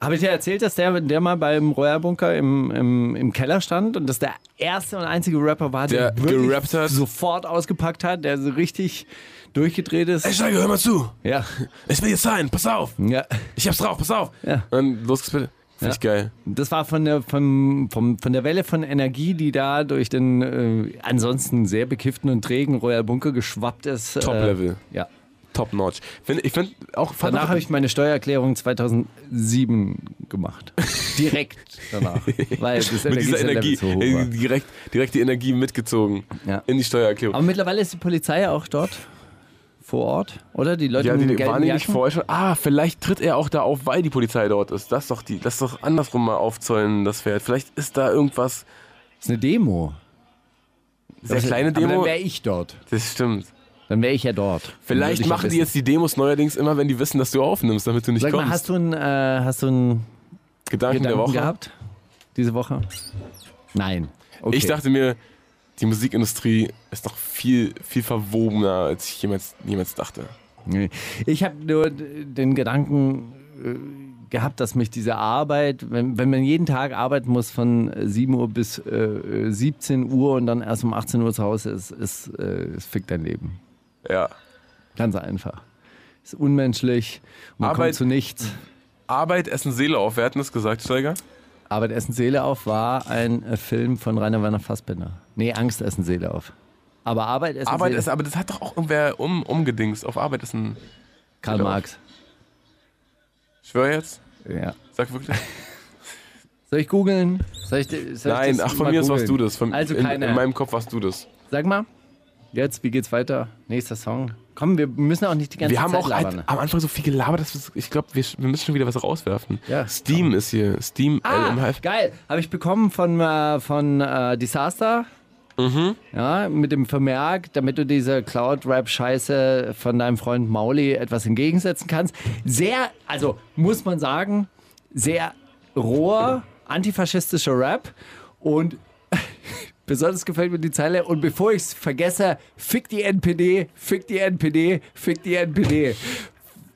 Speaker 7: Habe ich dir erzählt, dass der, der mal beim Royal Bunker im, im, im Keller stand und dass der erste und einzige Rapper war, der,
Speaker 6: Der
Speaker 7: wirklich
Speaker 6: gerappt hat.
Speaker 7: sofort ausgepackt hat, der so richtig durchgedreht ist.
Speaker 6: Ey, Steiger, hör mal zu.
Speaker 7: Ja,
Speaker 6: Ich will jetzt sein. Pass auf.
Speaker 7: ja.
Speaker 6: Ich hab's drauf. Pass auf.
Speaker 7: Ja.
Speaker 6: Und losgespielt. Finde ich geil.
Speaker 7: Das war von der, vom, vom, von der Welle von Energie, die da durch den äh, ansonsten sehr bekifften und trägen Royal Bunker geschwappt ist.
Speaker 6: Top-Level.
Speaker 7: Äh, ja.
Speaker 6: Top notch. Find, ich finde auch. Fand
Speaker 7: Danach
Speaker 6: auch,
Speaker 7: habe ich meine Steuererklärung 2007 gemacht. Direkt danach. Weil das
Speaker 6: mit dieser Energie
Speaker 7: Energielevel so hoch war.
Speaker 6: äh, direkt, direkt die Energie mitgezogen
Speaker 7: Ja.
Speaker 6: in die Steuererklärung.
Speaker 7: Aber mittlerweile ist die Polizei auch dort vor Ort, oder? Die Leute
Speaker 6: Ja,
Speaker 7: mit
Speaker 6: die,
Speaker 7: den
Speaker 6: waren
Speaker 7: gelben
Speaker 6: die nicht
Speaker 7: Jacken.
Speaker 6: vorher schon. Ah, vielleicht tritt er auch da auf, weil die Polizei dort ist. Lass doch, die, lass doch andersrum mal aufzäunen, das Pferd. Vielleicht ist da irgendwas.
Speaker 7: Das ist eine Demo. Also,
Speaker 6: Sehr kleine
Speaker 7: Aber dann
Speaker 6: Demo.
Speaker 7: wäre ich dort.
Speaker 6: Das stimmt.
Speaker 7: Dann wäre ich ja dort. Dann würde
Speaker 6: Vielleicht
Speaker 7: ich ja
Speaker 6: machen die
Speaker 7: wissen.
Speaker 6: jetzt die Demos neuerdings immer, wenn die wissen, dass du aufnimmst, damit du nicht
Speaker 7: Sag mal,
Speaker 6: kommst.
Speaker 7: hast du einen, äh, hast du einen
Speaker 6: Gedanken,
Speaker 7: Gedanken
Speaker 6: der Woche.
Speaker 7: gehabt? Diese Woche? Nein. Okay.
Speaker 6: Ich dachte mir, die Musikindustrie ist noch viel, viel verwobener, als ich jemals, jemals dachte.
Speaker 7: Nee. Ich habe nur d- den Gedanken äh, gehabt, dass mich diese Arbeit, wenn, wenn man jeden Tag arbeiten muss von äh, 7 Uhr bis äh, 17 Uhr und dann erst um 18 Uhr zu Hause ist, ist, äh, es fickt dein Leben.
Speaker 6: Ja.
Speaker 7: Ganz einfach. Ist unmenschlich. Man
Speaker 6: Arbeit-
Speaker 7: kommt zu nichts.
Speaker 6: Arbeit, Essen, Seele auf. Wer hat denn das gesagt, Steiger?
Speaker 7: Arbeit, Essen, Seele auf war ein äh, Film von Rainer Werner Fassbinder. Nee, Angst, Essen, Seele auf. Aber Arbeit, Essen,
Speaker 6: Arbeit
Speaker 7: Seele
Speaker 6: ist, aber das hat doch auch irgendwer um, umgedingst auf Arbeit essen.
Speaker 7: Karl
Speaker 6: Seele auf.
Speaker 7: Marx.
Speaker 6: Schwör jetzt?
Speaker 7: Ja.
Speaker 6: Sag wirklich.
Speaker 7: Soll ich googeln? Soll ich, soll ich
Speaker 6: Nein,
Speaker 7: das
Speaker 6: ach, von
Speaker 7: mal
Speaker 6: mir aus
Speaker 7: googeln?
Speaker 6: warst du das. Von,
Speaker 7: Also
Speaker 6: in,
Speaker 7: keiner.
Speaker 6: in meinem Kopf warst du das.
Speaker 7: Sag mal, jetzt, wie geht's weiter? Nächster Song. Komm, wir müssen auch nicht die ganze
Speaker 6: wir haben
Speaker 7: Zeit
Speaker 6: auch
Speaker 7: labern.
Speaker 6: ein, am Anfang so viel gelabert, dass wir, ich glaube, wir, sch- wir müssen schon wieder was rauswerfen.
Speaker 7: Ja.
Speaker 6: Steam ist hier. Steam
Speaker 7: Ah,
Speaker 6: LMHF.
Speaker 7: geil. Habe ich bekommen von, äh, von äh, Disaster. Ja, mit dem Vermerk, damit du dieser Cloud-Rap-Scheiße von deinem Freund Mauli etwas entgegensetzen kannst. Sehr, also muss man sagen, sehr roher, antifaschistischer Rap. Und besonders gefällt mir die Zeile. Und bevor ich es vergesse, fick die NPD, fick die NPD, fick die NPD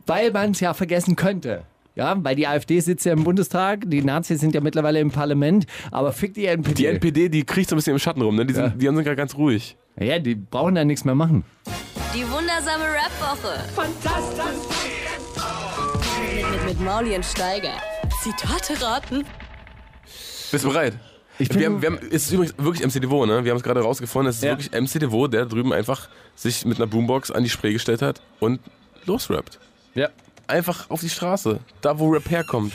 Speaker 7: weil man es ja vergessen könnte. Ja, weil die AfD sitzt ja im Bundestag, die Nazis sind ja mittlerweile im Parlament, aber fick die NPD.
Speaker 6: Die NPD, die kriegt so ein bisschen im Schatten rum, ne? Die sind,
Speaker 7: Ja.
Speaker 6: die sind gerade ganz ruhig.
Speaker 7: ja, die brauchen da nichts mehr machen.
Speaker 2: Die wundersame Rap-Woche. Fantastisch. Mit, mit Maulien Steiger. Zitate raten.
Speaker 6: Bist du bereit?
Speaker 7: Ich bin-
Speaker 6: wir haben, wir haben, es ist übrigens wirklich MC Devo, ne? Wir haben es gerade rausgefunden. Es ist
Speaker 7: Ja.
Speaker 6: wirklich MC Devo, der drüben einfach sich mit einer Boombox an die Spree gestellt hat und losrappt.
Speaker 7: Ja.
Speaker 6: Einfach auf die Straße, da wo Rap herkommt.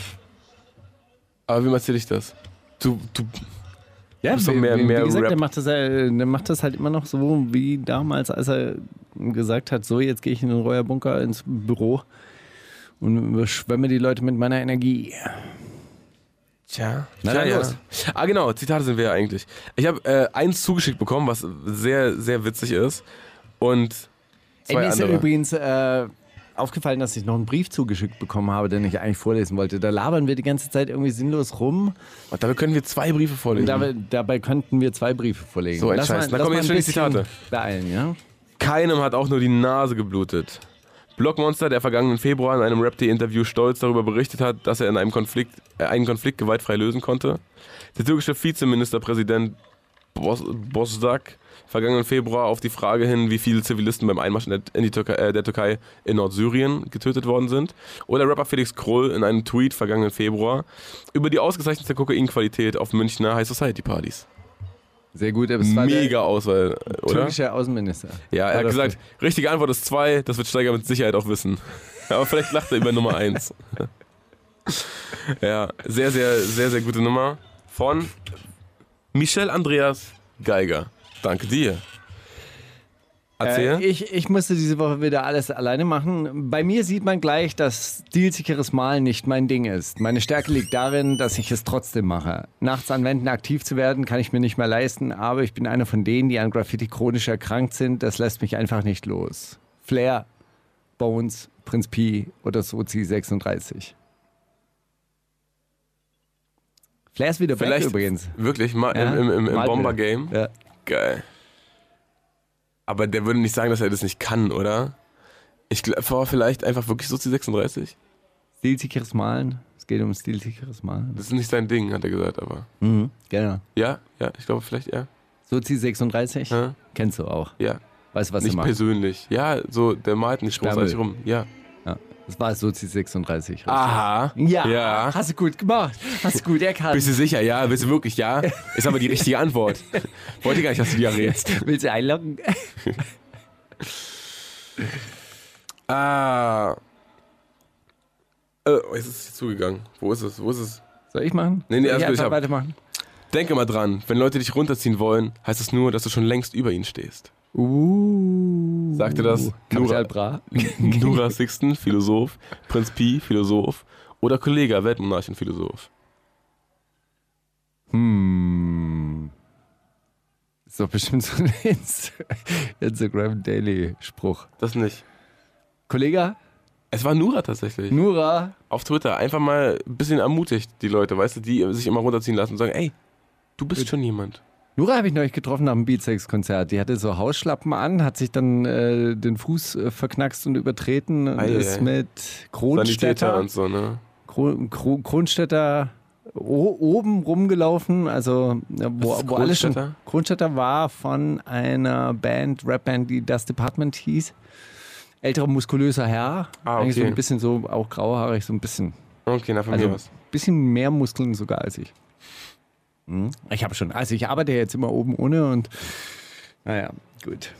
Speaker 6: Aber wie erzähle ich das? Du, du,
Speaker 7: Ja,
Speaker 6: So mehr-
Speaker 7: wie,
Speaker 6: mehr
Speaker 7: wie gesagt,
Speaker 6: Rap.
Speaker 7: der macht, das, äh, der macht das halt immer noch so wie damals, als er gesagt hat, so jetzt gehe ich in den Reuer Bunker ins Büro und überschwemme die Leute mit meiner Energie.
Speaker 6: Tja.
Speaker 7: Na
Speaker 6: Tja,
Speaker 7: dann
Speaker 6: ja.
Speaker 7: los.
Speaker 6: Ah, genau, Zitate sind wir ja eigentlich. Ich habe äh, eins zugeschickt bekommen, was sehr, sehr witzig ist. Und zwei
Speaker 7: Ey, mir ist ja
Speaker 6: andere.
Speaker 7: übrigens äh, aufgefallen, dass ich noch einen Brief zugeschickt bekommen habe, den ich eigentlich vorlesen wollte. Da labern wir die ganze Zeit irgendwie sinnlos rum.
Speaker 6: Und dabei können wir zwei Briefe vorlegen.
Speaker 7: Und dabei, dabei könnten wir zwei Briefe vorlegen.
Speaker 6: So ein
Speaker 7: Lass
Speaker 6: Scheiß.
Speaker 7: mal-
Speaker 6: Na
Speaker 7: lass
Speaker 6: komm,
Speaker 7: mal
Speaker 6: jetzt
Speaker 7: ein
Speaker 6: schon die
Speaker 7: bisschen
Speaker 6: Zitate.
Speaker 7: Beeilen, ja?
Speaker 6: Keinem hat auch nur die Nase geblutet. Blockmonster, der vergangenen Februar in einem Rap-T-Interview stolz darüber berichtet hat, dass er in einem Konflikt, äh, einen Konflikt gewaltfrei lösen konnte. Der türkische Vizeministerpräsident Bos Bosdak vergangenen Februar auf die Frage hin, wie viele Zivilisten beim Einmarsch in der, in die Türkei, äh, der Türkei in Nordsyrien getötet worden sind. Oder Rapper Felix Krull in einem Tweet vergangenen Februar über die ausgezeichnete Kokainqualität auf Münchner High Society Partys.
Speaker 7: Sehr gut, aber es war der
Speaker 6: Mega Auswahl, äh, oder?
Speaker 7: türkische Außenminister.
Speaker 6: Ja, er
Speaker 7: War
Speaker 6: hat
Speaker 7: das
Speaker 6: gesagt, richtige Antwort ist zwei, das wird Steiger mit Sicherheit auch wissen. Aber vielleicht lacht er über Nummer eins. ja, sehr, sehr, sehr, sehr gute Nummer von Michel Andreas Geiger. Danke dir. Erzähl.
Speaker 7: Äh, ich, ich musste diese Woche wieder alles alleine machen. Bei mir sieht man gleich, dass stilsicheres Malen nicht mein Ding ist. Meine Stärke liegt darin, dass ich es trotzdem mache. Nachts an Wänden aktiv zu werden, kann ich mir nicht mehr leisten, aber ich bin einer von denen, die an Graffiti chronisch erkrankt sind. Das lässt mich einfach nicht los. Flair, Bones, Prinz Pi oder Sozi 36. Flair ist wieder
Speaker 6: Vielleicht-
Speaker 7: back übrigens.
Speaker 6: Wirklich, mal
Speaker 7: Ja,
Speaker 6: im, im, im, im
Speaker 7: mal
Speaker 6: Bomber-Game.
Speaker 7: wieder. Ja.
Speaker 6: Geil. Aber der würde nicht sagen, dass er das nicht kann, oder? Ich glaube, vielleicht einfach wirklich so zu 36.
Speaker 7: Stilsicheres Malen. Es geht um stilsicheres Malen.
Speaker 6: Das ist nicht sein Ding, hat er gesagt, aber.
Speaker 7: Genau.
Speaker 6: Ja, ja, ich glaube, vielleicht er.
Speaker 7: Sozi 36?
Speaker 6: Ja.
Speaker 7: Kennst du auch.
Speaker 6: Ja,
Speaker 7: Weißt du, was er
Speaker 6: Nicht
Speaker 7: macht?
Speaker 6: persönlich. Ja, so, der malt nicht
Speaker 7: Sperrmüll.
Speaker 6: großartig rum. Ja.
Speaker 7: Ja. Das war Sozi 36. richtig?
Speaker 6: Aha.
Speaker 7: Ja.
Speaker 6: Ah. ja.
Speaker 7: Hast du gut gemacht. Hast du gut erkannt.
Speaker 6: Bist du sicher? Ja, bist du wirklich? Ja. Ist aber die richtige Antwort. Wollte gar nicht, dass du die errätst.
Speaker 7: Willst du einloggen?
Speaker 6: Ah. Äh, oh, jetzt ist es zugegangen. Wo ist es? Wo ist es?
Speaker 7: Soll ich machen?
Speaker 6: Nee, nee,
Speaker 7: Soll
Speaker 6: alles
Speaker 7: ich
Speaker 6: gut, ich
Speaker 7: einfach
Speaker 6: hab-
Speaker 7: weitermachen?
Speaker 6: Denke mal dran, wenn Leute dich runterziehen wollen, heißt es nur, dass du schon längst über ihnen stehst.
Speaker 7: Uh.
Speaker 6: Sagte das
Speaker 7: Kapital
Speaker 6: halt
Speaker 7: Bra.
Speaker 6: Nura Sixten, Philosoph, Prinz Pi, Philosoph oder Kollega, Weltmonarchenphilosoph.
Speaker 7: Hm. Ist doch bestimmt so ein Inst- Instagram Daily Spruch.
Speaker 6: Das nicht.
Speaker 7: Kollege,
Speaker 6: Es war Nura tatsächlich.
Speaker 7: Nura,
Speaker 6: auf Twitter einfach mal ein bisschen ermutigt, die Leute, weißt du, die sich immer runterziehen lassen und sagen, ey, du bist schon jemand.
Speaker 7: Nora habe ich neulich getroffen nach dem Beatsex-Konzert. Die hatte so Hausschlappen an, hat sich dann äh, den Fuß äh, verknackst und übertreten und
Speaker 6: Ei,
Speaker 7: ist
Speaker 6: ei.
Speaker 7: mit
Speaker 6: Sanitäter
Speaker 7: Kronstädter,
Speaker 6: und so, ne?
Speaker 7: Kro Kro Kronstädter o- oben rumgelaufen, also ja, wo,
Speaker 6: Was ist
Speaker 7: wo alles schon.
Speaker 6: Kronstädter?
Speaker 7: Kronstädter war von einer Band, Rapband, die Das Department hieß. Älterer, muskulöser Herr.
Speaker 6: Ah,
Speaker 7: Eigentlich so
Speaker 6: okay.
Speaker 7: ein bisschen so, auch grauhaarig, so ein bisschen.
Speaker 6: Okay, na von
Speaker 7: Also
Speaker 6: mir
Speaker 7: ein
Speaker 6: was.
Speaker 7: bisschen mehr Muskeln sogar als ich. Hm? Ich habe schon. Also ich arbeite ja jetzt immer oben ohne und naja, gut.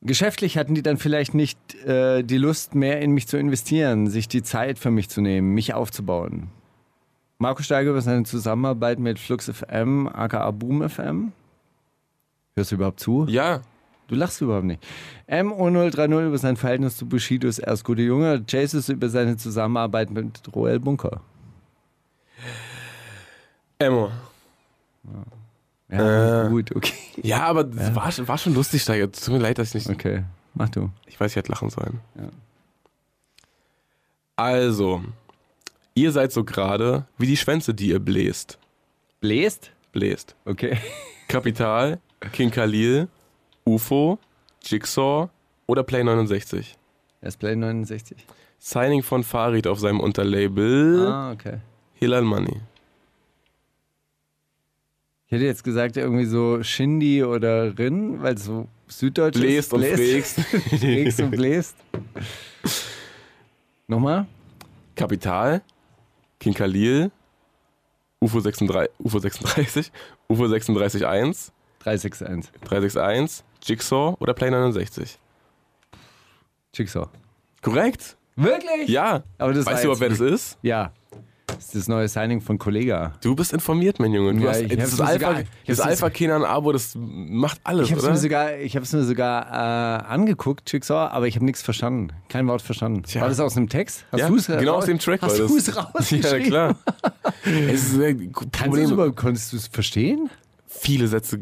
Speaker 7: Geschäftlich hatten die dann vielleicht nicht äh, die Lust, mehr in mich zu investieren, sich die Zeit für mich zu nehmen, mich aufzubauen. Marco Steiger über seine Zusammenarbeit mit Flux FM, aka Boom FM. Hörst du überhaupt zu?
Speaker 6: Ja,
Speaker 7: Du lachst überhaupt nicht. MO030 über sein Verhältnis zu Bushidos erst gute Junge, Jesus über seine Zusammenarbeit mit Roel Bunker.
Speaker 6: Emmo.
Speaker 7: Ja,
Speaker 6: Äh.
Speaker 7: gut, okay.
Speaker 6: Ja, aber das War, schon- war schon lustig, Steiger. Tut mir leid, dass ich nicht.
Speaker 7: Okay, mach du.
Speaker 6: Ich weiß, ich hätte lachen sollen. Also, ihr seid so gerade wie die Schwänze, die ihr bläst.
Speaker 7: Bläst?
Speaker 6: Bläst.
Speaker 7: Okay.
Speaker 6: Kapital, King Khalil, UFO, Jigsaw oder Play 69.
Speaker 7: Das Play 69.
Speaker 6: Signing von Farid auf seinem Unterlabel
Speaker 7: Ah, okay.
Speaker 6: Hilal Money.
Speaker 7: Ich hätte jetzt gesagt, irgendwie so Shindy oder Rin, weil es so süddeutsch ist.
Speaker 6: Bläst und frägst.
Speaker 7: Frägst und bläst. Nochmal?
Speaker 6: Kapital, King Khalil, UFO 36, UFO 36, UFO 361,
Speaker 7: 361.
Speaker 6: 361, Jigsaw oder Play 69.
Speaker 7: Jigsaw.
Speaker 6: Korrekt?
Speaker 7: Wirklich?
Speaker 6: Ja.
Speaker 7: Aber das war
Speaker 6: weißt du
Speaker 7: jetzt-
Speaker 6: überhaupt, wer das ist?
Speaker 7: Ja. Das ist das neue Signing von Kollega.
Speaker 6: Du bist informiert, mein Junge. Du
Speaker 7: Ja,
Speaker 6: hast,
Speaker 7: ich hab's
Speaker 6: das ist
Speaker 7: mir sogar-
Speaker 6: Alpha,
Speaker 7: ich hab's
Speaker 6: das
Speaker 7: mir-
Speaker 6: Alpha Kenan Abo, das macht alles,
Speaker 7: Ich habe es
Speaker 6: oder?
Speaker 7: mir sogar, ich hab's mir sogar äh, angeguckt, Jigsaw, aber ich habe nichts verstanden. Kein Wort verstanden. War das aus einem Text? Hast
Speaker 6: ja,
Speaker 7: du's
Speaker 6: genau
Speaker 7: raus-
Speaker 6: aus dem Track
Speaker 7: hast
Speaker 6: war das.
Speaker 7: du's rausgeschrieben?
Speaker 6: Ja, klar. es ist ein
Speaker 7: Kannst du's
Speaker 6: Problem,
Speaker 7: überhaupt- Konntest du es verstehen?
Speaker 6: viele Sätze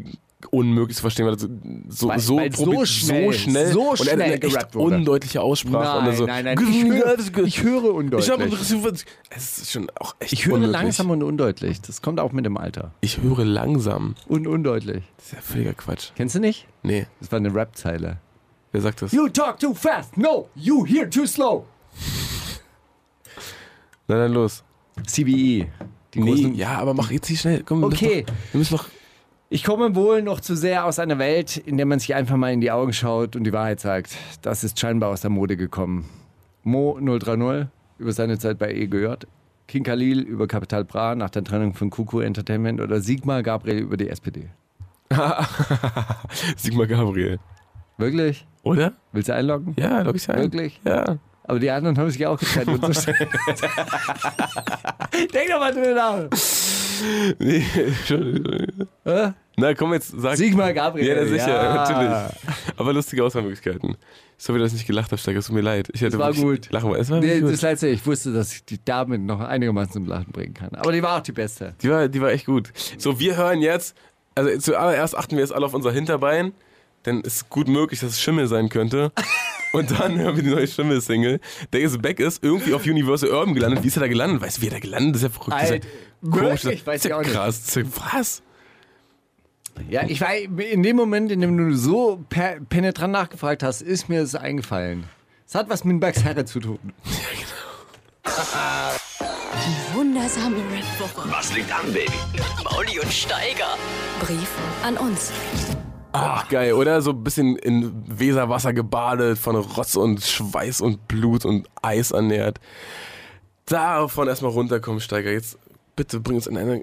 Speaker 6: unmöglich zu verstehen, weil das so,
Speaker 7: Weil-
Speaker 6: so,
Speaker 7: weil so
Speaker 6: probi-
Speaker 7: schnell-
Speaker 6: so schnell,
Speaker 7: so
Speaker 6: und er hat
Speaker 7: schnell
Speaker 6: eine echt
Speaker 7: gerappt wurde.
Speaker 6: undeutliche Aussprache. und dann so,
Speaker 7: Ich höre, ich höre
Speaker 6: Ich habe
Speaker 7: undeutlich.
Speaker 6: es ist schon auch echt
Speaker 7: Ich höre
Speaker 6: unmöglich.
Speaker 7: langsam und undeutlich. Das kommt auch mit dem Alter.
Speaker 6: Ich höre langsam.
Speaker 7: Und undeutlich.
Speaker 6: Das ist ja völliger Quatsch.
Speaker 7: Kennst du nicht?
Speaker 6: Nee,
Speaker 7: Das war eine Rap-Zeile.
Speaker 6: wer sagt das?
Speaker 7: You talk too fast. No, you hear too slow.
Speaker 6: Na dann los.
Speaker 7: CBE. E. Die großen-
Speaker 6: ja, aber mach jetzt nicht schnell. Komm, wir müssen
Speaker 7: Okay.
Speaker 6: noch- Wir müssen noch
Speaker 7: Ich komme wohl noch zu sehr aus einer Welt, in der man sich einfach mal in die Augen schaut und die Wahrheit sagt. Das ist scheinbar aus der Mode gekommen. Mo 030 über seine Zeit bei E gehört. King Khalil über Capital Bra nach der Trennung von Kuku Entertainment oder Sigmar Gabriel über die SPD.
Speaker 6: Sigmar Gabriel.
Speaker 7: Wirklich?
Speaker 6: Oder?
Speaker 7: Willst du einloggen?
Speaker 6: Ja, log ich ein.
Speaker 7: Wirklich?
Speaker 6: Ja.
Speaker 7: Aber die anderen haben sich auch getrennt. Und so Denk doch mal drüber nach.
Speaker 6: Nee, schon-
Speaker 7: Hä?
Speaker 6: Na komm, jetzt sag.
Speaker 7: Sigmar Gabriel.
Speaker 6: Ja, na sicher,
Speaker 7: Ja.
Speaker 6: natürlich. Aber lustige Auswahlmöglichkeiten. Sorry, dass ich nicht gelacht habe, Steiger. Es tut mir leid. Ich hätte
Speaker 7: war
Speaker 6: wirklich
Speaker 7: gut.
Speaker 6: Lachen wollen. Es war
Speaker 7: Nee,
Speaker 6: wirklich gut.
Speaker 7: das letzte, ich wusste, dass ich die damit noch einigermaßen zum Lachen bringen kann. Aber die war auch die beste.
Speaker 6: Die war, die war echt gut. So, wir hören jetzt, also zuallererst achten wir jetzt alle auf unser Hinterbein, denn es ist gut möglich, dass es Schimmel sein könnte. Und dann hören wir die neue Schimmel-Single. Der ist back ist irgendwie auf Universal Urban gelandet. Wie ist er da gelandet? Weißt du, wie er da gelandet ist? Das ist ja verrückt. Das ist
Speaker 7: Alter,
Speaker 6: ja komisch.
Speaker 7: wirklich? Weiß
Speaker 6: Das ist ja
Speaker 7: ich auch nicht.
Speaker 6: krass. Das ist ja- Was?
Speaker 7: Ja, ich war in dem Moment, in dem du so per penetrant nachgefragt hast, ist mir das eingefallen. Es hat was mit Bergs Herre zu tun.
Speaker 6: genau.
Speaker 4: Wundersame Rap-Woche.
Speaker 3: Was liegt an, Baby?
Speaker 2: Mauli und Steiger.
Speaker 4: Brief an uns.
Speaker 6: Ach, geil, oder? So ein bisschen in Weserwasser gebadet, von Rotz und Schweiß und Blut und Eis ernährt. Davon erstmal runterkommen, Steiger. Jetzt bitte bring uns in eine,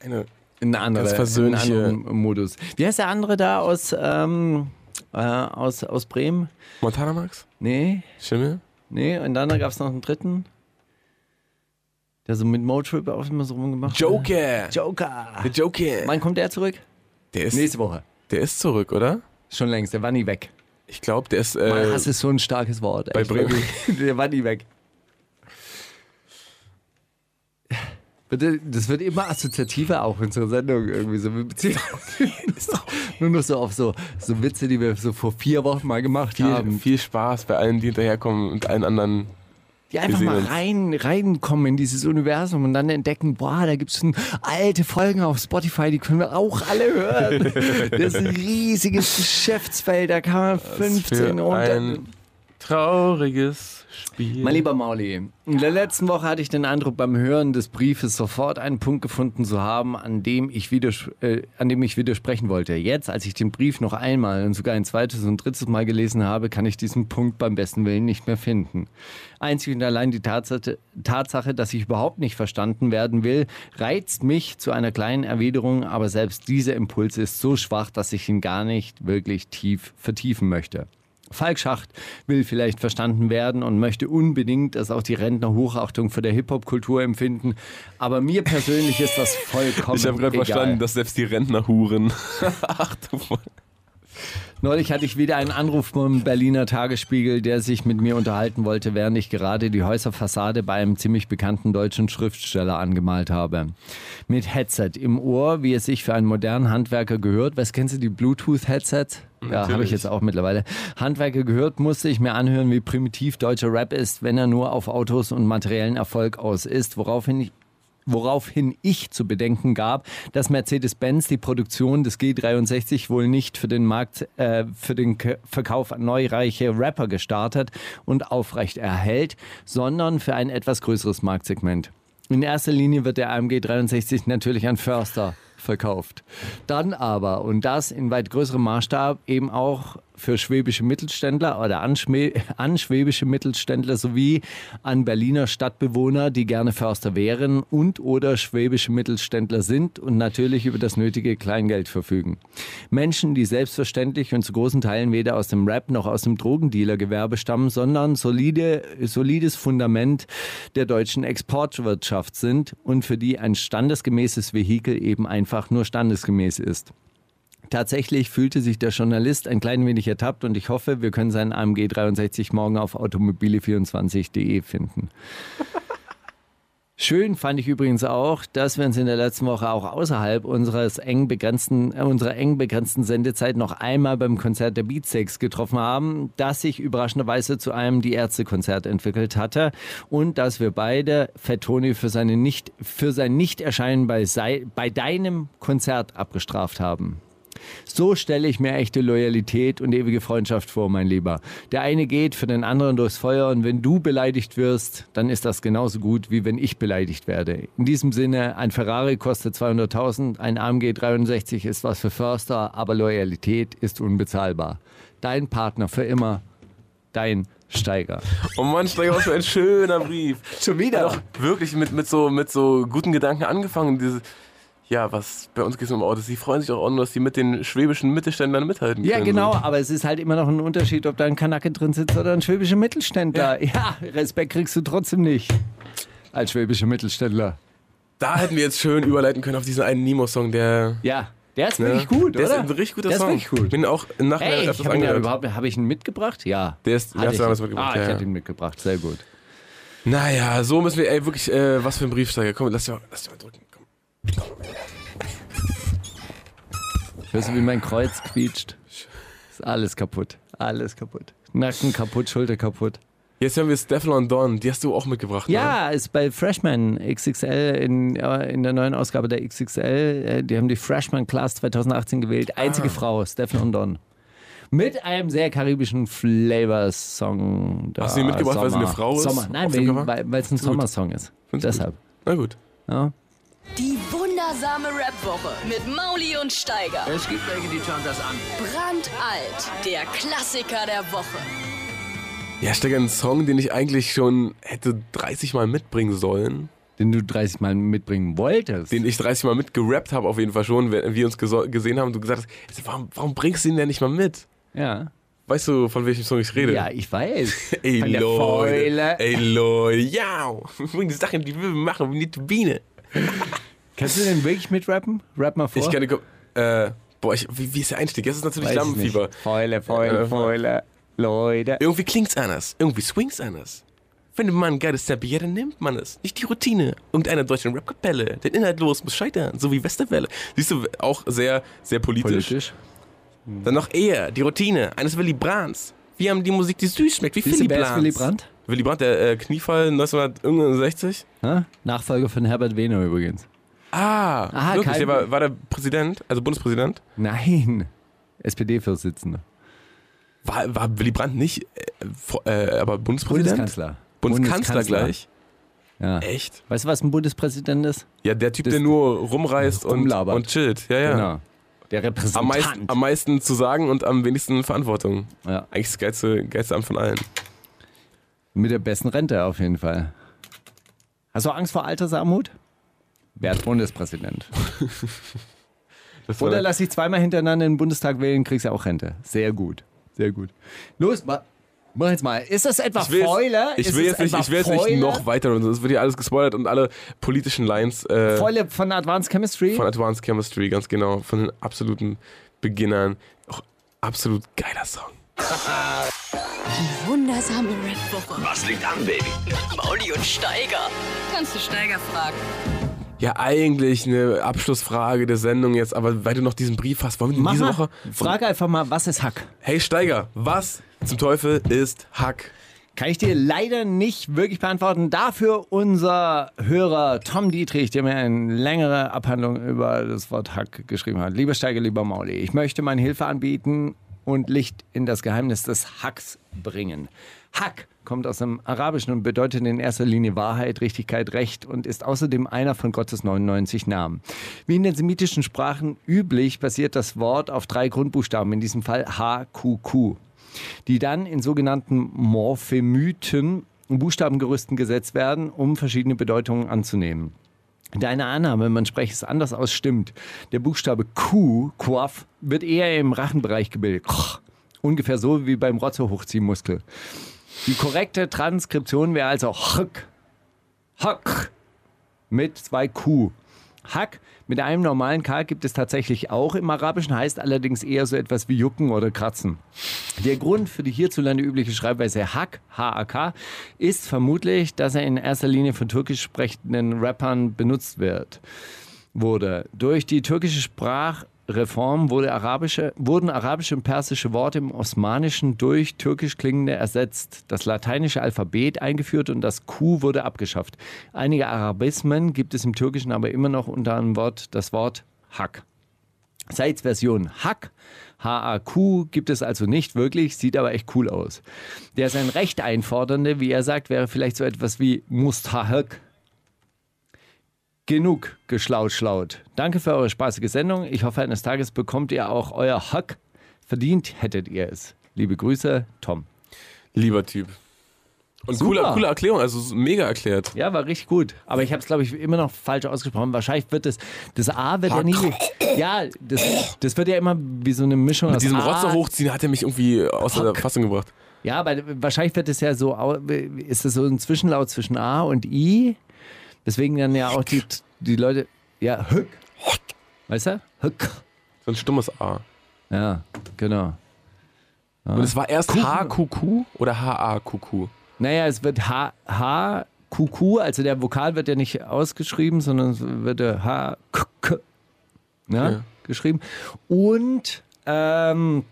Speaker 6: in eine
Speaker 7: In einer anderen,
Speaker 6: Ganz versöhnliche-
Speaker 7: in einem anderen Modus. Wie heißt der andere da aus, ähm, äh, aus, aus Bremen?
Speaker 6: Montana Max?
Speaker 7: Nee,
Speaker 6: Schimmel?
Speaker 7: nee. Und dann gab es noch einen dritten, der so mit Motrip auch immer so rumgemacht
Speaker 6: Joker!
Speaker 7: hat. Joker.
Speaker 6: Der Joker!
Speaker 7: Wann kommt der zurück?
Speaker 6: Der ist,
Speaker 7: Nächste Woche.
Speaker 6: der ist zurück, oder?
Speaker 7: Schon längst, der war nie weg.
Speaker 6: Ich glaube, der ist.
Speaker 7: Mann,
Speaker 6: Äh,
Speaker 7: Hass ist so ein starkes Wort.
Speaker 6: bei
Speaker 7: echt,
Speaker 6: Bremen.
Speaker 7: wirklich. Der war nie weg. Bitte, das wird immer assoziativer auch unsere Sendung irgendwie so. Wir beziehen nur noch so auf so, so Witze, die wir so vor vier Wochen mal gemacht
Speaker 6: viel,
Speaker 7: haben.
Speaker 6: viel Spaß bei allen, die hinterherkommen und allen anderen.
Speaker 7: Die einfach
Speaker 6: wir
Speaker 7: mal
Speaker 6: sehen uns.
Speaker 7: rein, reinkommen in dieses Universum und dann entdecken, boah, da gibt es alte Folgen auf Spotify, die können wir auch alle hören. Das ist ein riesiges Geschäftsfeld, da kann man 15
Speaker 6: für
Speaker 7: unter-
Speaker 6: ein trauriges Spiel.
Speaker 7: Mein lieber Mauli, in der letzten Woche hatte ich den Eindruck, beim Hören des Briefes sofort einen Punkt gefunden zu haben, an dem ich, widers äh, an dem ich widersprechen wollte. Jetzt, als ich den Brief noch einmal und sogar ein zweites und drittes Mal gelesen habe, kann ich diesen Punkt beim besten Willen nicht mehr finden. Einzig und allein die Tatsache, Tatsache, dass ich überhaupt nicht verstanden werden will, reizt mich zu einer kleinen Erwiderung, aber selbst dieser Impuls ist so schwach, dass ich ihn gar nicht wirklich tief vertiefen möchte. Falk Schacht will vielleicht verstanden werden und möchte unbedingt, dass auch die Rentner Hochachtung vor der Hip-Hop-Kultur empfinden. Aber mir persönlich ist das vollkommen
Speaker 6: Ich habe gerade
Speaker 7: egal.
Speaker 6: verstanden, dass selbst die Rentnerhuren. Ach du Voll-
Speaker 7: Neulich hatte ich wieder einen Anruf vom Berliner Tagesspiegel, der sich mit mir unterhalten wollte, während ich gerade die Häuserfassade bei einem ziemlich bekannten deutschen Schriftsteller angemalt habe. Mit Headset im Ohr, wie es sich für einen modernen Handwerker gehört. Was kennst du, die Bluetooth-Headsets? Ja, habe ich
Speaker 6: Natürlich.
Speaker 7: jetzt auch mittlerweile. Handwerker gehört, musste ich mir anhören, wie primitiv deutscher Rap ist, wenn er nur auf Autos und materiellen Erfolg aus ist, woraufhin ich woraufhin ich zu bedenken gab, dass Mercedes-Benz die Produktion des G63 wohl nicht für den Markt, äh, für den K Verkauf an neureiche Rapper gestartet und aufrecht erhält, sondern für ein etwas größeres Marktsegment. In erster Linie wird der AMG 63 natürlich an Förster verkauft. Dann aber, und das in weit größerem Maßstab, eben auch für schwäbische Mittelständler oder an, Schme- an schwäbische Mittelständler sowie an Berliner Stadtbewohner, die gerne Förster wären und oder schwäbische Mittelständler sind und natürlich über das nötige Kleingeld verfügen. Menschen, die selbstverständlich und zu großen Teilen weder aus dem Rap noch aus dem Drogendealergewerbe stammen, sondern solide, solides Fundament der deutschen Exportwirtschaft sind und für die ein standesgemäßes Vehikel eben einfach nur standesgemäß ist. Tatsächlich fühlte sich der Journalist ein klein wenig ertappt und ich hoffe, wir können seinen AMG 63 morgen auf automobile24.de finden. Schön fand ich übrigens auch, dass wir uns in der letzten Woche auch außerhalb unseres eng begrenzten, äh, unserer eng begrenzten Sendezeit noch einmal beim Konzert der Beatsex getroffen haben, das sich überraschenderweise zu einem Die Ärzte-Konzert entwickelt hatte und dass wir beide Fettoni für, seine nicht, für sein Nichterscheinen bei, sei, bei deinem Konzert abgestraft haben. So stelle ich mir echte Loyalität und ewige Freundschaft vor, mein Lieber. Der eine geht für den anderen durchs Feuer und wenn du beleidigt wirst, dann ist das genauso gut, wie wenn ich beleidigt werde. In diesem Sinne, ein Ferrari kostet 200.000, ein AMG 63 ist was für Förster, aber Loyalität ist unbezahlbar. Dein Partner für immer, dein Steiger. Also,
Speaker 6: Oh Mann, Steiger, was für ein schöner Brief.
Speaker 7: Schon wieder?
Speaker 6: Doch, wirklich mit, mit, so, mit so guten Gedanken angefangen. Diese, ja, was bei uns geht es um Autos. Die freuen sich auch, nur, dass die mit den schwäbischen Mittelständlern mithalten
Speaker 7: Ja,
Speaker 6: können.
Speaker 7: genau, aber es ist halt immer noch ein Unterschied, ob da ein Kanake drin sitzt oder ein schwäbischer Mittelständler. Ja, Respekt kriegst du trotzdem nicht. Als schwäbischer Mittelständler.
Speaker 6: Da hätten wir jetzt schön überleiten können auf diesen einen Nemo-Song, der.
Speaker 7: Ja, der ist
Speaker 6: ne?
Speaker 7: wirklich gut,
Speaker 6: der
Speaker 7: oder?
Speaker 6: ist ein richtig guter
Speaker 7: der
Speaker 6: Song.
Speaker 7: Ist wirklich gut.
Speaker 6: Bin auch im Nachhinein
Speaker 7: Ey, ich
Speaker 6: öfters
Speaker 7: habe ihn, ja
Speaker 6: angehört.
Speaker 7: überhaupt- hab ich ihn mitgebracht? Ja.
Speaker 6: Der ist-
Speaker 7: Hatte
Speaker 6: hast du
Speaker 7: ich.
Speaker 6: damals mitgebracht,
Speaker 7: Ah,
Speaker 6: ja,
Speaker 7: ich
Speaker 6: ja.
Speaker 7: hatte ihn mitgebracht, sehr gut.
Speaker 6: Naja, so müssen wir, ey, wirklich, äh, was für ein Briefsteiger. Komm, lass dir mal, lass dir mal drücken. Komm.
Speaker 7: Hörst du, wie mein Kreuz quietscht? Ist alles kaputt, alles kaputt. Nacken kaputt, Schulter kaputt.
Speaker 6: Jetzt hören wir Stefflon Don, die hast du auch mitgebracht. Ne?
Speaker 7: Ja, ist bei Freshman XXL in, äh, in der neuen Ausgabe der XXL. äh, Die haben die Freshman Class 2018 gewählt. Einzige
Speaker 6: Ah.
Speaker 7: Frau, Stefan und Don. Mit einem sehr karibischen Flavor-Song. da,
Speaker 6: Hast du die mitgebracht, weil sie eine Frau ist?
Speaker 7: Sommer. Nein,
Speaker 6: Auf dem
Speaker 7: weil-
Speaker 6: Cover?
Speaker 7: weil weil es ein Sommersong ist. Deshalb.
Speaker 6: Na gut.
Speaker 7: Ja.
Speaker 2: Die wundersame Rap-Woche mit Mauli und Steiger.
Speaker 1: Es gibt welche, die schauen das an.
Speaker 2: Brandalt, der Klassiker der Woche.
Speaker 6: Ja, Steiger, ein Song, den ich eigentlich schon hätte 30 Mal mitbringen sollen.
Speaker 7: Den du 30 Mal mitbringen wolltest.
Speaker 6: den ich 30 Mal mitgerappt habe, auf jeden Fall schon, wenn wir uns geso- gesehen haben, du gesagt hast, ich sag, warum, warum bringst du ihn denn nicht mal mit?
Speaker 7: ja.
Speaker 6: Weißt du, von welchem Song ich rede?
Speaker 7: ja, ich weiß.
Speaker 6: Ey,
Speaker 7: Von der Fäule.
Speaker 6: Leute. Ey, Leute. Ja. Bring die Sachen, die wir machen, nicht die Biene.
Speaker 7: Kannst du den wirklich mitrappen? Rap mal vor.
Speaker 6: Ich kann, äh, boah, ich, wie, wie ist der Einstieg? Jetzt ist natürlich
Speaker 7: Weiß ich
Speaker 6: Lampenfieber.
Speaker 7: nicht. Fäule, Fäule,
Speaker 6: Äh,
Speaker 7: Fäule. Leute.
Speaker 6: Irgendwie klingt's anders. Irgendwie swingt's anders. Wenn man ein geiles Tempo hat, dann nimmt man es. Nicht die Routine irgendeiner deutschen Rap-Kapelle. Denn inhaltlos muss scheitern, so wie Westerwelle. Siehst du, auch sehr, sehr
Speaker 7: Politisch.
Speaker 6: Dann noch eher die Routine eines Willy Brandts. Wir haben die Musik, die süß schmeckt, wie
Speaker 7: Siehst
Speaker 6: Willy
Speaker 7: du, wer
Speaker 6: Brandt.
Speaker 7: ist Willy Brandt?
Speaker 6: Willy Brandt, der äh, Kniefall 1969.
Speaker 7: Hä? Nachfolger von Herbert Wehner übrigens.
Speaker 6: Ah,
Speaker 7: Aha,
Speaker 6: wirklich,
Speaker 7: kein-
Speaker 6: der war, war der Präsident, also Bundespräsident.
Speaker 7: Nein, SPD-Vorsitzender.
Speaker 6: War, war Willy Brandt nicht, äh, vor- äh, aber Bundespräsident?
Speaker 7: Bundeskanzler.
Speaker 6: Bundeskanzler, gleich?
Speaker 7: Ja.
Speaker 6: Echt?
Speaker 7: Weißt du, was ein Bundespräsident ist?
Speaker 6: Ja, der Typ,
Speaker 7: Das-
Speaker 6: der nur rumreist und,
Speaker 7: Rumlabert.
Speaker 6: und chillt. Ja, ja.
Speaker 7: Genau. Der
Speaker 6: Am, meist,
Speaker 7: Repräsentant.
Speaker 6: am meisten zu sagen und am wenigsten Verantwortung.
Speaker 7: ja.
Speaker 6: Eigentlich das geilste, geilste Amt von allen.
Speaker 7: Mit der besten Rente auf jeden Fall. Hast du Angst vor Altersarmut? Werd Bundespräsident.
Speaker 6: Das war
Speaker 7: Oder
Speaker 6: der-
Speaker 7: lass dich zweimal hintereinander in den Bundestag wählen, kriegst ja auch Rente. Sehr gut. Sehr gut. Los, ma, mach jetzt mal. Ist das etwa
Speaker 6: will jetzt-
Speaker 7: Spoiler?
Speaker 6: Ich
Speaker 7: Ist
Speaker 6: will
Speaker 7: es
Speaker 6: jetzt nicht,
Speaker 7: etwa
Speaker 6: ich will jetzt nicht
Speaker 7: Spoiler?
Speaker 6: noch weiter. und Es wird hier alles gespoilert und alle politischen Lines äh,
Speaker 7: Spoiler von Advanced Chemistry?
Speaker 6: von Advanced Chemistry, ganz genau. Von den absoluten Beginnern. Auch absolut geiler Song.
Speaker 2: Wundersame Rap-Woche.
Speaker 1: Was liegt an, Baby?
Speaker 2: Mauli und Steiger. Kannst du Steiger fragen?
Speaker 6: Ja, eigentlich eine Abschlussfrage der Sendung jetzt, aber weil du noch diesen Brief hast, wollen wir
Speaker 7: Mach
Speaker 6: diese
Speaker 7: mal,
Speaker 6: Woche.
Speaker 7: frag einfach mal, was ist Hack?
Speaker 6: Hey Steiger, was zum Teufel ist Hack?
Speaker 7: Kann ich dir leider nicht wirklich beantworten. Dafür unser Hörer Tom Dietrich, der mir eine längere Abhandlung über das Wort Hack geschrieben hat. Lieber Steiger, lieber Mauli, ich möchte meine Hilfe anbieten und Licht in das Geheimnis des Hacks bringen. Hack kommt aus dem Arabischen und bedeutet in erster Linie Wahrheit, Richtigkeit, Recht und ist außerdem einer von Gottes 99 Namen. Wie in den semitischen Sprachen üblich, basiert das Wort auf drei Grundbuchstaben, in diesem Fall HQQ die dann in sogenannten Morphemythen, Buchstabengerüsten gesetzt werden, um verschiedene Bedeutungen anzunehmen. Deine Annahme, man spreche es anders aus, stimmt. Der Buchstabe Q, Quaff, wird eher im Rachenbereich gebildet. Kroch. Ungefähr so wie beim Rotze-Hochziehmuskel. Die korrekte Transkription wäre also Hack. Hack mit zwei Q. Hack mit einem normalen K gibt es tatsächlich auch im Arabischen, heißt allerdings eher so etwas wie Jucken oder Kratzen. Der Grund für die hierzulande übliche Schreibweise Hack, H-A-K, ist vermutlich, dass er in erster Linie von türkisch sprechenden Rappern benutzt wird wurde. Durch die türkische Sprachreform wurde arabische, wurden arabische und persische Worte im Osmanischen durch türkisch klingende ersetzt, das lateinische Alphabet eingeführt und das Q wurde abgeschafft. Einige Arabismen gibt es im Türkischen aber immer noch unter einem Wort das Wort Hack. Seit's Version Hack, HAQ, gibt es also nicht wirklich, sieht aber echt cool aus. Der sein Recht einfordernde, wie er sagt, wäre vielleicht so etwas wie Mustahak. Genug geschlaut-schlaut. Danke für eure spaßige Sendung. Ich hoffe, eines Tages bekommt ihr auch euer Hack. Verdient hättet ihr es. Liebe Grüße, Tom.
Speaker 6: Lieber Typ. Und
Speaker 7: Super.
Speaker 6: cooler, coole Erklärung, also mega erklärt.
Speaker 7: Ja, war richtig gut. Aber ich habe es, glaube ich, immer noch falsch ausgesprochen. Wahrscheinlich wird das, das A wird ja nie. Ja, das, das wird ja immer wie so eine Mischung
Speaker 6: Mit
Speaker 7: aus
Speaker 6: diesem
Speaker 7: A,
Speaker 6: Rotzer hochziehen hat er mich irgendwie aus der Fassung gebracht.
Speaker 7: Ja, aber wahrscheinlich wird es ja so, au- ist das so ein Zwischenlaut zwischen A und I. Deswegen dann ja auch die, die Leute, ja, Höck. Weißt du? Höck.
Speaker 6: So ein stummes A.
Speaker 7: Ja, genau.
Speaker 6: Und es war erst HQQ oder HAQQ?
Speaker 7: Naja, es wird H, H, Q, Q, also der Vokal wird ja nicht ausgeschrieben, sondern es wird der H, K, K, ne,
Speaker 6: Ja.
Speaker 7: geschrieben. Und, ähm,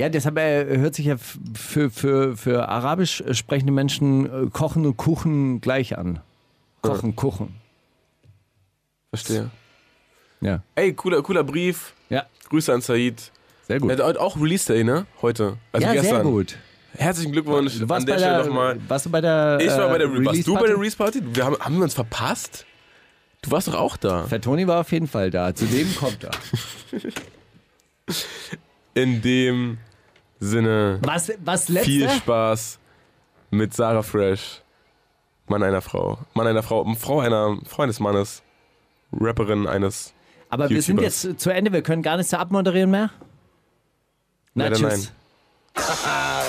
Speaker 7: ja, deshalb äh, hört sich ja f- für, für, für arabisch sprechende Menschen äh, Kochen und Kuchen gleich an. Kochen, Kuchen.
Speaker 6: Verstehe.
Speaker 7: Ja.
Speaker 6: Ey, cooler, cooler Brief.
Speaker 7: Ja,
Speaker 6: Grüße an Said.
Speaker 7: sehr gut.
Speaker 6: Er hat heute auch Release Day, ne? Heute. Also
Speaker 7: ja,
Speaker 6: gestern.
Speaker 7: sehr gut.
Speaker 6: Herzlichen Glückwunsch
Speaker 7: Du
Speaker 6: an
Speaker 7: warst,
Speaker 6: der
Speaker 7: bei
Speaker 6: Stelle
Speaker 7: der,
Speaker 6: nochmal.
Speaker 7: warst du bei der.
Speaker 6: Ich war
Speaker 7: äh,
Speaker 6: bei der Release. Warst du bei der
Speaker 7: Release-Party?
Speaker 6: Release Party? Wir haben, haben wir uns verpasst? Du warst doch auch da.
Speaker 7: Der Toni war auf jeden Fall da. Zu dem kommt er.
Speaker 6: In dem Sinne,
Speaker 7: Was, was letzte?
Speaker 6: viel Spaß mit Sarah Fresh, Mann einer Frau. Mann einer Frau, Frau einer, Frau eines Mannes, Rapperin eines.
Speaker 7: Aber wir sind
Speaker 6: YouTubers.
Speaker 7: jetzt zu Ende, wir können gar nichts mehr abmoderieren mehr. Na,
Speaker 6: Leider
Speaker 7: tschüss.
Speaker 6: nein.